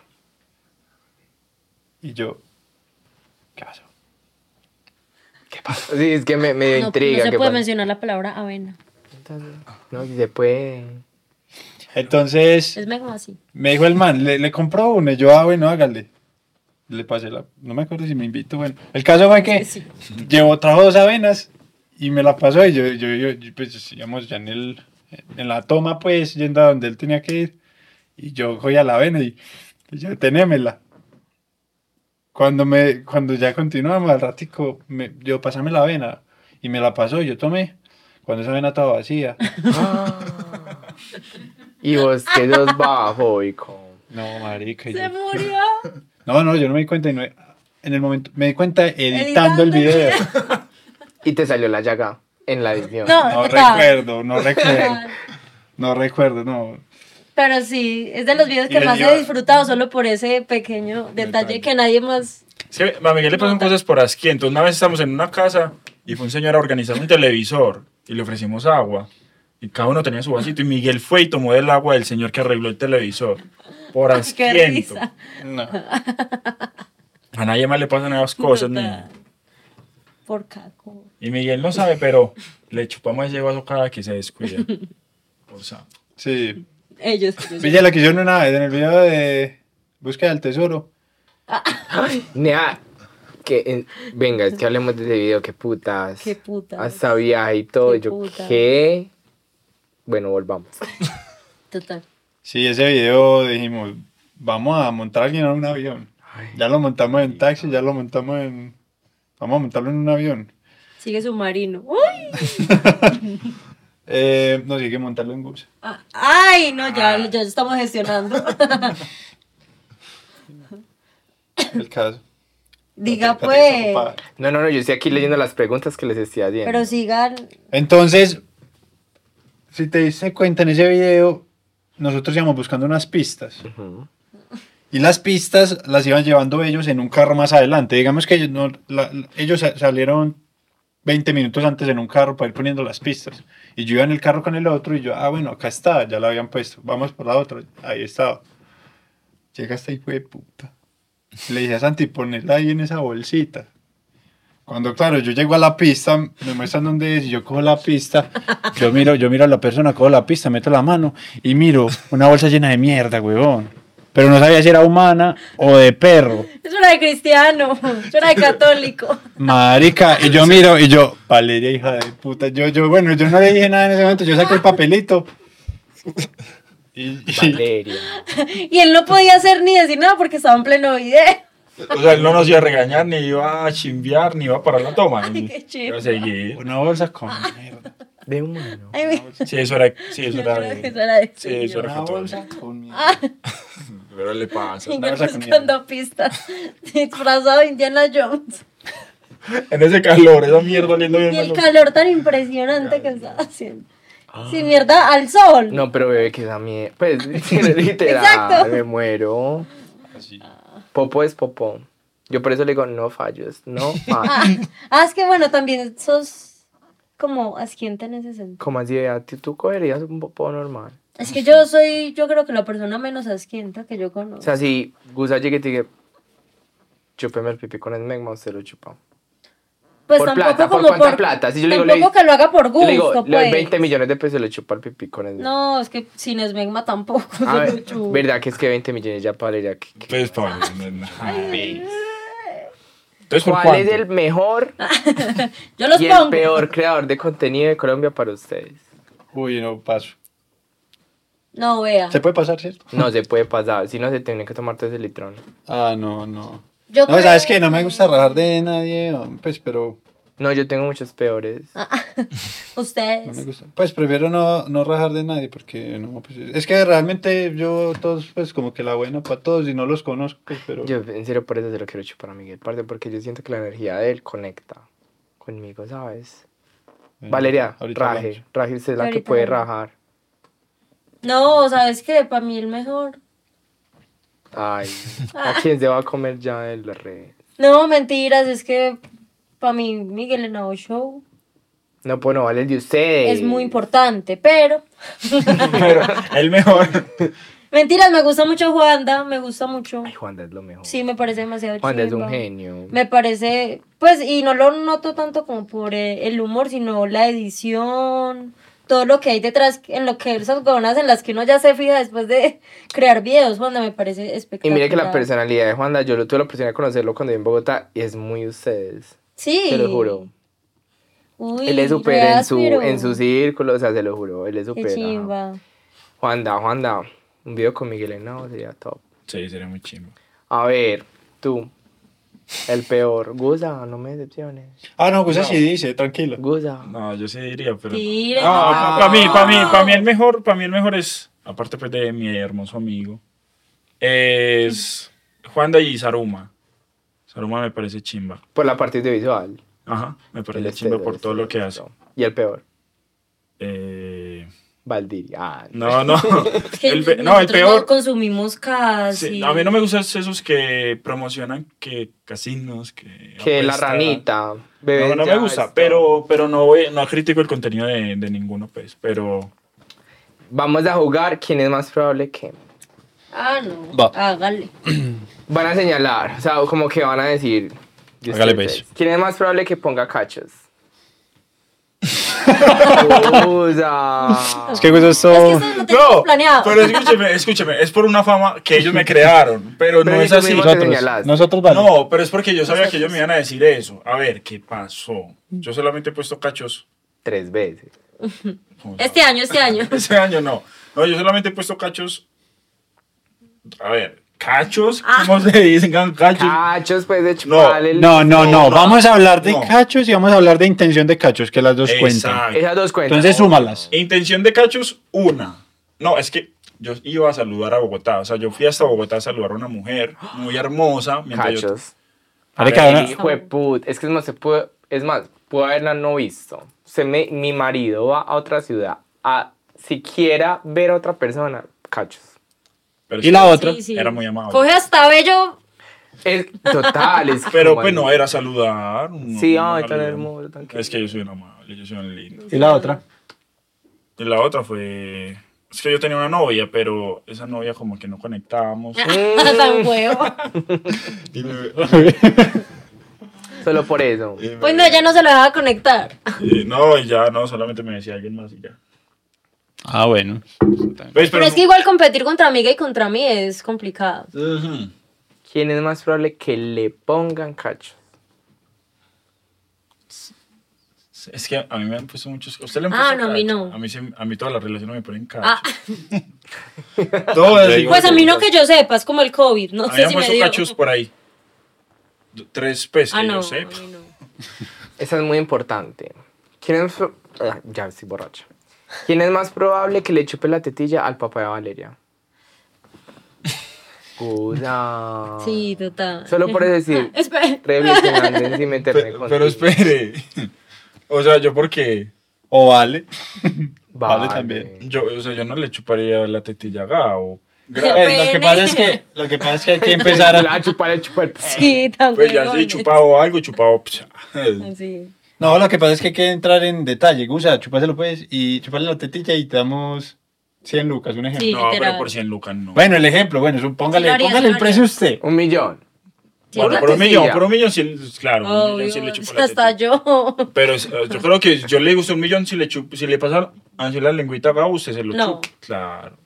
S4: Y yo, ¿qué pasó?
S1: Sí, es que me, me dio
S3: No,
S1: intriga.
S3: no se
S1: ¿qué
S3: puede
S1: pasa?
S3: mencionar la palabra avena.
S1: No, si se puede.
S4: Entonces
S3: Es como así.
S4: me dijo el man, le, le compró una. Y yo, ah, bueno, hágale. Le pasé la. No me acuerdo si me invito. Bueno, el caso fue que.
S3: Sí.
S4: llevó, trajo dos avenas y me la pasó y yo, yo, yo, yo, pues, digamos, ya en, el, en la toma, pues, yendo a donde él tenía que ir. Y yo cogí a la avena y, y yo, tenémela. Cuando, me, cuando ya continuamos al ratico, me, yo, pasame la avena. Y me la pasó, yo tomé. Cuando esa avena estaba vacía.
S1: Ah. Y vos que sos bajo, hijo.
S4: No, marica. yo-
S3: Se murió.
S4: no, no, yo no me di cuenta. y no- en el momento, me di cuenta
S3: Editando
S4: editando, el
S3: el
S4: video.
S1: Y te salió la llaga en la edición.
S3: No,
S4: No
S3: total.
S4: recuerdo, no recuerdo. No recuerdo, no.
S3: Pero sí, es de los videos
S4: Y
S3: que
S4: le
S3: más
S4: lleva-
S3: he disfrutado solo por ese pequeño detalle que nadie más.
S2: Es que a Miguel le pasan cosas por aquí. Entonces, una vez estamos en una casa y fue un señor a organizar un televisor y le ofrecimos agua. Y cada uno tenía su vasito y Miguel fue y tomó del agua del señor que arregló el televisor. Por
S3: Qué
S2: asquiento.
S3: risa.
S4: No.
S2: A nadie más le pasan esas cosas,
S3: Total.
S2: niño.
S3: Por caco.
S2: Y Miguel no sabe, pero le chupamos ese vaso cada que se descuida. Por sapo.
S4: Sí.
S3: Ellos.
S4: Pilla lo Pues que hicieron una vez en el video de Búsqueda del Tesoro.
S1: Nea, que en- venga, es que hablemos de ese video, qué putas.
S3: Qué putas.
S1: Hasta viaje y todo.
S3: Qué
S1: yo,
S3: putas.
S1: ¿qué? Bueno, volvamos.
S3: Total.
S4: Sí, ese video dijimos, vamos a montar a alguien en un avión. Ya lo montamos en taxi, ya lo montamos en... Vamos a montarlo en un avión.
S3: Sigue submarino. ¡Uy!
S4: Eh, no, sí, hay que montarlo en bus.
S3: Ah, Ay, no, ya,
S2: Ah.
S3: ya estamos gestionando.
S4: El caso.
S3: Diga
S4: Está- está
S3: pues.
S4: ocupada.
S1: No, no, no, yo estoy aquí leyendo las preguntas que les estoy haciendo.
S3: Pero sigan.
S4: Entonces, si te diste cuenta en ese video, nosotros íbamos buscando unas pistas.
S1: Ujú.
S4: Y las pistas las iban llevando ellos en un carro más adelante. Digamos que ellos, no- la- la- ellos sa- salieron 20 minutos antes en un carro para ir poniendo las pistas. Y yo iba en el carro con el otro y yo, ah, bueno, acá está, ya la habían puesto. Vamos por la otra. Ahí estaba. Llega este hijo de puta. Le dije a Santi, ponela ahí en esa bolsita. Cuando, claro, yo llego a la pista, me muestran dónde es, y yo cojo la pista, yo miro, yo miro a la persona, cojo la pista, meto la mano y miro una bolsa llena de mierda, huevón. Pero no sabía si era humana o de perro.
S3: Es hora de cristiano. Es hora de católico.
S4: Marica, y yo miro, y yo, Valeria, hija de puta, yo, yo, bueno, yo no le dije nada en ese momento, yo saqué el papelito
S1: Valeria.
S3: Y él no podía hacer ni decir nada porque estaba en pleno video.
S2: O sea, él no nos iba a regañar, ni iba a chimbiar, ni iba a parar la toma.
S3: Ay, qué chido.
S2: Iba a seguir.
S4: Una bolsa con mierda.
S1: De humano.
S3: Ay, me-
S2: Sí, eso era. Sí, eso
S3: Yo
S2: era.
S3: creo que eso
S2: de-
S3: era de-
S2: Sí, eso era.
S4: Una
S2: control.
S4: bolsa con mierda.
S3: Ah,
S2: Pero le pasa.
S3: Miguel
S4: bolsa con
S3: buscando pistas. Disfrazado de Indiana Jones.
S2: En ese calor, esa mierda oliendo bien.
S3: Y el
S2: malo.
S3: calor tan impresionante que estaba haciendo.
S2: Ah.
S3: Sin mierda, al sol.
S1: No, pero bebé, que da miedo. Pues, literal,
S3: Exacto.
S1: me muero. Popo es popo. Yo por eso le digo, no falles, no
S3: Ah,
S1: falles.
S3: ah, es que bueno, también sos como asquiente en ese sentido.
S1: Como así, a ti tú cogerías un popo normal.
S3: Es que yo soy, yo creo que la persona menos asquienta que yo
S1: O
S3: conozco.
S1: sea, si Gusa llega y te diga, chúpeme el pipí con el megma, usted lo chupa.
S3: Pues
S1: por
S3: tampoco
S1: plata, ¿por
S3: como
S1: cuánta plata? Si yo le digo, le-
S3: tampoco que lo haga por
S1: Yo
S3: gusto,
S1: le digo, le doy
S3: pues.
S1: 20 millones de pesos y le chupa el pipí con el megma.
S3: No, es que sin esmegma tampoco.
S1: A
S3: yo
S1: ver,
S3: no chupo.
S1: verdad que es que 20 millones ya para Valeria. ¿qué- qué?
S2: Pues, Pablo, no es nada. Entonces, ¿por
S1: ¿Cuál
S2: cuánto?
S1: es el mejor
S3: Yo los
S1: y el
S3: pongo.
S1: peor creador de contenido de Colombia para ustedes?
S4: Uy, no paso.
S3: No, vea.
S4: ¿Se puede pasar, cierto?
S1: No se puede pasar, si no se tiene que tomar todo ese litrón.
S4: Ah, no, no.
S3: Yo
S4: no, sabes
S3: creo-
S4: que no me gusta rajar de nadie, no, pues, pero
S1: No, yo tengo muchos peores.
S3: Ah,
S4: no me
S3: Ustedes.
S4: gusta. Pues prefiero no, no rajar de nadie porque no, pues, es que realmente yo todos, pues como que la buena para todos y no los conozco, pues, pero
S1: Yo en serio por eso se lo quiero chupar a Miguel, parte porque yo siento que la energía de él conecta conmigo, ¿sabes?
S4: bueno,
S1: Valeria,
S4: Mm, ahorita
S1: raje,
S4: hablamos.
S1: raje usted es la que
S3: Ahorita
S1: puede
S3: hablamos.
S1: rajar.
S3: No, sabes que para mí el mejor.
S1: Ay,
S3: Ah.
S1: ¿a quién se va a comer ya el re?
S3: No, mentiras, es que para mí Miguel Henao Show
S1: No, pues no vale el de ustedes.
S3: es muy importante, pero.
S2: Pero el mejor.
S3: mentiras, me gusta mucho Juanda, me gusta mucho.
S1: Ay, Juanda es lo mejor.
S3: Sí, me parece demasiado chido.
S1: Juanda es un genio.
S3: Me parece, pues, y no lo noto tanto como por eh, el humor, sino la edición, todo lo que hay detrás, en lo que esas gonas en las que uno ya se fija después de crear videos, cuando me parece
S1: Y
S3: espectacular.
S1: mira que la personalidad de Juanda, yo lo tuve la oportunidad de conocerlo cuando viví en Bogotá y es muy ustedes.
S3: Sí.
S1: Te lo juro.
S3: Uy,
S1: él es súper
S3: re
S1: en su,
S3: áspero.
S1: en su círculo, o sea, se lo juro, él es
S3: Qué
S1: súper. ajá.
S3: chimba.
S1: Juanda, Juanda, un video con Miguel Henao sería top.
S2: Sí, sería muy chimbo.
S1: A ver, tú, el peor. Gusa, no me decepciones.
S4: Ah, no, pues así dice, tranquilo. Ah,
S1: Gusa.
S2: No, yo sí diría, pero.
S3: Tire. ah,
S2: para mí, para mí, para mí el mejor, para mí el mejor es, aparte pues de mi hermoso amigo, es Juanda y Saruma. Saruma me parece chimba.
S1: Por la parte audiovisual.
S2: Ajá, me
S1: Él
S2: parece
S1: es
S2: chimba
S1: pedo,
S2: por
S1: es
S2: todo
S1: pedo,
S2: lo que
S1: es
S2: hace.
S1: pedo. Y este, el peor,
S2: Eh,
S1: Valdiria. Ah,
S2: no, no.
S3: Es que
S2: El, pe- no, el
S3: nosotros
S2: peor.
S3: No consumimos casi.
S2: sí, a mí no me gustan esos que promocionan que casinos, que.
S1: Que la
S2: apuesta.
S1: ranita. bebé,
S2: No, no
S1: ya
S2: me gusta,
S1: está.
S2: pero, pero no, voy- no critico el contenido de, de ninguno, pues. Pero
S1: Vamos a jugar quién es más probable que.
S3: Ah, no.
S4: Va.
S3: Hágale.
S1: Van a señalar, o sea, como que van a decir. de
S4: Hágale,
S1: ustedes.
S4: pues.
S1: ¿Quién es más probable que ponga cachos? Gusa.
S4: Es que pues eso...
S3: Es que ustedes no tenemos planeado.
S2: pero escúcheme, escúcheme, es por una fama que ellos me crearon, pero no
S1: Pero
S2: es
S1: tú
S2: así.
S1: mismo te señalas.
S4: Nosotros, nosotros vale.
S2: No, pero es porque yo sabía que ellos me iban a decir eso. A ver, ¿qué pasó? Yo solamente he puesto cachos.
S1: Tres veces.
S2: ¿cómo se
S3: Este
S2: llama?
S3: año, este año.
S2: Este año no. No, yo solamente he puesto cachos. A ver, cachos,
S3: Ah.
S2: ¿cómo se dicen cachos?
S1: Cachos, pues de
S2: No,
S1: chuparle el-
S4: No, no, no. Vamos a hablar de
S2: No.
S4: cachos y vamos a hablar de intención de cachos, que las dos cuentan.
S2: Exacto.
S1: Esas dos cuentas.
S4: Entonces, súmalas.
S2: Intención de cachos, una. No, es que yo iba a saludar a Bogotá. O sea, yo fui hasta Bogotá a saludar a una mujer muy hermosa. mientras yo-
S1: Cachos.
S4: Vale,
S2: ver,
S4: cabrón.
S1: Hijo de put, es que no se puede, es más, puedo haberla no visto. Se me, mi marido va a otra ciudad a siquiera ver a otra persona, cachos.
S2: Pero
S4: Y
S2: sí,
S4: la otra.
S3: Sí, sí.
S2: Era muy amable.
S3: Coge hasta bello.
S1: Es total, es que,
S2: Pero
S1: como
S2: pues
S1: así.
S2: no era saludar. no,
S1: Sí,
S2: no
S1: ay,
S2: era
S1: tan
S2: lindo.
S1: hermoso, tan
S2: Es que yo soy un amable, yo soy un lindo.
S4: Y la otra.
S2: Y la otra fue... Es que yo tenía una novia, pero esa novia como que no conectábamos.
S3: Ah.
S2: Mm.
S3: Tan huevo.
S2: Y me-
S1: Solo por eso.
S2: y me-
S3: Pues no, ya no se la dejaba conectar.
S2: y no, y ya no, solamente me decía alguien más y ya.
S4: Ah, bueno.
S2: Pues,
S3: Pero es que igual competir contra amiga y contra mí es complicado.
S2: Ujú.
S1: ¿Quién es más probable que le pongan cachos?
S2: Es que a mí me han puesto muchos. ¿Usted le han
S3: Ah,
S2: puesto
S3: no, a mí
S2: cacho?
S3: no.
S2: A mí, sí- a mí todas las relaciones me ponen cacho.
S3: Ah,
S2: Todas.
S4: Pues
S2: igual
S3: pues a
S2: de
S3: mí no
S2: putas.
S3: que yo sepa, es como el COVID, no
S2: A mí me
S3: sé
S2: han
S3: si me
S2: puesto
S3: dio.
S2: cachos por ahí. D- Tres pesos,
S3: Ah,
S2: que
S3: no,
S2: yo
S3: a
S2: sé.
S3: mí no.
S1: Esa es muy importante. ¿Quién es... pro- Ah, Ya estoy borracha. ¿Quién es más probable que le chupe la tetilla al papá de Valeria? Guda.
S3: Sí, total.
S1: Ah. Solo por decir,
S3: Espera.
S1: reflexionando sin meterme
S2: Pero,
S1: con
S2: pero espere. O sea, yo porque.
S4: O vale. vale también.
S2: Yo, o sea, yo no le chuparía la tetilla a Gao.
S3: Qué
S4: Eh, lo,
S3: pene.
S4: que pasa es que, lo que pasa es que hay que empezar
S1: Empezar a
S4: a...
S1: chupar, a chupar.
S3: Sí, tan
S2: Pues ya sí,
S3: huevones.
S2: chupado algo y chupado. psa.
S3: Sí.
S4: No, lo que pasa es que hay que entrar en detalle. Gusa, chupáselo pues y chuparle la tetilla y te damos 100 lucas, un ejemplo.
S3: Sí,
S2: No,
S3: literal.
S2: pero por 100 lucas no.
S4: Bueno, el ejemplo, bueno, su- póngale,
S3: Sí, lo haría,
S4: póngale
S3: sí,
S4: el
S3: lo
S4: precio
S3: haría.
S4: usted.
S1: Un millón.
S3: Sí,
S2: Bueno,
S3: la
S2: por un
S1: tetilla.
S2: millón, por un millón sí, claro, un millón sí le
S3: Obvio,
S2: chupo la
S3: hasta
S2: tetilla.
S3: yo.
S2: Pero eh, yo creo que yo le gusta un millón si le, chup- si le pasa así la lengüita a Gao, usted se lo
S3: No.
S2: chupa. Claro.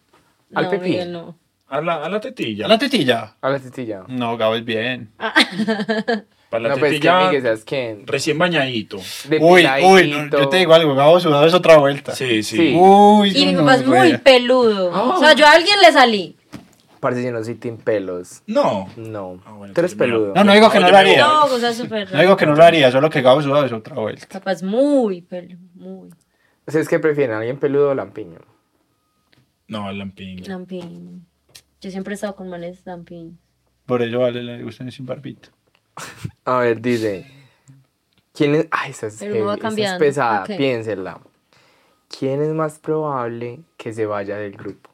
S1: Al
S3: no,
S1: pipí.
S3: Miguel, no.
S2: A la, a la tetilla.
S4: ¿Ya la tetilla?
S1: A la tetilla.
S4: No, Gabo es bien.
S2: Para la
S1: no, pues que
S2: tetilla
S1: Miguel, ¿sabes quién?
S2: recién bañadito.
S4: Uy, uy, no, yo te digo algo, Gabo sudado es otra vuelta.
S2: Sí,
S1: Sí.
S2: sí.
S4: Uy,
S3: Y mi
S4: no,
S3: papá es
S4: güey.
S3: muy peludo.
S1: Ah.
S3: O sea, yo a alguien le salí.
S1: Parce, yo no soy team pelos.
S2: No.
S1: No.
S2: Ah, bueno,
S1: Tú eres
S2: entonces,
S1: peludo.
S4: No, no digo que no
S2: Oye,
S4: lo
S2: mi
S4: haría.
S3: No,
S2: Ay.
S3: o sea, súper
S4: No digo que no lo haría, solo que Gabo sudado es otra vuelta.
S3: Papá es muy peludo, muy
S1: O sea, es que prefieren a alguien peludo o lampiño.
S2: No, el lampiño.
S3: lampiño. Yo siempre he estado con manes lampiño.
S4: Por ello vale le gustan sin barbita.
S1: A ver, dice. ¿Quién es.? Ay, esa es,
S3: Pero uno va
S1: heavy, esa es
S3: cambiando,
S1: pesada,
S3: ok.
S1: piénsela. ¿Quién es más probable que se vaya del grupo?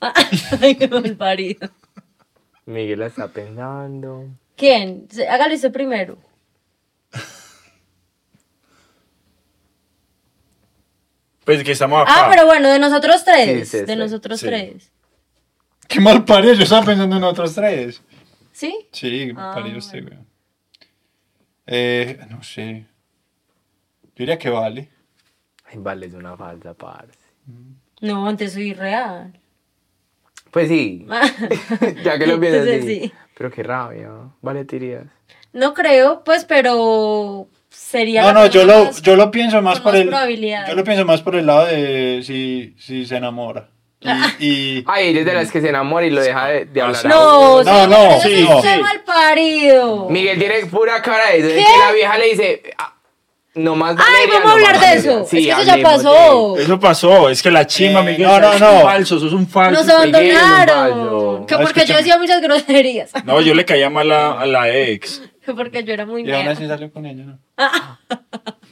S3: Ay, qué mal parido.
S1: Miguel la está pensando.
S3: ¿Quién? Se- Hágalo usted primero.
S2: Pues que estamos acá.
S3: Ah, pero bueno, de nosotros tres.
S1: Sí, sí,
S3: de
S1: sí,
S3: nosotros
S2: sí.
S3: tres.
S4: Qué mal parido, yo estaba pensando en otros tres.
S3: ¿Sí?
S4: Sí, qué mal
S3: Ah,
S4: parido usted, güey. Eh, no sé. Yo diría que vale.
S1: Ay, vale, es una falsa, parce.
S3: No, antes soy real.
S1: Pues sí. ya que lo piensas,
S3: Entonces,
S1: sí.
S3: Pues sí.
S1: Pero qué rabia. ¿no? Vale, tirías.
S3: No creo, pues, pero sería.
S4: No,
S3: la
S4: no, yo
S3: persona
S4: lo,
S3: más-
S4: yo lo pienso más
S3: pues con
S4: por
S3: más
S4: el.
S3: probabilidades.
S4: Yo lo pienso más por el lado de si, si se enamora. Y, y-
S1: Ay, eres de las que se enamora y lo deja de, de hablar. a
S3: No,
S1: uno.
S4: No, no,
S3: sí,
S4: sí,
S3: eso es
S4: no.
S3: un mal parido.
S1: Miguel tiene pura cara de eso. de
S3: ¿Qué?
S1: que la vieja le dice. ah, no más
S3: Ay,
S1: Valeria,
S3: vamos a
S1: no más
S3: hablar de
S1: Valeria.
S3: eso.
S1: Sí,
S3: es que eso ya
S1: hablemos de-
S3: pasó.
S2: Eso pasó, es que la chima,
S4: Eh,
S2: Miguel.
S4: no, no,
S2: es
S4: no.
S2: Un falso, sos un falso.
S3: Nos
S1: Miguel,
S3: abandonaron.
S1: Osvaldo.
S3: Que
S4: No,
S3: porque yo
S4: Ah, escúchame.
S3: decía muchas groserías.
S2: No, yo le caía mal a, a la ex.
S3: Que porque yo era muy
S4: y aún
S3: nea.
S4: así salió con ella, ¿no?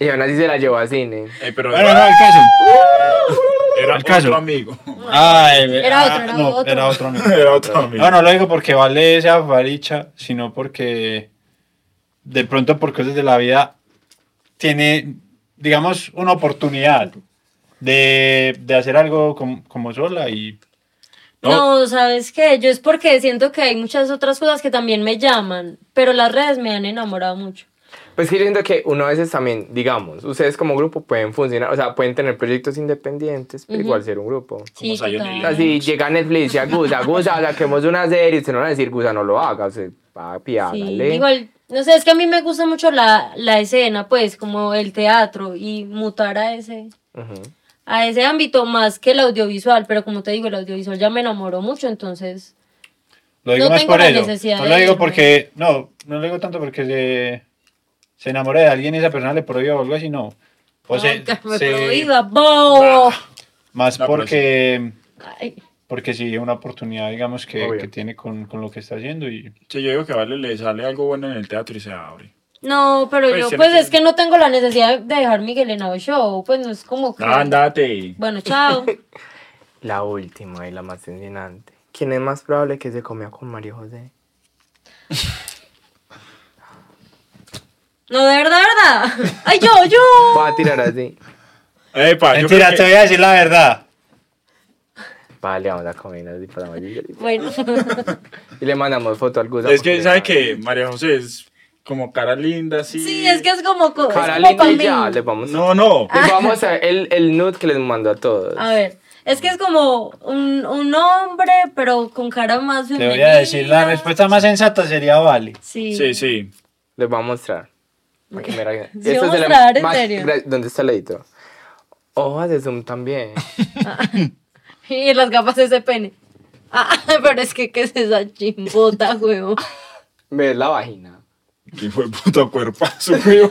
S1: Y aún así se la llevó a cine.
S2: Eh, pero
S4: Bueno, no, el caso.
S2: era
S4: el caso.
S2: otro amigo.
S4: Ay,
S3: Era otro,
S4: ah,
S3: era
S4: no,
S3: otro.
S4: Era otro, no.
S2: Era otro amigo.
S4: No, no lo digo porque vale esa varicha, sino porque de pronto por cosas de la vida tiene, digamos, una oportunidad de, de hacer algo com- como sola y...
S3: No, ¿sabes qué? Yo es porque siento que hay muchas otras cosas que también me llaman, pero las redes me han enamorado mucho.
S1: Pues que yo siento que uno a veces también, digamos, ustedes como grupo pueden funcionar, o sea, pueden tener proyectos independientes, pero igual ser un grupo.
S3: Sí,
S2: Zion y
S1: O
S3: total.
S1: sea, si llega Netflix y a Gusa, Gusa, saquemos una serie, usted no va a decir, Gusa, no lo haga, usted, papi,
S3: Sí,
S1: hágale.
S3: igual, no sé, es que a mí me gusta mucho la, la escena, pues, como el teatro y mutar a ese,
S1: Ujú.
S3: a ese ámbito más que el audiovisual, pero como te digo, el audiovisual ya me enamoró mucho, entonces...
S4: Lo digo
S3: No
S4: más
S3: tengo
S4: por
S3: la
S4: ello.
S3: necesidad
S4: No
S3: de
S4: lo digo
S3: irme.
S4: porque... No, no lo digo tanto porque se, se enamoré de alguien y esa persona le prohibió o algo así, no. O
S2: Pues
S4: se,
S3: Ay, me
S4: se-
S3: prohíba, bobo.
S4: más
S2: No, pero
S4: porque...
S3: Ay,
S4: Porque sí, una oportunidad, digamos, que,
S1: Obvio.
S4: que tiene con, con lo que está haciendo y...
S2: Sí, yo digo que Vale le sale algo bueno en el teatro y se abre.
S3: No, pero
S2: Pues,
S3: yo,
S2: tiene
S3: pues,
S2: que-
S3: es que no tengo la necesidad de dejar Miguel en el show, pues, no es como que...
S2: Ándate.
S3: Bueno, chao.
S1: La última y la más fascinante. ¿Quién es más probable que se comió con Mario José?
S3: No, de verdad, de verdad. Ay, yo, yo.
S1: Va a tirar así.
S2: Epa, Ah, yo creo
S4: Mentira,
S2: que-
S4: te voy a decir la verdad.
S1: Vale, vamos a comer así para Mario.
S3: Bueno,
S1: Y le mandamos foto al Gusa.
S2: Es
S1: porque
S2: que,
S1: le-
S2: ¿sabe que María José es como cara linda, así.
S3: sí, es que es como, co- es
S1: Cara
S3: como
S1: linda
S3: para
S1: y
S3: mí.
S1: ya, les vamos,
S2: No, no.
S1: les vamos a ver el, el nude que les mando a todos.
S3: A ver, es que es como un, un hombre, pero con cara más
S4: Te
S3: femenina.
S4: voy a decir, la respuesta más sensata sería vale.
S3: Sí.
S2: Sí, sí.
S1: Les voy a mostrar. Para que me regañen.
S3: Sí, vamos a grabar en serio.
S1: gra- em- ¿Dónde está el edito? Hojas de Zoom también.
S3: Y las gafas de ese pene. Ah, pero es que, ¿qué es esa chimbota, huevo?
S1: Ver la vagina.
S2: Que fue puta cuerpazo, güey.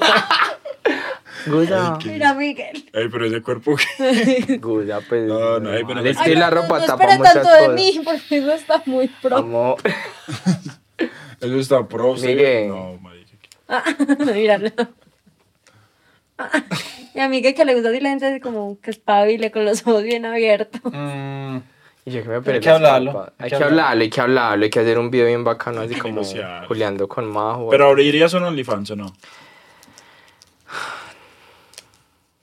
S1: Guda.
S3: Mira, Miguel.
S2: Ay, pero ese cuerpo. que-
S1: Guda, pues.
S2: No, no, ay, pero
S1: mal.
S2: no
S1: Es
S2: te-
S1: que la
S3: no,
S1: ropa
S3: no,
S1: tapa
S3: espere
S1: muchas
S3: tanto de
S1: cosas.
S3: mí, porque eso está muy pro.
S1: Amor.
S2: Eso está pro, sí.
S1: Miguel.
S2: No, marica.
S3: Ah, míralo. Ah, y a Miguel que le gusta decir la gente así como que espabile con los ojos bien abiertos.
S4: Mm,
S1: Y yo que me perdí
S4: que
S1: las
S4: hablarlo,
S1: papas.
S4: hay
S1: Hay
S4: que
S1: que hablarlo, hay que hablarlo, hay que hacer un video bien bacano, así como
S2: negociar.
S1: juleando con Majo.
S2: Pero abrirías un OnlyFans o no.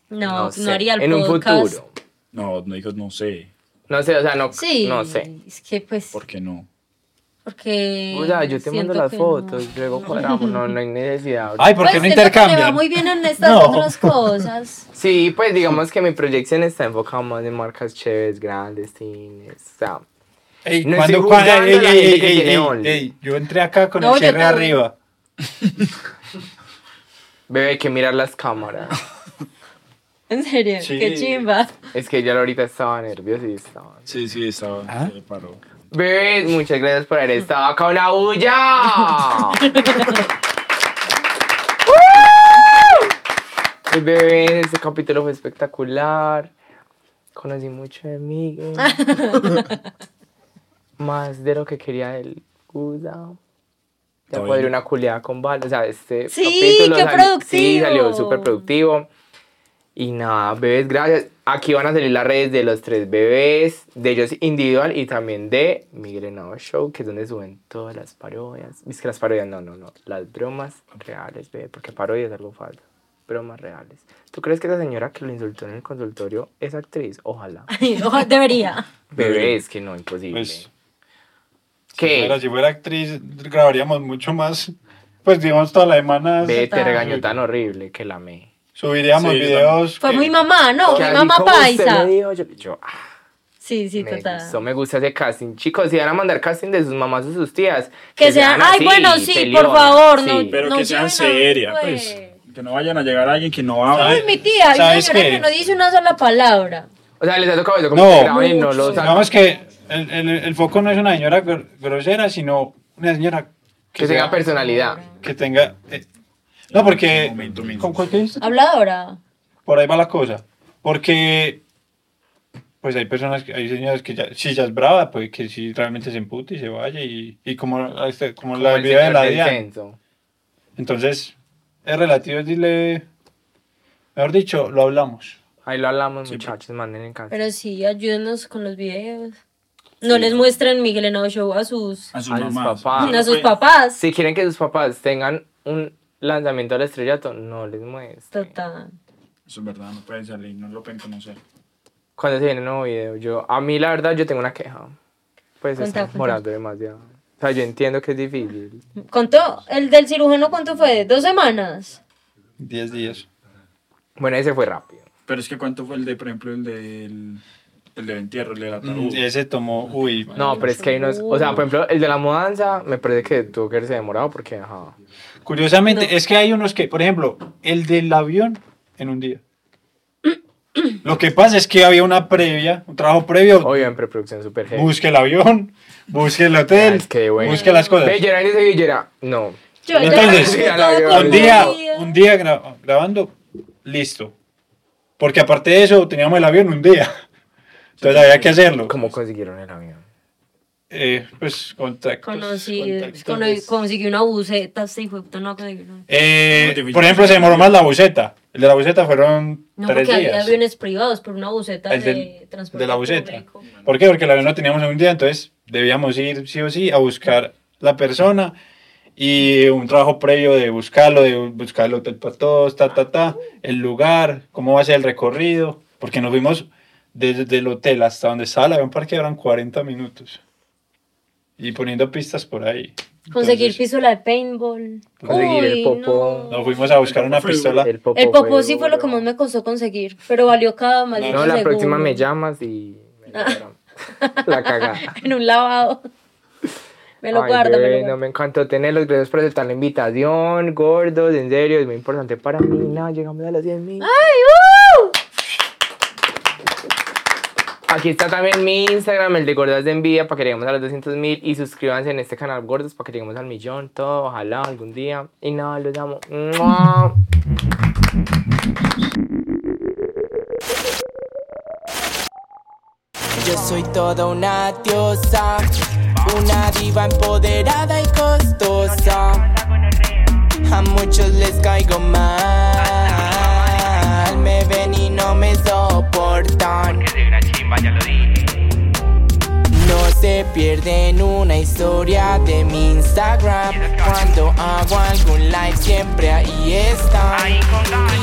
S3: No, no,
S1: sé,
S3: haría el
S1: En
S3: podcast.
S1: un futuro.
S2: No, no dijo, no sé.
S1: No sé, o sea, no,
S3: Sí.
S1: no sé.
S3: Es que pues,
S2: ¿Por qué no?
S3: porque.
S1: O sea, yo te mando
S3: Eh, siento
S1: las
S3: que
S1: fotos,
S3: no.
S1: luego cuadramos, no, no hay necesidad.
S4: Ay, ¿por qué
S3: Pues siento que Le
S4: no
S3: va
S4: intercambian?
S3: muy bien en estas
S4: No.
S3: otras cosas.
S1: Sí, pues digamos que mi proyección está enfocada más en marcas chéveres, grandes, cines, o sea,
S4: Ey,
S1: No
S4: ¿cuándo-
S1: estoy
S4: cuá-
S1: juzgando a la gente que tiene
S4: ey,
S1: Only.
S4: ey, yo entré acá con
S3: No,
S4: el
S3: yo
S4: cierre
S3: te-
S4: arriba.
S1: bebé, hay que mirar las cámaras.
S3: En serio,
S4: Sí.
S3: qué chimba.
S1: es que yo ahorita estaba nerviosa y estaba...
S2: Sí, sí, estaba.
S4: ¿Ah?
S2: se paró.
S1: Bebé, muchas gracias por haber estado acá, una bulla. ¡Uh! Bebé, este capítulo fue espectacular. Conocí mucho de mí. Más de lo que quería el Guda. Ya
S2: Está
S1: cuadré
S2: bien.
S1: una culeada con Val. O sea, este
S3: Sí,
S1: capítulo
S3: qué
S1: salió- Sí,
S3: productivo.
S1: salió súper productivo. Y nada, bebés, gracias. Aquí van a salir las redes de los tres bebés, de ellos individual y también de Mi Grenado Show, que es donde suben todas las parodias. Es que las parodias, no, no, no. Las bromas reales, bebé, porque parodia es algo falso. Bromas reales. ¿Tú crees que esa señora que lo insultó en el consultorio es actriz? Ojalá.
S3: Ay, ojo, debería.
S1: Bebé, es que no, imposible.
S4: Pues, Pero
S1: ¿Qué?
S4: si fuera actriz, grabaríamos mucho más. Pues digamos toda la semana.
S1: Bebé, te
S3: total.
S1: regañó tan horrible que la amé.
S4: Subiríamos
S2: Sí, yo
S4: videos.
S3: Fue muy mamá, ¿no?
S1: Que
S3: Mi
S1: así
S3: mamá
S1: como usted
S3: paisa.
S1: me dijo, yo, yo, ah,
S3: Sí, sí,
S1: me
S3: total.
S1: gustó, me gusta ese casting. Chicos, si van a mandar casting de sus mamás o sus tías,
S3: Que sean- ay, bueno, sí, por favor, no-
S2: Pero que sean
S3: lleven a-
S2: serias,
S3: pues.
S2: pues. Que no vayan a llegar a alguien que no habla.
S3: Uy, mi tía, hay una
S4: ¿Sabes
S3: señora
S4: qué?
S3: que no dice una sola palabra.
S1: O sea, les ha tocado eso, como
S4: No.
S1: que graben y no lo sacan.
S4: Digamos que el, el- el foco no es una señora gr- grosera, sino una señora
S1: que tenga personalidad.
S4: que tenga. eh, no, porque.
S2: Un momento, un momento.
S4: ¿Con cuál que dices?
S3: Habladora.
S4: Por ahí va la cosa. Porque. Pues hay personas, que- hay señoras que ya, si ya es brava, pues que si realmente se empute y se vaya y, y como, este, como,
S1: Como
S4: la
S1: el
S4: vida de
S1: señor
S4: la
S1: del
S4: DIAN.
S1: censo.
S4: Entonces, es relativo, es dile, mejor dicho, lo hablamos.
S1: Ahí lo hablamos,
S4: pues.
S1: muchachos, manden en casa.
S3: Pero sí, ayúdenos con los videos. No les muestren Miguel Henao Show a sus,
S2: A sus
S1: a sus
S2: mamás.
S4: Ah,
S1: papás.
S3: a sus
S2: Pues,
S3: papás.
S1: Si quieren que sus papás tengan un lanzamiento al estrellato, no les muestren.
S3: Total.
S2: Eso es verdad, no pueden salir, no lo pueden conocer.
S1: Cuando se viene un nuevo video, yo, a mí la verdad, yo tengo una queja. Pues
S3: Contá,
S1: están
S3: contá.
S1: morando demasiado. O sea, yo entiendo que es difícil.
S3: ¿Cuánto? ¿El del cirujano cuánto fue? ¿Dos semanas?
S4: 10 días.
S1: Bueno, ese fue rápido.
S2: Pero es que cuánto fue el de, por ejemplo, el del el de entierro, el del
S4: Mm,
S2: ataúd.
S4: Ese tomó, uy,
S1: No, pero es que hay unos. O sea, por ejemplo, el de la mudanza me parece que tuvo que haberse demorado porque, ajá.
S4: curiosamente, es que hay unos que, por ejemplo, el del avión en un día. Lo que pasa es que había una previa, un trabajo previo.
S1: Obvio, en preproducción super heavy.
S4: Busque el avión, busque el
S1: Ah,
S4: hotel,
S1: es que bueno.
S4: busque las cosas.
S1: Ve, Gerard dice Villera. No.
S3: Yo ya
S4: Entonces,
S3: estoy
S1: un día,
S3: todo
S4: un día,
S3: confundida.
S4: un día gra- grabando, listo. Porque aparte de eso, teníamos el avión un día. Entonces había que hacerlo.
S1: ¿Cómo consiguieron el avión?
S4: Eh, pues contactos.
S3: Conocí,
S4: contactos.
S3: cono- conseguí una buceta, este sí, fue no conseguí una.
S4: Eh,
S2: No te fuiste
S4: por ejemplo,
S2: a
S4: se demoró
S2: Colombia.
S4: más la buceta. El de la buceta fueron
S3: No,
S4: tres
S3: porque había
S4: días.
S3: aviones privados, pero una buceta
S4: El
S3: de,
S4: del-
S3: transporte
S4: de la buceta.
S3: público.
S4: ¿Por qué? Porque el avión lo teníamos en un día, entonces debíamos ir sí o sí a buscar la persona y un trabajo previo de buscarlo, de buscar el hotel para todos, ta, ta, ta, el lugar, cómo va a ser el recorrido, porque nos vimos desde el hotel hasta donde estaba el avión parqueado eran 40 minutos y poniendo pistas por ahí.
S3: Conseguir
S4: Entonces,
S3: pistola de paintball.
S1: Conseguir el
S3: Uy,
S1: popó.
S3: No.
S4: Nos fuimos a buscar una
S2: Fue-
S4: pistola.
S1: popó.
S3: El popó sí fue lo que más me costó conseguir, pero valió cada maldito
S1: No, la
S3: segundo.
S1: próxima me llamas y. me la cagada.
S3: En un lavado. Me lo
S6: Ay,
S3: guardo, me lo
S6: bueno,
S3: guardo.
S6: me encantó tenerlos. Gracias por aceptar la invitación, gordos. En serio, es muy importante para mí. Nada, llegamos a los 10 mil.
S3: ¡Ay, uh!
S6: Aquí está también mi Instagram, el de Gordas de Envidia, para que lleguemos a los 200 mil. Y suscríbanse en este canal, gordos, para que lleguemos al millón. Todo, ojalá algún día. Y nada, los amo. ¡Mua!
S1: Yo soy toda una diosa, una diva empoderada y costosa. A muchos les caigo mal, me ven y no me soportan. No se pierden una historia de mi Instagram. Cuando hago algún live siempre ahí están.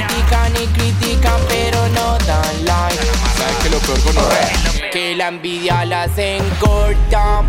S1: Critican y critican pero no dan like. ¿Sabes que lo peor con Que la envidia las encorta.